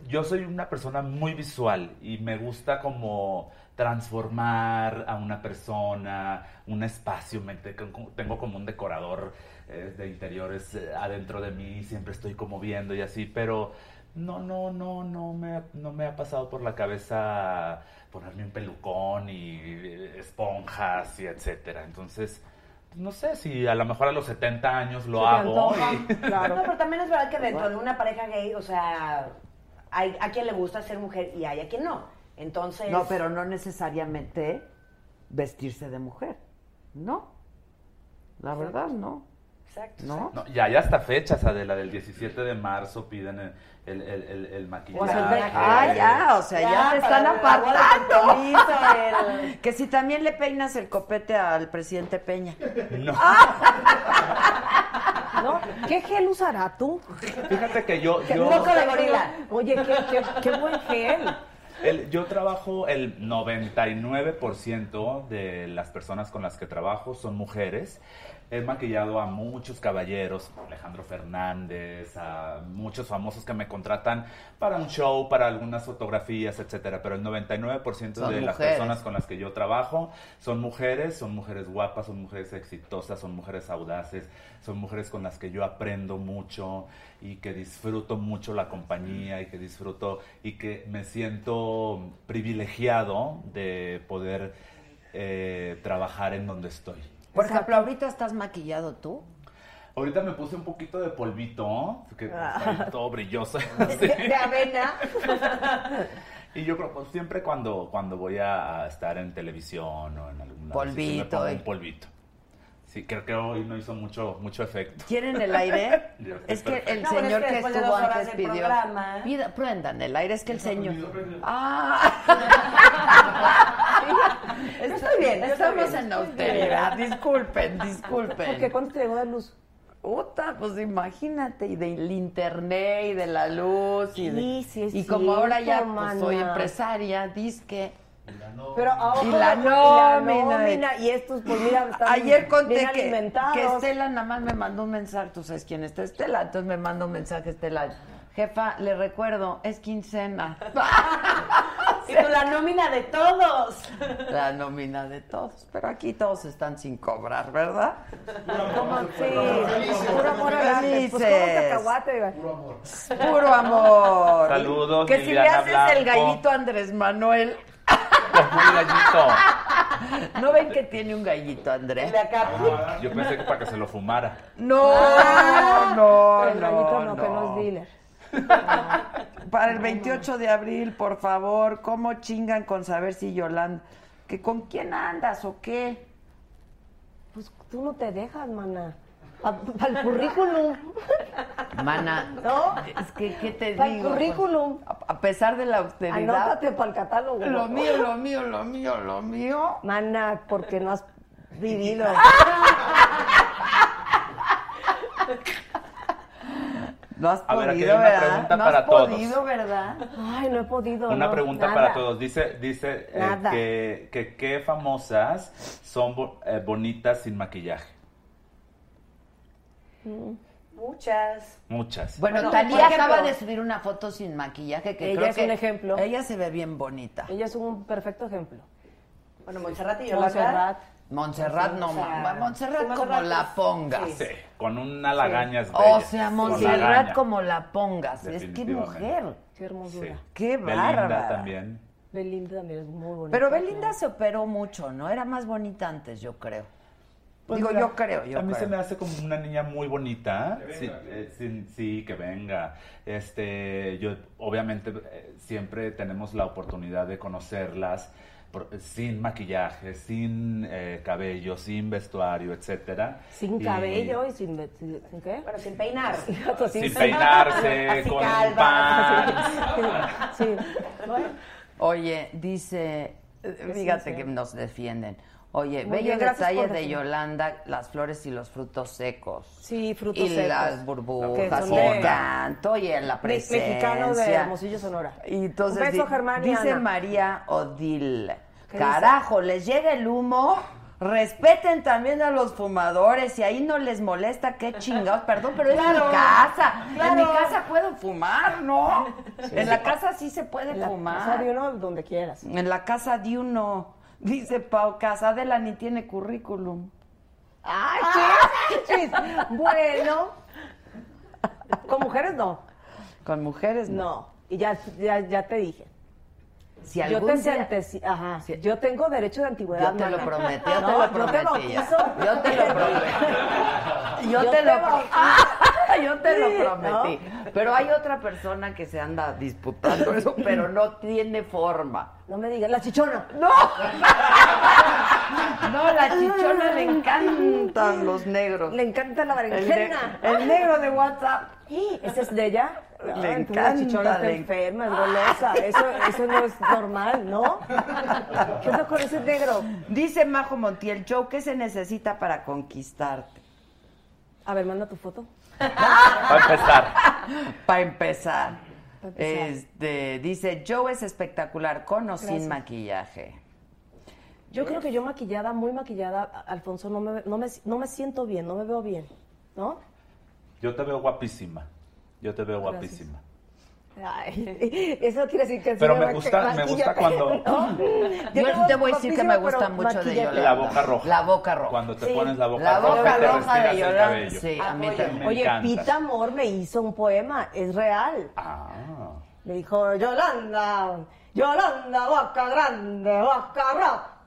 D: yo soy una persona muy visual y me gusta como transformar a una persona, un espacio. Me te- tengo como un decorador eh, de interiores eh, adentro de mí, siempre estoy como viendo y así, pero no, no, no, no me, ha- no me ha pasado por la cabeza ponerme un pelucón y eh, esponjas y etcétera. Entonces, pues, no sé si a lo mejor a los 70 años lo
I: Se te
D: hago.
I: antoja.
D: y-
F: No, pero también es verdad que
I: Pues
F: dentro de una pareja gay, o sea, hay a quien le gusta ser mujer y hay a quien no. Entonces.
A: No, pero no necesariamente vestirse de mujer. No. La verdad, no.
F: Exacto.
A: ¿No?
D: No, ya hay hasta fechas, Adela, del 17 de marzo piden el, el, el, el- el maquillaje.
A: Ah, ya, o sea, ya, te están apartando.
F: el-
A: Que si también le peinas el copete al presidente Peña.
D: No.
I: ¿No? ¿Qué gel usará tú?
D: Fíjate que yo,
I: ¿Qué
D: yo,
F: poco de gorila.
I: Oye, qué, qué, qué buen gel.
D: el- yo trabajo el 99% de las personas con las que trabajo son mujeres. He maquillado a muchos caballeros, a Alejandro Fernández, a muchos famosos que me contratan para un show, para algunas fotografías, etcétera. Pero el 99%
A: Son
D: de las
A: mujeres.
D: personas con las que yo trabajo son mujeres, son mujeres guapas, son mujeres exitosas, son mujeres audaces, son mujeres con las que yo aprendo mucho y que disfruto mucho la compañía y que disfruto y que me siento privilegiado de poder eh, trabajar en donde estoy.
A: Por ejemplo, ahorita estás maquillado tú.
D: Ahorita me puse un poquito de polvito, que
A: Ah.
D: está ahí todo brilloso.
F: De avena.
D: Y yo creo, pues, siempre cuando, cuando voy a estar en televisión o en algún lado, sí que me
A: Polvito,
D: pongo
A: eh.
D: un polvito. Sí, creo que hoy no hizo mucho, mucho efecto.
A: ¿Quieren el aire?
D: Dios,
A: es que
D: perfecto.
A: el
F: No, pero
A: señor
F: es que
A: que,
F: después de
A: estuvo
F: dos horas
A: antes
F: de
A: pidió.
F: programa- ¿eh?
A: Pida- prendan el aire, es que el señor.
N: prendido, prendido.
A: Ah,
F: Yo estoy bien, yo estoy
A: estamos
F: bien.
A: en la austeridad. Disculpen, disculpen.
I: Porque ¿cuánto te llegó de luz?
A: Puta, pues imagínate, y del internet, y de la luz, y de-
I: Sí, sí, es
A: Y como ahora ya
I: cierto,
A: pues, soy
I: mana.
A: empresaria, disque.
I: Pero ahora,
A: Y la nómina.
I: nómina, y estos, pues mira, están
A: Ayer conté
I: bien
A: que,
I: alimentados.
A: que
F: este-
A: Estela nada más me mandó un mensaje, tú sabes quién está Estela, entonces me mandó un mensaje Estela. Jefa, le recuerdo, es quincena. Ah,
F: Y tú la nómina de todos.
A: La nómina de todos, pero aquí todos están sin cobrar, ¿verdad?
I: Sí, puro amor al arte, pues como
A: Felices.
I: cacahuate.
A: Puro amor.
D: Saludos,
A: Que si le
D: Liliana
A: haces el
D: Blanco.
A: gallito a Andrés Manuel,
D: Muy gallito.
A: ¿no ven que tiene un gallito Andrés?
F: De acá.
D: Yo pensé que para que se lo fumara.
A: No, Ah, no,
I: Ah, El gallito no, que no es dealer.
A: Para el 28 de abril, por favor, ¿cómo chingan con saber si Yolanda, que con quién andas o qué?
I: Pues tú no te dejas, mana. Para el currículum.
A: Mana,
I: ¿No?
A: es que, ¿qué te
I: Para el
A: digo?
I: currículum.
A: A, a pesar de la austeridad.
I: Anótate para el catálogo.
A: Lo mío, lo mío, lo mío, lo mío.
I: Mana, porque no has vivido.
A: No has
D: A ver, aquí hay
A: podido, ¿verdad?
D: una pregunta
A: no has
D: para todos.
A: podido, ¿verdad?
I: Ay, no he podido.
D: Una
I: no,
D: pregunta
I: nada.
D: para todos. Dice, dice eh,
I: Nada.
D: que, que qué famosas son bo- eh, bonitas sin maquillaje.
F: Muchas.
D: Muchas.
A: Bueno,
I: Bueno,
A: Talía
I: por ejemplo-
A: acaba de subir una foto sin maquillaje que
I: Ella
A: creo
I: es
A: que
I: un ejemplo.
A: Ella se ve bien bonita.
I: Ella es un perfecto ejemplo.
F: Bueno, Montserrat y Yolanda.
I: Montserrat.
A: Montserrat no,
F: O sea,
A: ma- Montserrat
F: Montserrat
A: como
F: es-
A: la pongas.
D: Sí, con una lagaña es bella.
A: O sea,
D: Con
A: Montserrat
D: lagaña.
A: como la pongas. Es que
D: Definitivamente.
A: mujer.
I: Qué hermosura.
D: Sí.
A: Qué
D: Belinda
A: bárbara.
D: también.
I: Belinda también es muy bonita.
A: Pero Belinda se operó mucho, ¿no? Era más bonita antes, yo creo.
D: Pues
A: Digo,
D: mira,
A: yo creo, yo
D: A mí
A: creo.
D: se me hace como una niña muy bonita.
O: Que
D: Sí,
O: venga.
D: eh, sí, sí, que venga. Este, yo, obviamente, eh, siempre tenemos la oportunidad de conocerlas por- sin maquillaje, sin eh, cabello, sin vestuario, etcétera.
I: Sin
D: Y-
I: cabello y sin, ve- sin, sin qué.
F: Bueno, sin peinar.
I: Exacto,
D: Sin peinarse,
I: Así
D: con un
I: calva,
D: pan.
I: así. Sí.
A: Oye, dice, eh, fíjate
I: sí.
A: que nos defienden. Oye,
I: Muy
A: bellos
I: bien, gracias
A: detalles
I: por
A: de
I: defender.
A: Yolanda, las flores y los frutos secos.
I: Sí, frutos
A: y
I: secos.
A: las
I: Que
A: burbujas,
I: son
A: y
I: de-
A: el canto y en la
I: Me-
A: presencia.
I: Mexicano de Hermosillo, Sonora.
A: Y entonces
I: Un beso,
A: di-
I: Germán y
A: dice
I: Ana.
A: María Odil,
I: ¿Qué
A: carajo, les llega el humo, respeten también a los fumadores y ahí no les molesta, qué chingados, perdón, pero es mi casa, en mi casa puedo fumar, ¿no? En la casa sí se puede
I: En la
A: fumar.
I: casa de uno donde quieras.
A: En la casa de uno, dice Pau, Casadela ni tiene currículum. Ah,
I: ¡Ay, chis! chis. Bueno. Con mujeres no.
A: Con mujeres no.
I: No. Y ya, ya, ya te dije.
A: Si
I: yo
A: algún
I: te
A: día-
I: sentencia- ajá.
A: si-
I: Yo tengo derecho de antigüedad.
A: Yo te lo
I: mana.
A: prometí, yo te
I: No,
A: lo prometí.
I: Yo
A: ya.
I: te bautizo.
A: Yo te lo prometí. Yo te lo pro- Yo te lo
I: Ah, Sí,
A: prometí. Pero hay otra persona que se anda disputando eso, pero no tiene forma.
I: No me digas, la chichona.
A: ¡No! No, la chichona le encantan los negros.
I: Le encanta la
A: El, ne-
I: berenjena.
A: el negro de WhatsApp.
I: Sí, ¿Esa es de ella?
A: Le
I: Ay, entonces
A: encanta,
I: La chichona está
A: le-
I: enferma, es golosa. Eso, eso no es normal, ¿no? ¿Qué onda con ese negro?
A: Dice Majo Montiel, Joe, ¿qué se necesita para conquistarte?
I: A ver, manda tu foto.
D: Para empezar.
A: Para empezar.
I: Pa' empezar.
A: Este, dice, Joe es espectacular con o sin
I: Gracias.
A: maquillaje.
I: Yo creo que yo maquillada, muy maquillada, a- Alfonso, no me, no me, no me siento bien, no me veo bien, ¿no?
D: Yo te veo guapísima. Yo te veo
I: Gracias.
D: guapísima.
I: Ay, eso quiere decir que sí
D: Pero me
I: maqui-
D: gusta- me
I: maquillo,
D: gusta cuando-
I: ¿no?
A: Yo,
I: tengo
A: te voy a decir que me
I: guapísima,
A: gusta
I: pero
A: mucho de
I: maquillada.
A: Yolanda.
D: La boca roja.
A: La boca roja.
D: Cuando te
I: Sí.
D: pones la boca
A: La boca
D: roja, y
A: roja
D: te
A: de
D: respiras el
A: Yolanda.
D: cabello. Ah,
A: Sí, a mí
I: Oye,
A: también.
D: Me
I: Oye,
D: encanta.
I: Pita Amor me hizo un poema, es real.
D: Ah.
I: Me dijo, Yolanda, Yolanda, boca grande, boca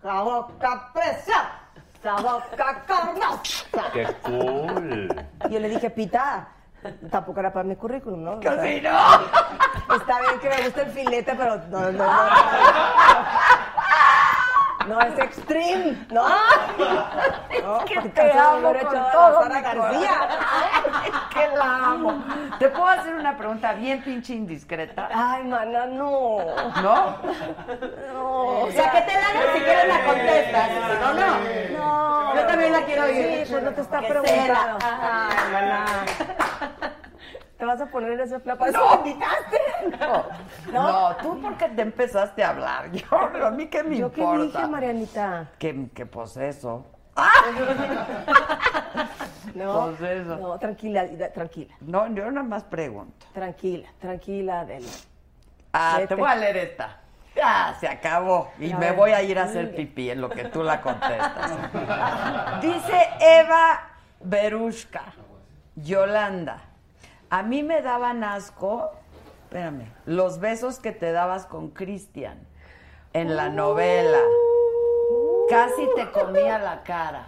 I: roja, boca preciosa, boca carnosa.
D: ¡Qué cool!
I: Y yo le dije, Pita, tampoco era para mi currículum, ¿no?
A: Que
I: O sea,
A: sí, no.
I: Está bien que me gusta el filete, pero no, no, no. No es extreme, ¿no? no
A: Ah, que
I: porque
A: te
I: entonces
A: amo
I: hubiera
A: con
I: hecho a
A: todo
I: Sara
A: mi
I: García.
A: que la amo. Te puedo hacer una pregunta bien pinche indiscreta.
I: Ay, mana, no.
A: ¿No?
I: no.
F: O sea, que te la hagan si quieres la contestas. Si no, no.
I: No.
F: Yo también la quiero oír.
I: Sí, pues no te está
F: Que
I: preguntando.
F: cela. Ay, maná.
I: ¿Te vas a poner ese plato?
A: No.
I: ¿Me invitaste?
A: No, tú porque te empezaste a hablar. Yo, pero a mí qué me
I: ¿Yo qué
A: importa.
I: dije, Marianita?
A: que, que pues eso.
I: No,
A: Pues eso.
I: no, tranquila, da- tranquila,
A: No, yo nada más pregunto.
I: tranquila, tranquila, Adela.
A: Ah,
I: Vete.
A: te voy a leer esta. Ya, se acabó. Y
I: A
A: me
I: ver.
A: voy a ir a hacer pipí en lo que tú la contestas. Dice Eva Berushka, Yolanda, a mí me daban asco, espérame, los besos que te dabas con Cristian en la novela. Casi te comía la cara.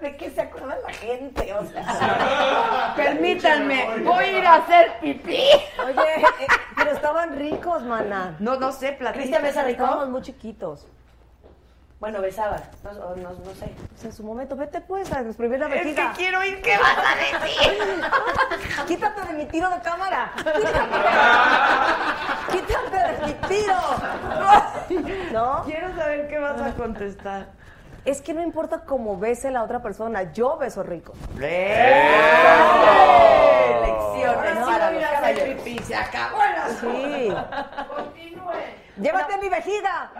F: ¿De qué se acuerda la gente? O sea,
A: Permítanme, voy a ir a hacer pipí.
I: Oye, eh, pero estaban ricos, maná.
A: No, no sé, platícame.
F: Cristian, ¿ves a rico?
I: Estábamos muy chiquitos. Bueno, besabas. No, o no, no sé.
A: Pues en su momento, vete pues a exprimir la
I: Es
A: vejiga.
I: que quiero ir, ¿qué vas a decir? Quítate de mi tiro de cámara. Quítate, Quítate de mi tiro. ¿No?
F: Quiero saber qué vas a contestar.
A: Es que no importa cómo bese la otra persona, yo beso rico.
I: Ahora sí
F: Lecciones
I: voy
F: para
I: a
F: los
I: ir a hacer
F: caballeros. Se acabó el
A: Sí.
I: Llévate mi vejiga.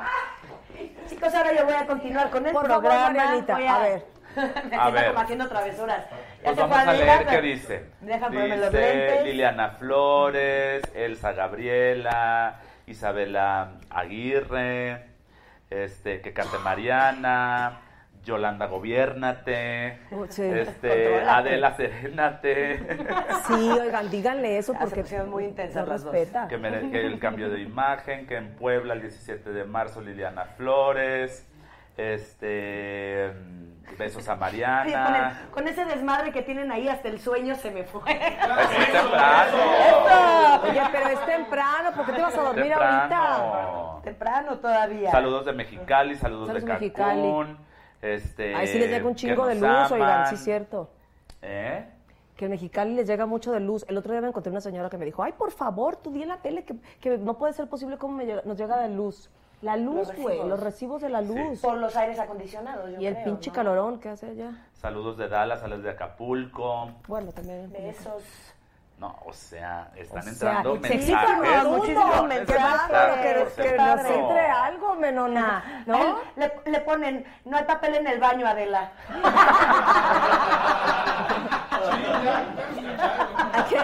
I: Chicos, ahora yo voy a continuar con el
A: Por favor,
I: programa.
A: Marianita,
I: Voy
A: a ver.
I: Me
D: A ver.
I: Haciendo, haciendo travesuras. Ya
D: Pues
I: se
D: vamos
I: fue
D: a
I: Adela,
D: leer qué
I: pero-
D: dice.
I: Deja ponerme los
D: Dice
I: lentes.
D: Liliana Flores, Elsa Gabriela, Isabela Aguirre, este, que cante Mariana, Yolanda Gobiernate,
A: Oh, sí.
D: este, Adela Serénate,
A: Sí, oigan, díganle eso
I: Ya se
A: porque
I: pusieron muy intensas
A: no
I: las dos.
A: respeta.
D: que, me- que el cambio de imagen, que en Puebla el 17 de marzo Liliana Flores, este, besos a
I: Sí, con, el-
D: Mariana.
I: con ese desmadre que tienen ahí, hasta el sueño se me fue.
D: Es muy temprano.
A: ¡Eso! Oye, pero es temprano, ¿por qué te vas a dormir ahorita?
D: Temprano.
I: Temprano todavía.
D: Saludos de Mexicali, saludos,
A: Saludos
D: de
A: Mexicali.
D: Cancún. Este,
A: Ahí sí les llega un
D: que
A: chingo de
D: nos
A: luz, oigan,
D: aman.
A: sí es cierto.
D: ¿Eh?
A: Que en Mexicali les llega mucho de luz. El otro día me encontré una señora que me dijo, ay, por favor, tú di en la tele que, que no puede ser posible cómo me llega- nos llega de luz. La luz,
I: Los
A: güey,
I: recibos.
A: los recibos de la luz.
I: Por los aires acondicionados, yo
A: Y el
I: creo,
A: pinche
I: ¿no?
A: calorón que hace allá.
D: Saludos de Dallas, saludos de Acapulco.
A: Bueno, también.
I: Besos.
D: No, o sea, están
A: sea,
D: entrando
A: se
D: mensajes.
A: excitan los
D: millones de
A: muchísimos mensajes,
D: mensajes,
A: que, que
D: por
A: nos
D: supuesto.
A: entre algo, menona, ¿no?
I: Ay, Le, le ponen, no hay papel en el baño, Adela. Hay que-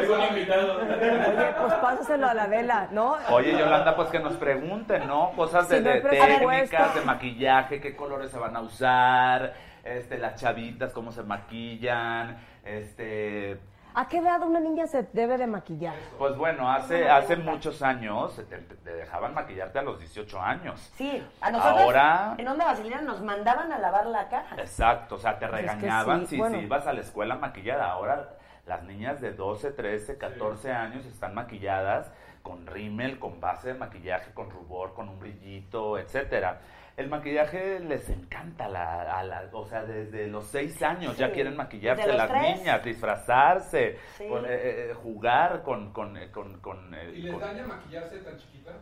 B: Tengo un invitado.
A: Oye, pues pásaselo a la vela, ¿no?
D: Oye, Yolanda, pues que nos pregunten, ¿no? Cosas de,
A: Si no hay
D: de técnicas,
A: presupuesto.
D: de maquillaje, qué colores se van a usar, este, las chavitas, cómo se maquillan, este,
A: ¿A qué edad una niña se debe de maquillar?
D: Pues bueno, hace, hace muchos años te, te dejaban maquillarte a los 18 años.
I: Sí, a nosotros
D: Ahora-
I: en Onda Vaselina nos mandaban a lavar la cara.
D: Exacto, o sea, te
A: Pues es que
D: regañaban
A: sí,
D: si,
A: bueno.
D: si ibas a la escuela maquillada. Ahora las niñas de 12, 13, 14 años están maquilladas con rímel, con base de maquillaje, con rubor, con un brillito, etcétera. El maquillaje les encanta, la, a la- o sea, desde los 6 años ya
I: Sí.
D: quieren maquillarse
I: Desde
D: las
I: los tres.
D: niñas, disfrazarse,
I: Sí.
D: con, eh, eh, jugar con... con, eh, con- con, eh,
B: ¿Y les
D: con-
B: daña maquillarse tan chiquitas?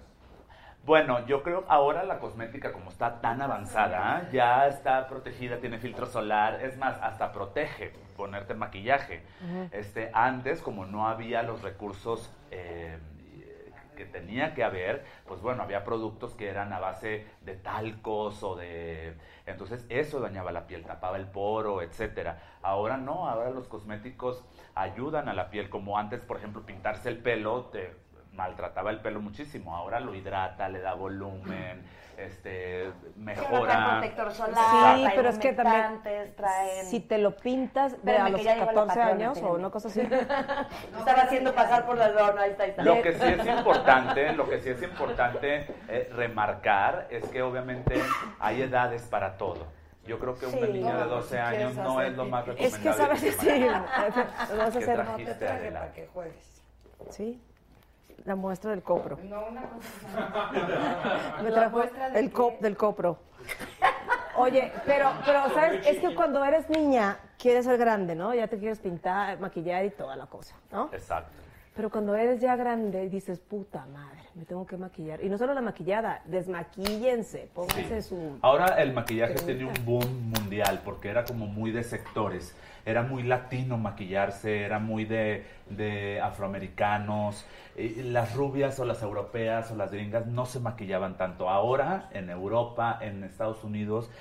D: Bueno, yo creo ahora la cosmética como está tan avanzada, ya está protegida, tiene filtro solar, es más, hasta protege ponerte maquillaje. Este, antes, como no había los recursos eh, que tenía que haber, pues bueno, había productos que eran a base de talcos o de... Entonces eso dañaba la piel, tapaba el poro, etcétera. Ahora no, ahora los cosméticos ayudan a la piel, como antes, por ejemplo, pintarse el pelo te maltrataba el pelo muchísimo, ahora lo hidrata, le da volumen, este,
I: Ahora traen
D: mejora.
I: protector solar,
A: Sí,
I: traen
A: pero es que también
I: humectantes, traen...
A: si te lo pintas de a
I: Espérame,
A: los
I: que ya llegó la
A: 14
I: patrona,
A: años o
I: espérame.
A: una cosa así.
I: Estaba haciendo pasar por la lona, ahí está, ahí está.
D: Lo que sí es importante, lo que sí es importante eh, remarcar es que obviamente hay edades para todo. Yo creo que una
I: Sí.
D: niña de
I: Todo,
D: 12 años no es lo más
A: Es
D: recomendable.
A: que sabes
D: que
A: sí,
D: se maneje.
A: lo vas a
D: ¿Qué
A: hacer.
D: trajiste, Adela?
A: Sí. La muestra del copro. No, una cosa. Me trajo el cop del copro. Oye, pero, pero, ¿sabes? Es que cuando eres niña, quieres ser grande, ¿no? Ya te quieres pintar, maquillar y toda la cosa, ¿no?
D: Exacto.
A: Pero cuando eres ya grande, dices, puta madre, me tengo que maquillar. Y no solo la maquillada, desmaquíllense, pónganse
D: Sí.
A: su...
D: Ahora el maquillaje tiene un boom mundial porque era como muy de sectores. Era muy latino maquillarse, era muy de, de afroamericanos. Y Las rubias o las europeas o las gringas no se maquillaban tanto. Ahora en Europa, en Estados Unidos,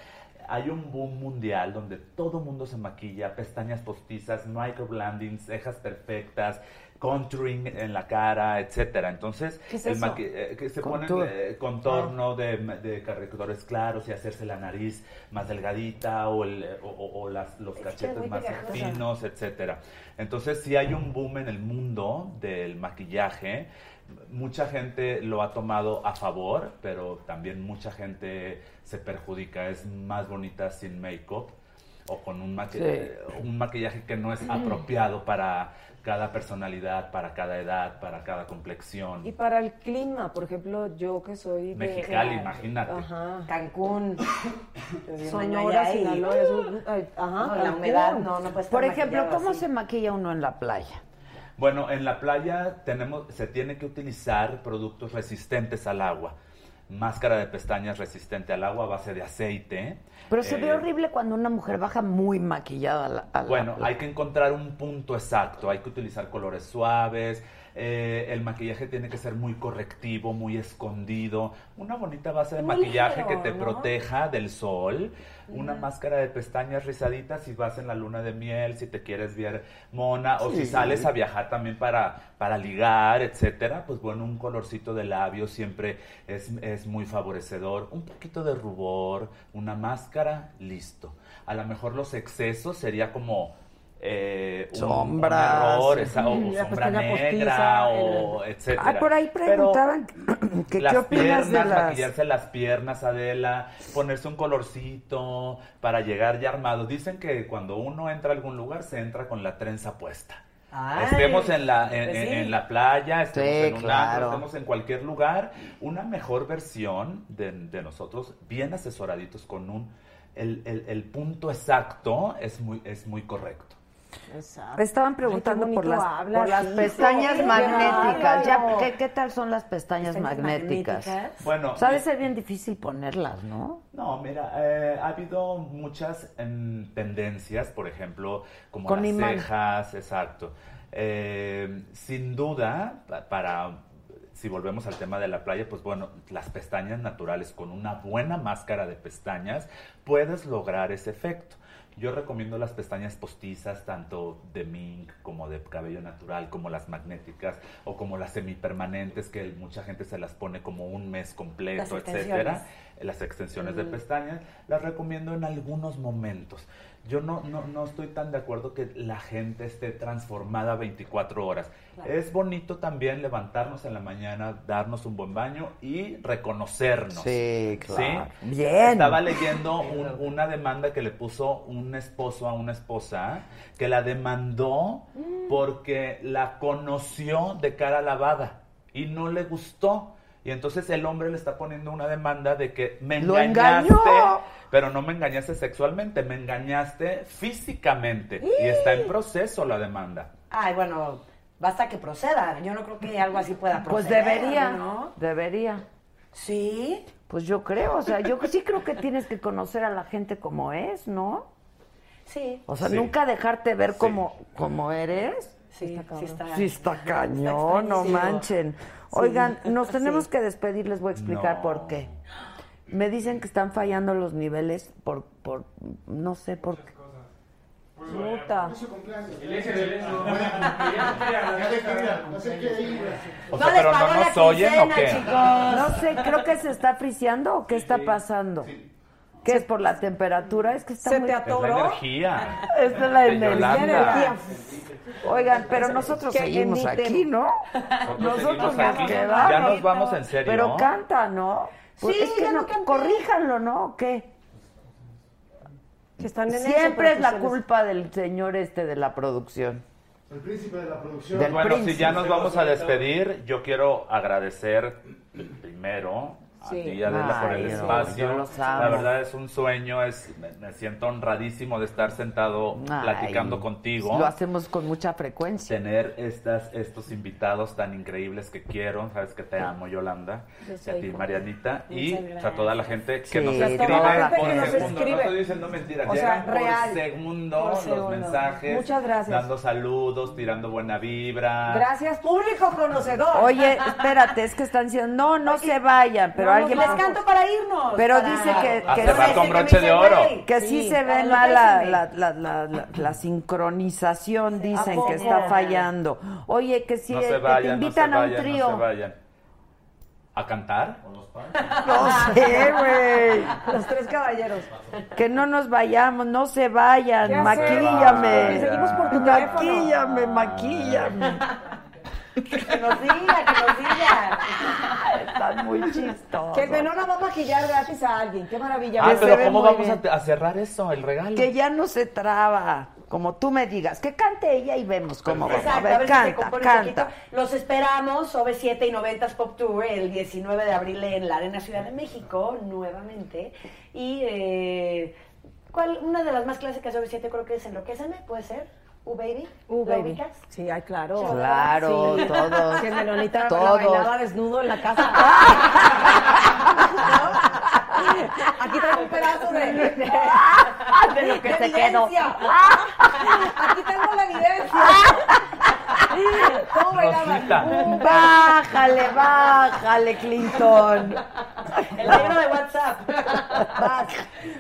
D: hay un boom mundial donde todo mundo se maquilla, pestañas postizas, microblandings, cejas perfectas, contouring en la cara, etcétera. Entonces,
A: ¿Qué es
D: el
A: eso?
D: maqui- eh, que se ponen
F: Contour.
D: eh, contorno de, de correctores claros y hacerse la nariz más delgadita o, el- o- o- o las- los cachetes más finos, etcétera. Entonces, si hay un boom en el mundo del maquillaje. Mucha gente lo ha tomado a favor, pero también mucha gente se perjudica. Es más bonita sin make-up. o con un, maqui- eh,
A: Sí.
D: un maquillaje que no es apropiado para cada personalidad, para cada edad, para cada complexión.
P: Y para el clima, por ejemplo, yo que soy de...
D: Mexicali, imagínate.
P: Ajá.
F: Cancún.
P: Sonora,
F: Allá y-
P: Sinaloa, eso- ay, ajá,
F: No, la
P: Cancún.
F: humedad, no, no puede estar
A: Por ejemplo,
F: maquillado
A: ¿cómo
F: así.
A: se maquilla uno en la playa?
D: Bueno, en la playa tenemos, se tiene que utilizar productos resistentes al agua. Máscara de pestañas resistente al agua a base de aceite.
A: Pero se ve
D: Eh,
A: horrible cuando una mujer baja muy maquillada a la, a la
D: Bueno,
A: playa.
D: hay que encontrar un punto exacto, hay que utilizar colores suaves, eh, el maquillaje tiene que ser muy correctivo, muy escondido, una bonita base de
P: Muy
D: maquillaje
P: ligero,
D: que te
P: ¿no?
D: proteja del sol, una máscara de pestañas rizaditas si vas en la luna de miel, si te quieres ver mona o si sales a viajar también para, para ligar, etcétera, pues bueno, un colorcito de labio siempre es, es muy favorecedor, un poquito de rubor, una máscara, listo. A lo mejor los excesos sería como eh, un-
A: Sombras.
D: un error, esa-
P: La
D: o, sombra
P: pestaña postiza,
D: negra,
P: el-
D: o etcétera.
A: Ah, por ahí
D: Pero
A: preguntaban que
D: las
A: qué opinas de
D: piernas,
A: las...
D: maquillarse las piernas, Adela, ponerse un colorcito para llegar ya armado. Dicen que cuando uno entra a algún lugar se entra con la trenza puesta.
F: Ay,
D: estemos en la, en,
F: pues
D: en-
F: sí.
D: en la playa, estemos
A: Sí,
D: en un
A: claro.
D: antro, estemos en cualquier lugar, una mejor versión de, de nosotros, bien asesoraditos con un... El, el- el punto exacto es muy, es muy correcto.
P: Estaban
A: preguntando por las,
P: hablas,
A: por las
P: sí.
A: pestañas
P: Qué
A: magnéticas. Ya,
P: bárbaro.
A: ¿qué, qué tal son las pestañas, magnéticas?
D: Bueno,
A: Sabe ser bien difícil ponerlas, ¿no?
D: No, mira, eh, ha habido muchas em, tendencias, por ejemplo, como
A: Con
D: las
A: imán.
D: cejas, exacto. Eh, sin duda, pa- para, si volvemos al tema de la playa, pues bueno, las pestañas naturales con una buena máscara de pestañas puedes lograr ese efecto. Yo recomiendo las pestañas postizas, tanto de mink como de cabello natural, como las magnéticas o como las semipermanentes, que mucha gente se las pone como un mes completo,
F: Las
D: etcétera. Las extensiones de pestañas, las recomiendo en algunos momentos. Yo no, no, no estoy tan de acuerdo que la gente esté transformada 24 horas. Es bonito también levantarnos en la mañana, darnos un buen baño y reconocernos. ¿Sí?
A: Bien.
D: Estaba leyendo un- una demanda que le puso un esposo a una esposa que la demandó porque la conoció de cara lavada y no le gustó. Y entonces el hombre le está poniendo una demanda de que me
A: ¡Lo
D: engañaste,
A: engañó!
D: pero no me engañaste sexualmente, me engañaste físicamente. Y está en proceso la demanda.
F: Ay, bueno, basta que proceda. Yo no creo que algo así pueda
A: Pues
F: proceder.
A: debería,
F: ¿no?
A: debería.
F: Sí.
A: Pues yo creo, o sea, yo sí creo que tienes que conocer a la gente como es, ¿no?
F: Sí.
A: O sea,
D: Sí.
A: nunca dejarte ver
D: Sí.
A: como, como eres.
F: Sí, está sí está.
A: Sí, está cañón, no
F: extrañísimo.
A: manchen. Oigan, nos tenemos
F: Sí.
A: que despedir, les voy a explicar
D: No.
A: por qué. Me dicen que están fallando los niveles por, por no sé por qué.
P: Puta.
B: El eje del eje. Ya se quiere
C: Ya
B: arrancar esta-
C: se quiere ir, ya se quiere ir,
E: pues.
C: güey.
D: O
F: No
D: sea,
F: les
D: pero
F: pagó
D: no
F: la
D: nos oyen o
F: quincena,
D: qué.
F: chicos.
A: No sé, creo que se está friseando o qué está pasando. ¿Qué es por la temperatura? Es que está
P: Se
A: muy...
P: te
D: Es la
P: atoró.
D: energía.
A: Esta es la
D: De
A: energía.
D: Yolanda.
P: energía.
A: Oigan, pero nosotros
P: Que
A: seguimos
P: emiten.
A: aquí, ¿no? Nosotros
D: seguimos
A: nos
D: aquí.
A: quedamos.
D: Ya nos vamos en serio.
A: Pero canta, ¿no? Pues
F: Sí,
A: es que
F: ya
A: no,
F: lo canté.
A: corríjanlo, ¿no? ¿O ¿Qué?
P: Que están en eso,
A: Siempre
P: pero
A: es
P: pues
A: la
P: se les-
A: culpa del señor este de la producción.
C: El príncipe de la producción.
A: Del-
D: bueno,
A: príncipe.
D: si ya nos vamos a despedir, yo quiero agradecer primero a
P: Sí.
D: ti, Adela, por el
A: Ay, no,
D: espacio.
A: yo los amo.
D: La verdad es un sueño, es, me, me siento honradísimo de estar sentado platicando
A: Ay,
D: contigo.
A: Lo hacemos con mucha frecuencia.
D: Tener estas, estos invitados tan increíbles que quiero, sabes que te amo, Yolanda, y a ti, Marianita, y a toda la gente que
A: Sí,
D: nos
A: a toda
D: escribe
A: la gente
D: por
P: que nos
D: segundo.
P: escribe.
D: No estoy diciendo mentiras,
P: O sea,
D: llegan
P: real.
D: por segundo
P: Por
D: los
P: segundo.
D: mensajes,
P: Muchas gracias.
D: dando saludos, tirando buena vibra.
P: Gracias, público conocedor.
A: Oye, espérate, es que están diciendo, no, no se vayan, pero
P: no,
A: alguien...
P: les
A: dijo
F: Canto para irnos.
A: Pero
F: para-
A: dice que-
D: A
A: que
D: cerrar
A: no-
D: con broche de oro.
A: Que sí,
P: Sí,
A: se ve
F: lo
A: mal la,
F: pésame.
A: la- la- la- la- la sincronización, dicen
P: poco?
A: que está fallando. Oye, que sí,
D: no
A: eh,
D: se
A: que
D: vayan,
A: te
D: no
A: invitan
D: se
A: a un
D: vayan,
A: trío.
D: no se vayan. ¿A cantar?
A: No sé, güey.
P: Los tres caballeros.
A: Que no nos vayamos, no se vayan.
P: Ya sé.
A: Maquíllame.
P: Que seguimos por tu teléfono.
A: maquíllame, maquíllame.
F: Que nos diga, que nos diga.
A: están muy chistosos.
P: Que el Venona va a maquillar gratis a alguien. Qué maravilla.
D: Ah,
P: Se
D: pero
P: ve
D: ¿cómo
P: muy
D: vamos
P: bien.
D: a, a cerrar eso, el regalo?
A: Que ya no se traba, como tú me digas. Que cante ella y vemos cómo va. A
I: Exacto,
A: ver,
I: si se
A: canta,
I: compone un
A: canta.
I: poquito. Los esperamos, OV7 y 90s Pop Tour, el 19 de abril en la Arena Ciudad de México, nuevamente. Y, eh, ¿cuál? Una de las más clásicas de OV7 creo que es Enloquéceme, ¿puede ser? ¿U-Baby?
P: Uh,
I: ¿La
P: baby.
I: ubicas?
P: Sí, ay, claro.
A: Claro,
P: Sí.
A: todos.
P: Que el Venonita la
A: Todos.
P: bailaba desnudo en la casa. ¿No? Aquí traigo un pedazo de...
A: de lo que se quedó.
P: evidencia. Aquí tengo la evidencia. ¿Cómo bailaba?
D: Rosita.
A: Bájale, bájale, Clinton.
I: El negro de WhatsApp. Vas.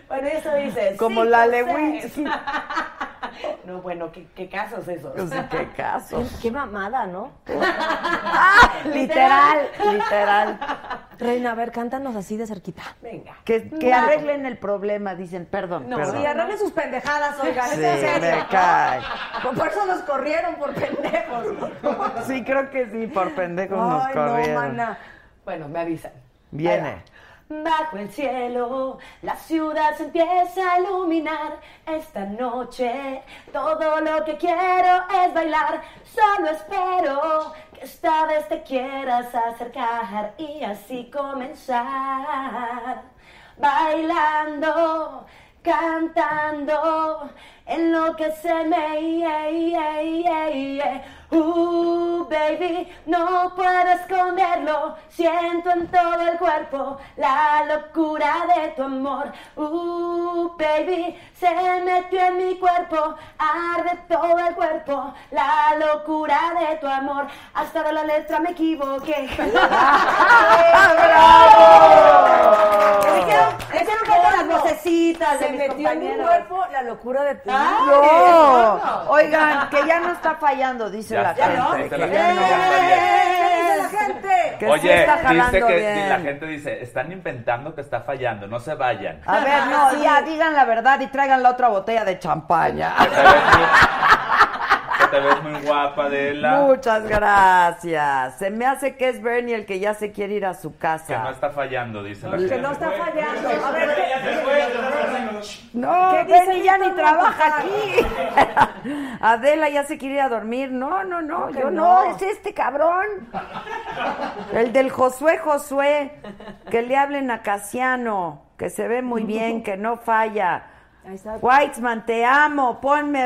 I: bueno, eso dices.
A: Como la Lewinsky.
I: No, bueno, ¿qué, qué casos esos?
A: No sé qué caso. Ah,
P: Qué mamada, ¿no?
A: Literal, literal.
P: Reina, a ver, cántanos así de cerquita.
I: Venga.
A: Que, que arreglen el problema, dicen, perdón,
P: No,
A: perdón.
P: sí, arreglen sus pendejadas, oigan.
A: Sí,
P: es en serio.
A: me cae.
P: Por eso nos corrieron, por pendejos.
A: Sí, creo que sí, por pendejos nos
P: Ay, no,
A: corrieron.
P: mana.
I: Bueno, me avisan.
A: Viene.
I: Ahí va. Bajo el cielo, la ciudad se empieza a iluminar. Esta noche, todo lo que quiero es bailar. Solo espero que esta vez te quieras acercar y así comenzar. Bailando, cantando, en lo que se me... Uh, baby, no puedo esconderlo. Siento en todo el cuerpo la locura de tu amor. Uh, baby, se metió en mi cuerpo. Arde todo el cuerpo la locura de tu amor. Hasta de la letra me equivoqué.
A: ¡Bravo!
I: Me dijeron- me dijeron que eran las vocecitas de
P: Se
I: mis
P: metió en mi
I: compañeros.
P: cuerpo la locura de tu
I: Ah,
A: ¡No! Oigan, que ya no está fallando, dice
D: Ya
A: la
D: está,
A: gente.
D: dice
A: que
D: la
A: ya
D: gente,
A: no-
D: ya está bien.
P: ¿Qué ¡Eh! dice la gente?
A: Que sí
D: Oye,
A: está
D: dice
A: jalando
D: que
A: bien.
D: la gente dice, están inventando que está fallando, no se vayan.
A: A ver, no, ya digan la verdad y traigan la otra botella de champaña.
D: Que te ves muy- que te ves muy guapa, Adela.
A: Muchas gracias. Se me hace que es Bernie el que ya se quiere ir a su
D: Que no
A: casa.
D: está fallando, dice la
P: Que
D: gente.
P: no está fallando. A ver, ¿qué-
A: No,
P: ¿Qué dice
A: Bernie ya ni
P: Víctor
A: trabaja
P: Manuel?
A: aquí. Adela ya se quiere ir a dormir. No, no, no,
P: que
A: yo no.
P: no.
A: es este cabrón. El del Josué Josué, que le hablen a Casiano, que se ve muy bien, que no falla.
P: Ahí está.
A: Weitzman, te amo, ponme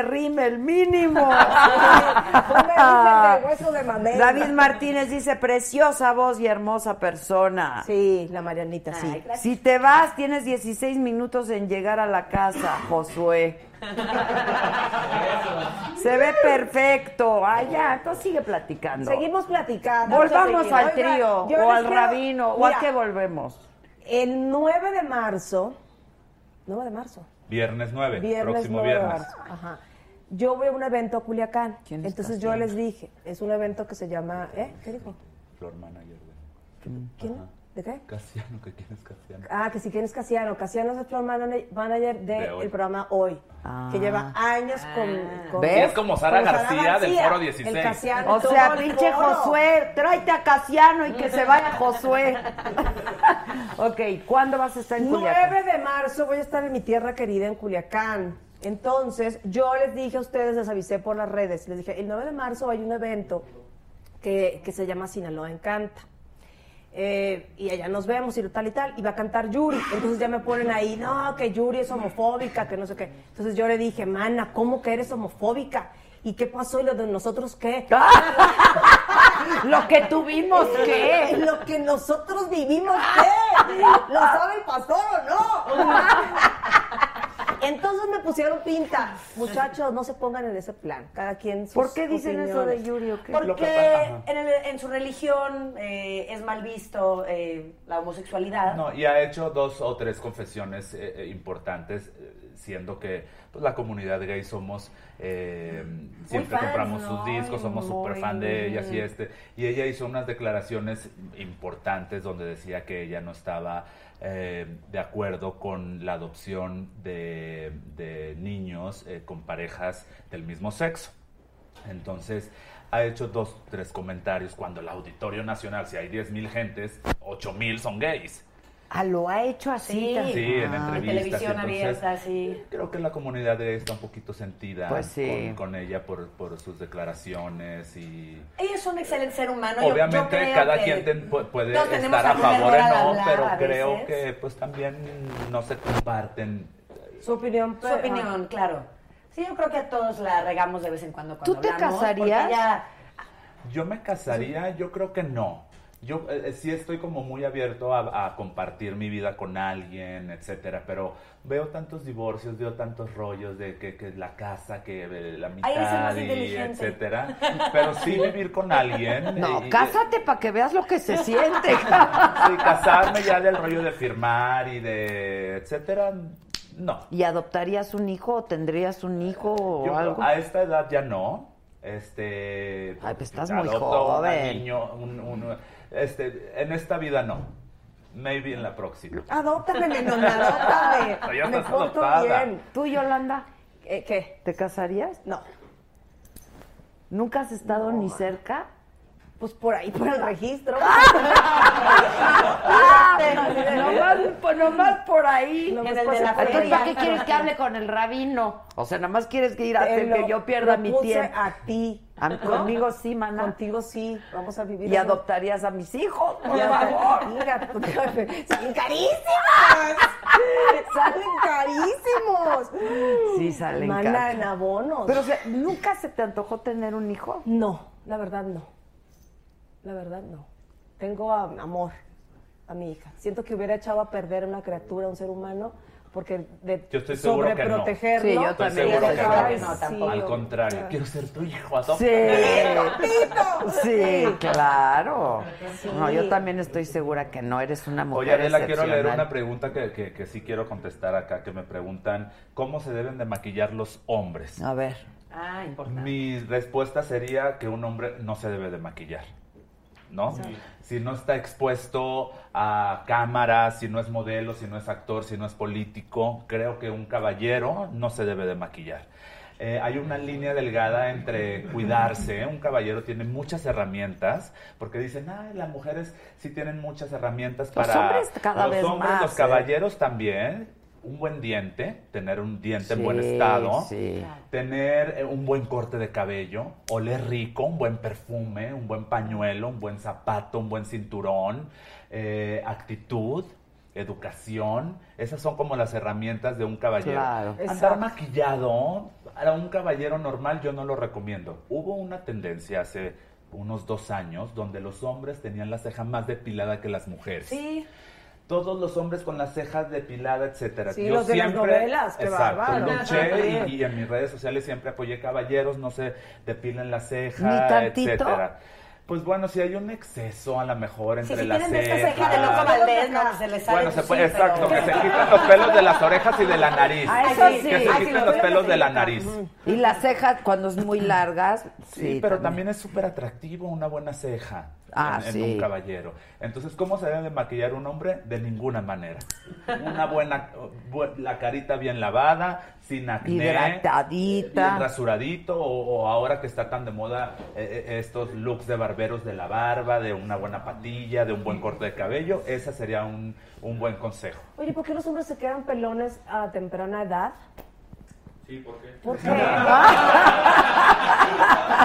A: el mínimo. Ah.
P: Ponme rímel de hueso de madera.
A: David Martínez dice, preciosa voz y hermosa persona.
P: Sí, la Marianita, sí.
A: Si te vas, tienes 16 minutos en llegar a la casa, Josué. Se ve perfecto. Ay, ya, entonces sigue platicando.
P: Seguimos platicando.
A: Volvamos al
P: Oigan, yo
A: trío, o
P: les
A: al
P: quiero-
A: rabino, o
P: Mira,
A: a qué volvemos.
P: El 9 de marzo, 9 de marzo,
D: Viernes 9,
P: viernes
D: próximo
P: 9 de
D: viernes.
P: marzo, ajá. Yo voy a un evento a Culiacán.
A: ¿Quién está
P: Entonces yo
A: haciendo?
P: les dije, es un evento que se llama, ¿eh? ¿Qué dijo?
D: Flor manager, güey.
P: ¿Quién? ¿De qué?
D: Casiano, que quieres Casiano.
P: Ah, que si quién es Casiano. Casiano es el floor manane- manager del
D: De hoy.
P: programa Hoy,
A: Ah.
P: que lleva años con... con-
A: ¿Ves?
D: Sí, es como Sara García del Foro 16.
P: El Casiano,
A: O
P: todo
A: sea,
P: el
A: pinche
P: foro.
A: Josué, tráete a Casiano y que se vaya Josué. ok, ¿cuándo vas a estar en Culiacán?
P: 9 de marzo voy a estar en mi tierra querida en Culiacán. Entonces, yo les dije a ustedes, les avisé por las redes, les dije, el 9 de marzo hay un evento que, que se llama Sinaloa Encanta. Eh, y allá nos vemos y tal y tal, y va a cantar Yuri. Entonces ya me ponen ahí, no, que Yuri es homofóbica, que no sé qué. Entonces yo le dije, mana, ¿cómo que eres homofóbica? ¿Y qué pasó? ¿Y lo de nosotros qué?
A: ¡Ah! Lo que tuvimos
P: ¿Qué?
A: que. Ah.
P: Lo que nosotros vivimos, ¿qué? ¿Lo sabe el pastor o no? Entonces me pusieron pinta. Muchachos, no se pongan en ese plan. Cada quien sus
A: ¿Por qué dicen eso de
P: opiniones.
A: Yuri o qué?
I: Porque en, el- en su religión eh, es mal visto eh, la homosexualidad.
D: No, y ha hecho dos o tres confesiones eh, eh, importantes, eh, siendo que pues, la comunidad gay somos, eh, siempre
I: fans,
D: compramos
I: ¿no?
D: sus discos, somos
I: Muy-
D: súper fan de ella y este. Y ella hizo unas declaraciones importantes donde decía que ella no estaba eh, de acuerdo con la adopción de, de niños eh, con parejas del mismo sexo. Entonces, ha hecho dos, tres comentarios cuando el Auditorio Nacional, si hay 10 mil gentes, 8 mil son gays.
A: Ah, lo ha hecho así.
D: Sí,
A: tan-
D: en
A: Ah,
D: entrevistas.
I: televisión
D: Entonces,
I: abierta, sí.
D: Creo que la comunidad está un poquito sentida
A: Pues sí.
D: con, con ella por, por sus declaraciones y...
I: Ella es un excelente ser humano. yo- yo
D: Obviamente
I: creo
D: cada
I: que-
D: quien ten- pu- puede
I: todos tenemos
D: estar
I: la
D: a favor o
I: manera de
D: no,
I: hablar
D: pero
I: a
D: creo
I: veces.
D: que pues también no se comparten.
P: Su opinión. ah.
I: Su opinión, claro. Sí, yo creo que a todos la regamos de vez en cuando cuando
A: ¿Tú te
I: hablamos,
A: casarías?
I: porque ella-
D: Yo me casaría, yo creo que no. Yo eh, eh, sí estoy como muy abierto a, a compartir mi vida con alguien, etcétera, pero veo tantos divorcios, veo tantos rollos de que, que la casa, que eh, la mitad,
I: Ay, eres el más
D: y
I: inteligente.
D: etcétera. Pero sí vivir con alguien.
A: No,
D: eh, y-
A: cásate para que veas lo que se siente.
D: Sí, casarme ya del rollo de firmar y de etcétera, no.
A: ¿Y adoptarías un hijo o tendrías un hijo o
D: Yo
A: algo?
D: a esta edad ya no. Este.
A: Ay, pues estás muy
D: adopto
A: joven.
D: Un niño, un- un- este, en esta vida no. Maybe en la próxima.
A: Ah,
P: Adóptame, menor, adóptame.
D: Pero ya
P: Me
D: estás
P: porto
D: adoptada.
P: bien.
A: ¿Tú, Yolanda,
P: Eh, ¿Qué?
A: te casarías?
P: No.
A: ¿Nunca has estado ni cerca?
P: Pues por ahí, por el registro.
A: Ah.
P: Este,
A: nomás, nomás pues, por ahí.
P: Nomás
A: pues, Entonces,
P: pues, por esa feria.
A: ¿Para qué quieres que hable con el rabino? O sea, nada más quieres que ir a
P: Te
A: hacer
P: lo-
A: que yo pierda
P: lo
A: mi
P: puse
A: tiempo.
P: a ti.
A: A- Conmigo sí, maná.
P: Contigo sí. Vamos a vivir.
A: Y adoptarías a mis hijos, por favor.
P: favor. ¡Salen carísimas! ¡Salen carísimos!
A: Sí, salen
P: Mana
A: caros.
P: en abonos.
A: Pero o sea, nunca se te antojó tener un hijo.
P: No, la verdad no. La verdad no. Tengo a- amor a mi hija. Siento que hubiera echado a perder una criatura, un ser humano, porque de
D: Yo estoy seguro que no.
P: sobreprotegerlo.
A: Sí, yo
D: Estoy
A: también
D: seguro
A: estoy
D: que
A: segura
D: no.
A: que no,
P: tampoco.
D: Al contrario, quiero ser tu hijo,
A: Sí.
D: adóptame.
A: Sí, claro. No, yo también estoy segura que no eres una mujer.
D: Oye, Adela, quiero
A: excepcional.
D: leer una pregunta que, que- que sí quiero contestar acá, que me preguntan, ¿cómo se deben de maquillar los hombres?
A: A ver.
I: Ah, importante.
D: Mi respuesta sería que un hombre no se debe de maquillar, ¿no? Si no está expuesto a cámaras, si no es modelo, si no es actor, si no es político, creo que un caballero no se debe de maquillar. Eh, hay una línea delgada entre cuidarse. Un caballero tiene muchas herramientas, porque dicen, ah, las mujeres sí tienen muchas herramientas
A: Los
D: para.
A: hombres cada
D: los
A: vez
D: hombres,
A: más,
D: Los
A: ¿eh?
D: caballeros también. Un buen diente, tener un diente en buen
A: Sí,
D: estado
A: sí.
D: tener eh, un buen corte de cabello, oler rico, un buen perfume, un buen pañuelo, un buen zapato, un buen cinturón, eh, actitud, educación. Esas son como las herramientas de un caballero.
A: Claro.
D: Andar maquillado a un caballero normal yo no lo recomiendo. Hubo una tendencia hace unos dos años donde los hombres tenían la ceja más depilada que las mujeres.
P: Sí,
D: Todos los hombres con las cejas depiladas, etcétera.
P: Sí, los de las novelas, qué
D: exacto,
P: bárbaro.
D: luché y, y en mis redes sociales siempre apoyé caballeros, no se depilen las cejas,
A: Ni tantito.
D: etcétera. Pues bueno, si hay un exceso a lo mejor
I: Sí,
D: entre
I: si
D: las
I: tienen de esta
D: cejas.
I: ceja de loco Valdés, no, que se les sale.
D: bueno, se
I: pues
D: puede,
I: sí, pero-
D: exacto, que se quiten los pelos de las orejas y de la nariz.
A: Ah, eso sí.
D: Que se
A: Ah,
I: sí,
D: quiten
I: lo
D: los
I: veo que
D: pelos
I: se
D: de la
I: quita.
D: nariz.
A: Y las cejas cuando es muy largas.
D: Sí, pero también, es súper atractivo una buena ceja
A: Ah,
D: en, en
A: sí.
D: un caballero. Entonces, ¿cómo se debe de maquillar un hombre? De ninguna manera. Una buena, bu- la carita bien lavada, sin acné.
A: Hidratadita.
D: bien rasuradito, o, o ahora que está tan de moda eh, eh, estos looks de barberos de la barba, de una buena patilla, de un buen corte de cabello. Ese sería un, un buen consejo.
P: Oye, ¿por qué los hombres se quedan pelones a temprana edad?
B: Sí, ¿por qué?
P: ¿Por qué?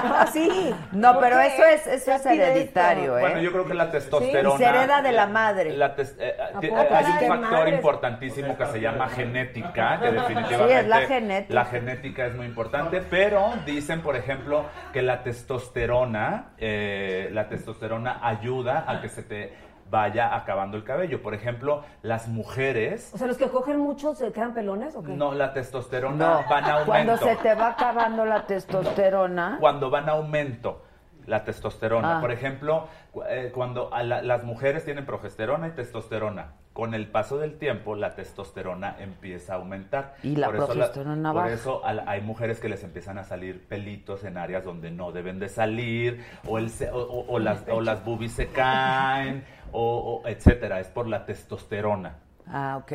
P: Ah, sí.
A: No,
P: ¿Por
A: pero
P: qué?
A: eso es, eso
P: Ya
A: es
P: pide esto.
A: hereditario, ¿eh?
D: Bueno, yo creo que la testosterona.
A: y se hereda de la madre.
D: la tes- eh, ti-
P: poco?
D: eh, hay
P: Ay,
D: un
P: qué
D: factor
P: madres.
D: importantísimo que se llama genética, que definitivamente.
A: Sí, es la genética.
D: la genética es muy importante, pero dicen, por ejemplo, que la testosterona, eh, la testosterona ayuda a que se te vaya acabando el cabello. Por ejemplo, las mujeres.
P: O sea, los que cogen mucho se quedan pelones o qué?
D: No, la testosterona
A: No,
D: va en aumento.
A: cuando se te va acabando la testosterona,
D: cuando van a aumento la testosterona.
A: Ah.
D: Por ejemplo, cu- eh, cuando a la- las mujeres tienen progesterona y testosterona, con el paso del tiempo la testosterona empieza a aumentar.
A: Y la
D: eso
A: progesterona
D: Por
A: baja.
D: eso a la- hay mujeres que les empiezan a salir pelitos en áreas donde no deben de salir, o, el se- o- o- o las, o las boobies se caen, o, o etcétera. Es por la testosterona.
A: Ah, ok.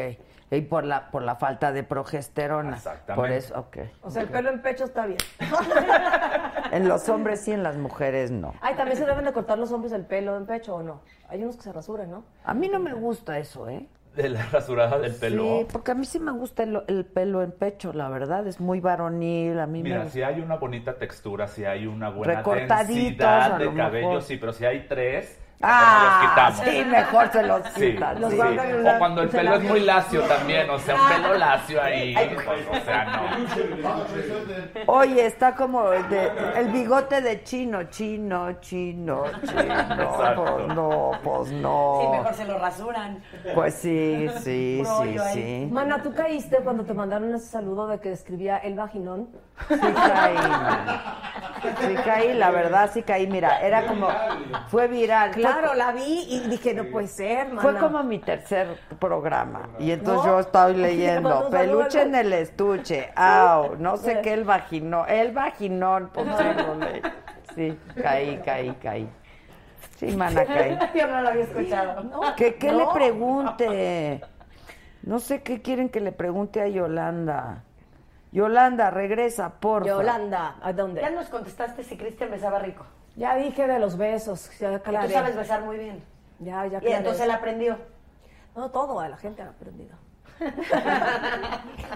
A: Y por la, por la falta de progesterona.
D: Exactamente.
A: Por eso, ok.
I: O sea, el pelo en pecho está bien.
A: En los hombres sí, en las mujeres no.
I: Ay, también se deben de cortar los hombres el pelo en pecho o no. Hay unos que se rasuran, ¿no?
A: A mí no me gusta eso, ¿eh?
D: De la rasurada del pelo.
A: Sí, porque a mí sí me gusta el, el pelo en pecho, la verdad. Es muy varonil. A mí me
D: Mira,
A: gusta.
D: si hay una bonita textura, si hay una buena
A: Recortaditos, a
D: densidad
A: lo
D: de cabello,
A: mejor.
D: sí, pero si hay tres,
A: Ah,
D: mejor los
A: sí,
D: quitamos.
A: mejor se los
D: Sí,
A: quitan.
D: sí.
A: sí.
D: O cuando el pelo es muy lacio también, o sea, un pelo lacio ahí, pues, o sea, no.
A: Oye, está como el de- el bigote de chino, chino, chino, chino.
D: Exacto.
A: Pues no, pues no.
Q: Sí, mejor se lo rasuran.
A: Pues sí, sí,
Q: Puro
A: sí,
Q: hoyo ahí.
A: sí.
I: Mana, ¿tú caíste cuando te mandaron ese saludo de que escribía el vaginón?
A: Sí caí. Sí caí, la verdad, sí caí. Mira, era como. Fue viral. Fue-
I: Claro, la vi y dije, no puede ser, mana.
A: Fue como mi tercer programa. Y entonces
I: ¿No?
A: yo estoy
I: Le
A: leyendo.
I: mandó
A: Peluche en
I: saludos.
A: el estuche. Au. No sé qué el vaginón. El vaginón. Pues sí, lo leí. Sí, caí, caí, caí. Sí, mana, caí.
I: Yo no lo había escuchado. No,
A: Que qué
I: No.
A: le pregunte. No sé qué quieren que le pregunte a Yolanda. Yolanda, regresa, por
I: Yolanda, ¿a dónde?
Q: Ya nos contestaste si Cristian besaba rico.
I: Ya dije de los besos, ya aclaré.
Q: Tú sabes besar muy bien.
I: Ya, ya
Q: Y
I: aclaré.
Q: entonces él aprendió.
I: No, todo, la gente ha aprendido.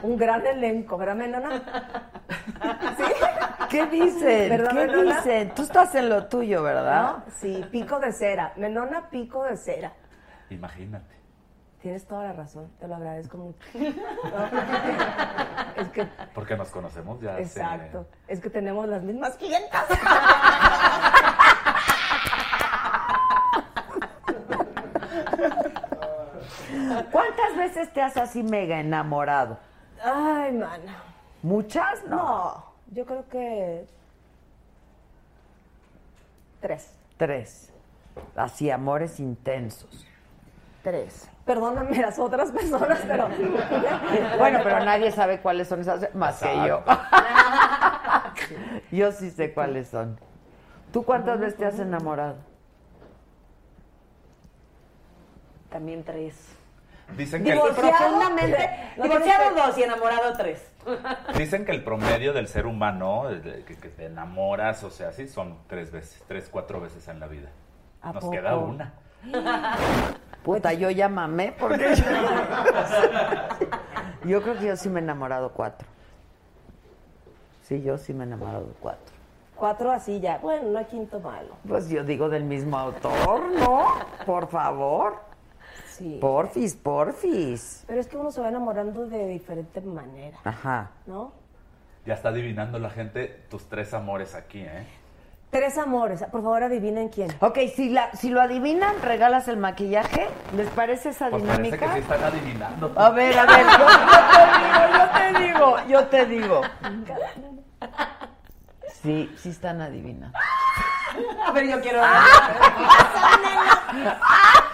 I: Un gran elenco, ¿verdad, Melona? ¿Sí?
A: ¿Qué dicen?
I: ¿Verdad,
A: ¿Qué
I: Manuela?
A: dicen? Tú estás en lo tuyo, ¿verdad?
I: ¿No? Sí, pico de cera. Melona, pico de cera.
D: Imagínate.
I: Tienes toda la razón, te lo agradezco mucho. es que,
D: Porque nos conocemos ya. hace-
I: exacto, es que tenemos las mismas clientas.
A: ¿Cuántas veces te has así mega enamorado?
I: Ay, mana.
A: ¿Muchas? No.
I: No, yo creo que tres.
A: Tres. Así, amores intensos.
I: Tres. Perdóname las otras personas, pero.
A: Bueno, pero nadie sabe cuáles son esas, más que yo. yo sí sé cuáles son. ¿Tú cuántas veces te has enamorado?
Q: También tres.
D: Dicen que, el,
Q: Divorciado,
I: profundamente. eh, No,
Q: divorciado
I: pero-
Q: dos y enamorado tres.
D: dicen que el promedio del ser humano, el de- que, que te enamoras, o sea, sí, son tres veces, tres, cuatro veces en la vida.
A: ¿A
D: Nos
A: poco?
D: queda una.
A: Puta, yo ya mamé porque yo... Yo creo que yo sí me he enamorado cuatro. Sí, yo sí me he enamorado cuatro.
I: Cuatro así ya. Bueno, no hay quinto malo.
A: Pues yo digo del mismo autor, ¿no? Por favor.
I: Sí.
A: Porfis, porfis.
I: Pero es que uno se va enamorando de diferente manera,
A: Ajá.
I: ¿no?
D: Ya está adivinando la gente tus tres amores aquí, ¿eh?
I: Tres amores. Por favor, adivinen quién.
A: Ok, si, la, si lo adivinan, regalas el maquillaje. ¿Les parece esa
D: Pues parece que
A: dinámica?
D: sí están adivinando.
A: A ver, a ver, yo, yo te digo, yo te digo, yo te digo. Sí, sí están adivinando. Ah,
Q: A ver, yo quiero.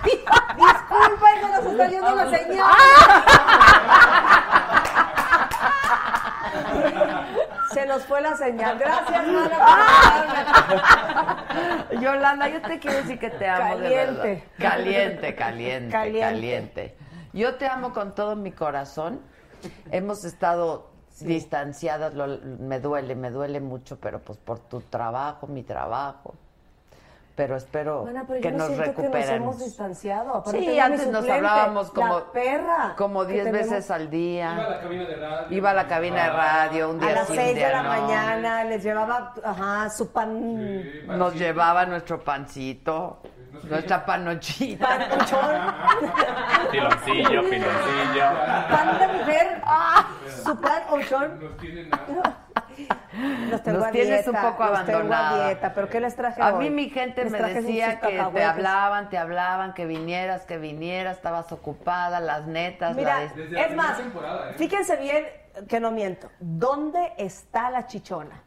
I: Disculpa, hijo, nos está yendo la señal.
A: Ah.
I: Se nos fue la señal. Gracias, Mara.
A: Yolanda, yo te quiero decir que te amo de
I: Caliente.
A: verdad. Caliente, caliente,
I: Caliente.
A: caliente, Yo te amo con todo mi corazón. Hemos estado distanciadas, lo- me duele, me duele mucho, pero pues por tu trabajo, mi trabajo. Pero espero
I: Bueno, pero
A: que
I: yo no
A: nos
I: siento que nos
A: recuperemos.
I: hemos distanciado. Aparte,
A: sí,
I: tengo
A: antes
I: mi
A: nos
I: suplente,
A: hablábamos como
I: la perra
A: como
I: que
A: 10
I: tenemos.
A: veces al
B: Iba a la
A: día.
B: cabina de radio.
A: Iba a la cabina
B: Ah,
A: de radio un día
I: A las
A: sí, un
I: seis de
A: día
I: la
A: no.
I: mañana les llevaba ajá, su pan.
B: Sí, para
A: Mm, Nos
B: sí.
A: llevaba nuestro pancito, nuestra panochita.
D: Piloncillo, piloncillo.
I: Pan de mujer, su pan ochón.
B: Nos tienen a...
I: Los tengo
A: Nos
I: a
A: tienes
I: dieta,
A: un poco
I: los tengo a
A: abandonada.
I: dieta, pero ¿qué les traje
A: A
I: hoy?
A: mí mi gente
I: Les
A: me
I: traje sus
A: decía que te
I: cacahuetes.
A: hablaban, te hablaban, que vinieras, que vinieras, estabas ocupada, las netas, la
I: Mira,
A: de-
B: Desde la
I: es más,
B: primera temporada, ¿eh?
I: fíjense bien que no miento. ¿Dónde está la chichona?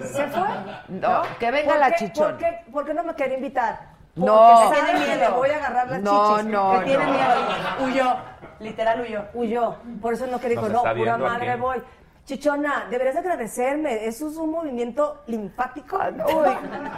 I: ¿Se fue?
A: No, que venga
I: ¿Por
A: la
I: qué-
A: chichona.
I: ¿por qué, por qué no me quería invitar?
A: No.
I: Porque sabe
A: Tiene
I: que
A: miedo.
I: le voy a agarrar las
A: No,
I: chichis.
A: no,
I: Me tiene
A: no.
I: miedo.
Q: Huyó. Literal huyó.
I: Huyó. Por eso no quería,
D: Nos
I: dijo, no,
D: está
I: pura
D: viendo
I: madre
D: aquí.
I: voy. Chichona, deberías agradecerme. Eso es un movimiento linfático.
A: Ah, Uy,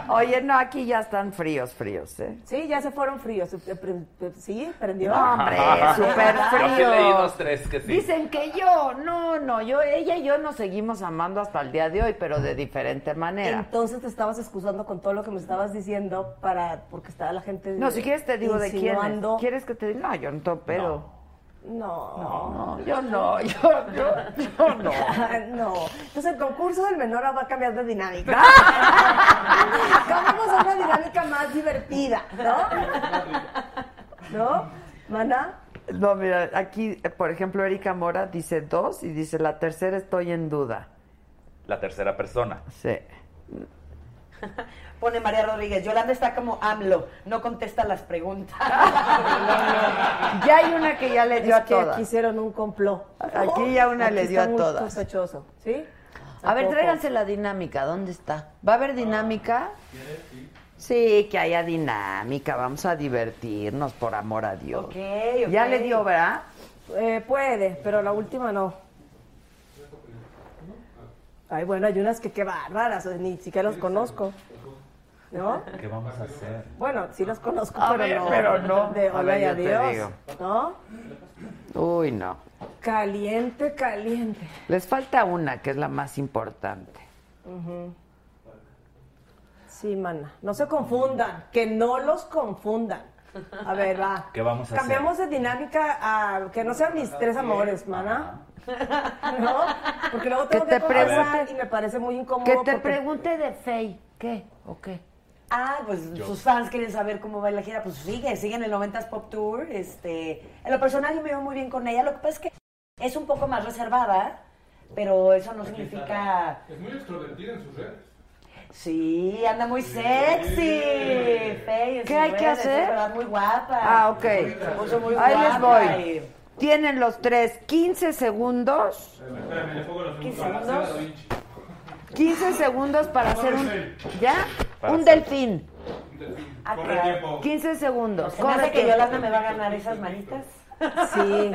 A: oye, no, aquí ya están fríos, fríos, ¿eh?
I: Sí, ya se fueron fríos. Pre- pre- pre- Sí, prendió.
A: No, hombre, súper frío.
D: Yo sí leí dos, tres que sí.
A: Dicen que yo, no, no, yo, ella y yo nos seguimos amando hasta el día de hoy, pero de diferente manera.
I: Entonces te estabas excusando con todo lo que me estabas diciendo para porque estaba la gente
A: No, si quieres te digo de quién.
I: insinuando.
A: ¿Quieres que te diga? No, yo no tengo pedo.
I: No.
A: No, yo no, yo, yo, yo no.
I: Ah, No, entonces el concurso del menor va a cambiar de dinámica. Cambiamos a una dinámica más divertida, ¿no? ¿No? ¿Mana?
A: No, mira, aquí, eh, por ejemplo, Erika Mora dice dos y dice la tercera estoy en duda.
D: La tercera persona.
A: Sí.
F: Pone María Rodríguez, Yolanda está como AMLO, no contesta las preguntas.
A: Ya hay una que ya le dio a
I: Es que
A: todas.
I: aquí hicieron un complot.
A: Aquí ya una
I: Aquí
A: le dio
I: está
A: a
I: muy
A: todas.
I: sospechoso, ¿sí?
A: A ver,
I: Tampoco.
A: tráiganse la dinámica, ¿dónde está? ¿Va a haber dinámica? Sí, que haya dinámica, vamos a divertirnos, por amor a Dios.
F: Ok,
A: Ya
F: ok.
A: le dio, ¿verdad?
I: Eh, puede, pero la última no. Ay, bueno, hay unas que qué bárbaras, o ni siquiera las conozco. ¿No?
D: ¿Qué vamos a hacer?
I: Bueno, sí las conozco,
A: A
I: pero,
A: ver, pero
I: no,
A: no.
I: De
A: A
I: hola
A: ver,
I: y
A: yo te digo.
I: adiós. ¿No?
A: Uy, no.
I: Caliente, caliente.
A: Les falta una, que es la más importante.
I: Sí, mana. No se confundan. Que no los confundan. A ver, va.
D: ¿Qué vamos a hacer?
I: Cambiamos de dinámica a que no sean mis tres amores, mana. ¿No? Porque luego tengo
A: Que
I: que,
A: te
I: conversar
A: pregunte-
I: y me parece muy incómodo.
A: Que te
I: porque-
A: pregunte de Fey, ¿qué? ¿O qué?
F: Ah, pues sus fans quieren saber cómo va la gira, pues sigue, sigue en el 90s Pop Tour. Este, en lo personal yo me veo muy bien con ella, lo que pasa es que es un poco más reservada, pero eso no significa...
B: Es muy extrovertida en sus redes.
F: Sí, anda muy sexy. Fey, en
A: ¿Qué
F: sus
A: hay que
F: redes,
A: hacer?
F: es verdad, muy guapa.
A: Ah, ok.
F: Se puso muy
A: Ahí les
F: guapa
A: voy.
F: y-
A: Tienen los tres 15 segundos,
B: Espérame, le pongo los
F: ¿Qué
B: segundos.
F: segundos?
B: Hacer Da Vinci.
A: 15 segundos para hacer un... ¿Ya?
D: Para
A: un
D: hacer-
A: delfín.
F: Ah,
B: Corre
F: claro.
B: tiempo.
A: 15 segundos.
F: Se me hace
A: corre
F: que
A: tiempo.
F: Yolanda me va a ganar esas manitas.
I: este Sí.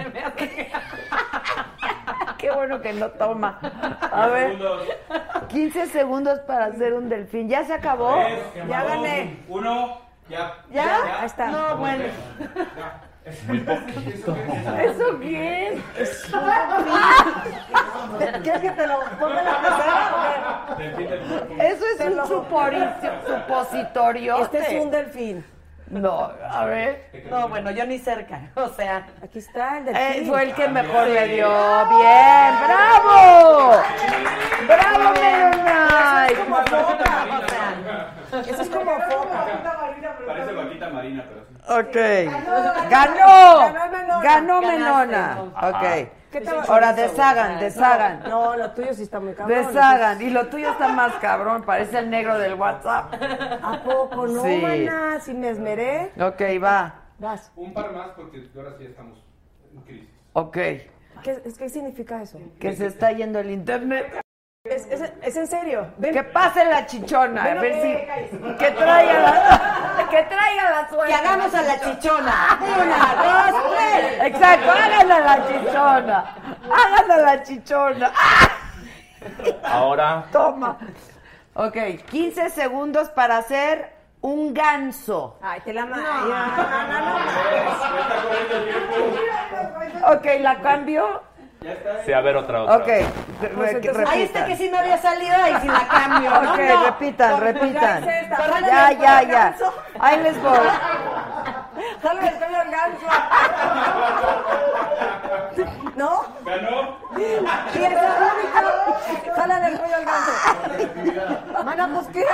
A: Qué bueno que no toma. A ver,
B: Segundos.
A: 15 segundos para hacer un delfín. ¿Ya se acabó?
B: Tres, que
I: Ya
B: marcó.
I: gané.
B: Uno, ya.
A: ¿Ya?
I: Ahí está.
A: No, bueno. ¿Eso qué es?
I: ¿Quieres que te lo ponga en la pecera? A ver.
A: Eso es un suporicio- supositorio.
I: Este es un delfín.
A: No, a ver.
F: No, bueno, yo ni cerca. O sea,
I: Aquí está el
A: Eh,
I: delfín.
A: fue el que mejor le dio. Bien, bravo. Bravo,
I: Eso es como
A: Melonite.
I: foca, o sea. Eso Este es como foca.
B: Parece vaquita marina, pero sí.
A: Ok.
I: Ganó.
A: Ganó.
I: Ganó Melona.
A: Ganó
F: Ganaste,
A: Melona.
F: entonces.
I: ¿Qué
A: Ok.
I: tal?
A: Ahora deshagan, deshagan.
I: No, lo tuyo sí está muy cabrón.
A: Deshagan. Y lo tuyo está más cabrón. Parece el negro del WhatsApp.
I: ¿A poco no,
A: Sí.
I: mana? Si me esmeré.
A: Ok, va.
I: Vas.
B: Un par más porque ahora sí estamos en crisis.
A: Ok.
I: ¿Qué, es, ¿Qué significa eso?
A: Que se está yendo el internet.
I: ¿Es, es- es en serio? Ven.
A: Que pase la chichona. A
I: Ven,
A: ver
I: ven,
A: si. Que traiga la. Que traiga la suerte.
F: que hagamos a la chichona. Una, dos, tres.
A: Exacto, háganla a la chichona. Háganla a la chichona.
D: Ahora,
A: Toma. Ok, 15 segundos para hacer un ganso.
I: Ay, te la ma- ya, no, no, no.
A: Ok, la cambio.
D: sí, a ver otra, otra.
A: Ok, re-
I: Pues entonces-
A: repitan.
F: Ahí está que sí me había salido y si la cambio, ¿no?
A: Ok,
F: No.
A: repitan, repitan.
I: hice esta,
A: Ya,
I: jálale el
A: ya,
I: pelo
A: ya.
I: ganso.
A: Ahí les voy.
I: Jálame el pelo al ganso. ¿No?
B: ¿Ganó?
I: Y el público. Jálale el pelo al ganso. Mana, pues qué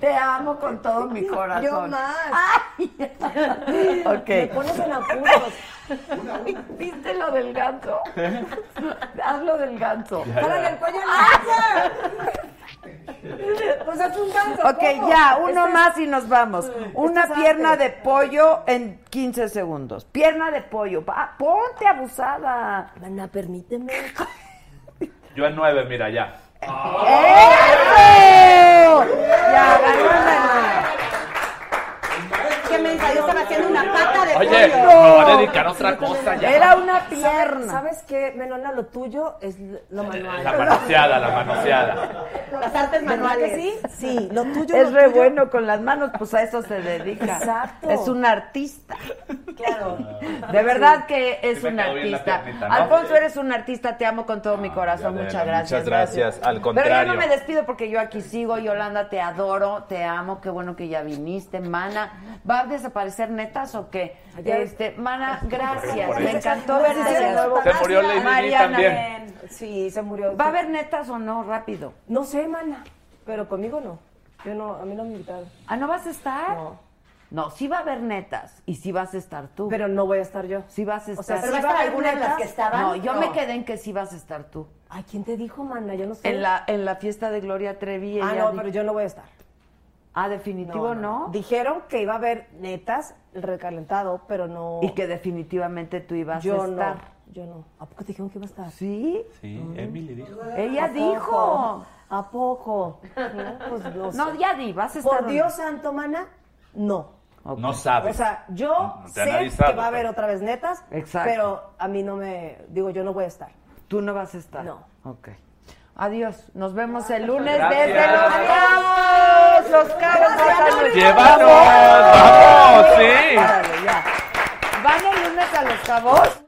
A: Te amo con todo mi corazón.
I: Yo más.
A: Ok.
I: Me pones en apuros.
A: ¿Viste lo del ganso? Haz lo del ganso.
I: Jálale el cuello al ganso. Pues es un ganso.
A: Ok,
I: ¿cómo?
A: ya, uno
I: Este-
A: más y nos vamos. Una
I: es
A: pierna
I: arte.
A: de pollo en 15 segundos. Pierna de pollo. Pa- ponte abusada.
I: Mana, permíteme.
D: Yo en nueve, mira, ya.
A: ¡Eso! Ya, ganó la
F: Que me enseñe
R: sea, yo estaba haciendo una pata de
F: Oye,
R: pollo.
F: me voy a dedicar a otra cosa ya.
I: Era una pierna. ¿Sabes qué, Melona? Lo tuyo es lo manual.
F: La manoseada, la manoseada.
R: Las artes
I: ¿Verdad que
R: manuales.
I: sí? Sí, lo tuyo
A: Es
I: lo
A: re
I: tuyo-
A: bueno con las manos, pues a eso se dedica.
I: Exacto.
A: Es un artista.
R: Claro.
A: De verdad que es
D: Sí me
A: un
D: quedó bien la
A: artista.
D: piernita, ¿no?
A: Alfonso, eres un artista, te amo con todo mi corazón.
D: Adela,
A: muchas gracias.
D: muchas gracias, al
A: Pero yo
D: contrario.
A: no me despido porque yo aquí sigo. Yolanda, te adoro, te amo. Qué bueno que ya viniste, Mana. ¿Va a desaparecer netas o qué?
I: Ayer.
A: Este, Mana, gracias.
D: Por
A: Me
D: eso.
A: encantó verte de
I: Gracias.
A: nuevo.
F: Se murió Lady Di
A: Mariana.
F: también.
I: Sí, se murió.
A: ¿Va a haber netas o no? Rápido.
I: No sé, mana, pero conmigo no. Yo no, a mí no me invitaron.
A: ¿Ah, no vas a estar?
I: No.
A: No, sí va a haber netas y sí vas a estar tú.
I: Pero no voy a estar yo.
A: Sí vas a estar.
I: O sea,
A: ¿sí
I: pero
A: va
I: va a estar
A: haber
I: alguna de las
A: netas?
I: que estaban.
A: No, yo
I: No.
A: me quedé en que sí vas a estar tú.
I: Ay, ¿quién te dijo, mana? Yo no sé.
A: En la en la fiesta de Gloria Trevi.
I: Ah,
A: ella
I: no,
A: di-
I: pero yo no voy a estar.
A: Ah, definitivo no.
I: Dijeron que iba a haber netas, el recalentado, pero no.
A: Y que definitivamente tú ibas
I: yo
A: a estar.
I: no. Yo no. ¿A poco te dijeron que iba a estar?
A: Sí,
D: Sí, Emily dijo.
A: ella
I: ¿A
A: dijo.
I: poco? ¿A poco? No, pues no sé.
A: No, ya di, vas a estar.
I: Por Dios santo, mana, no.
A: Ok.
D: No sabes.
I: O sea, yo
D: No te
I: sé
D: han avisado,
I: que va a haber
D: pero-
I: otra vez netas,
A: Exacto.
I: pero a mí no me... Digo, yo no voy a estar.
A: Tú no vas a estar.
I: No.
A: Ok. Adiós. Nos vemos el lunes
D: Gracias.
A: desde Los Cabos. Los Cabos. Guadalupe.
F: Llévanos, vamos, sí.
A: Órale, ya. ¿Van el lunes a Los Cabos?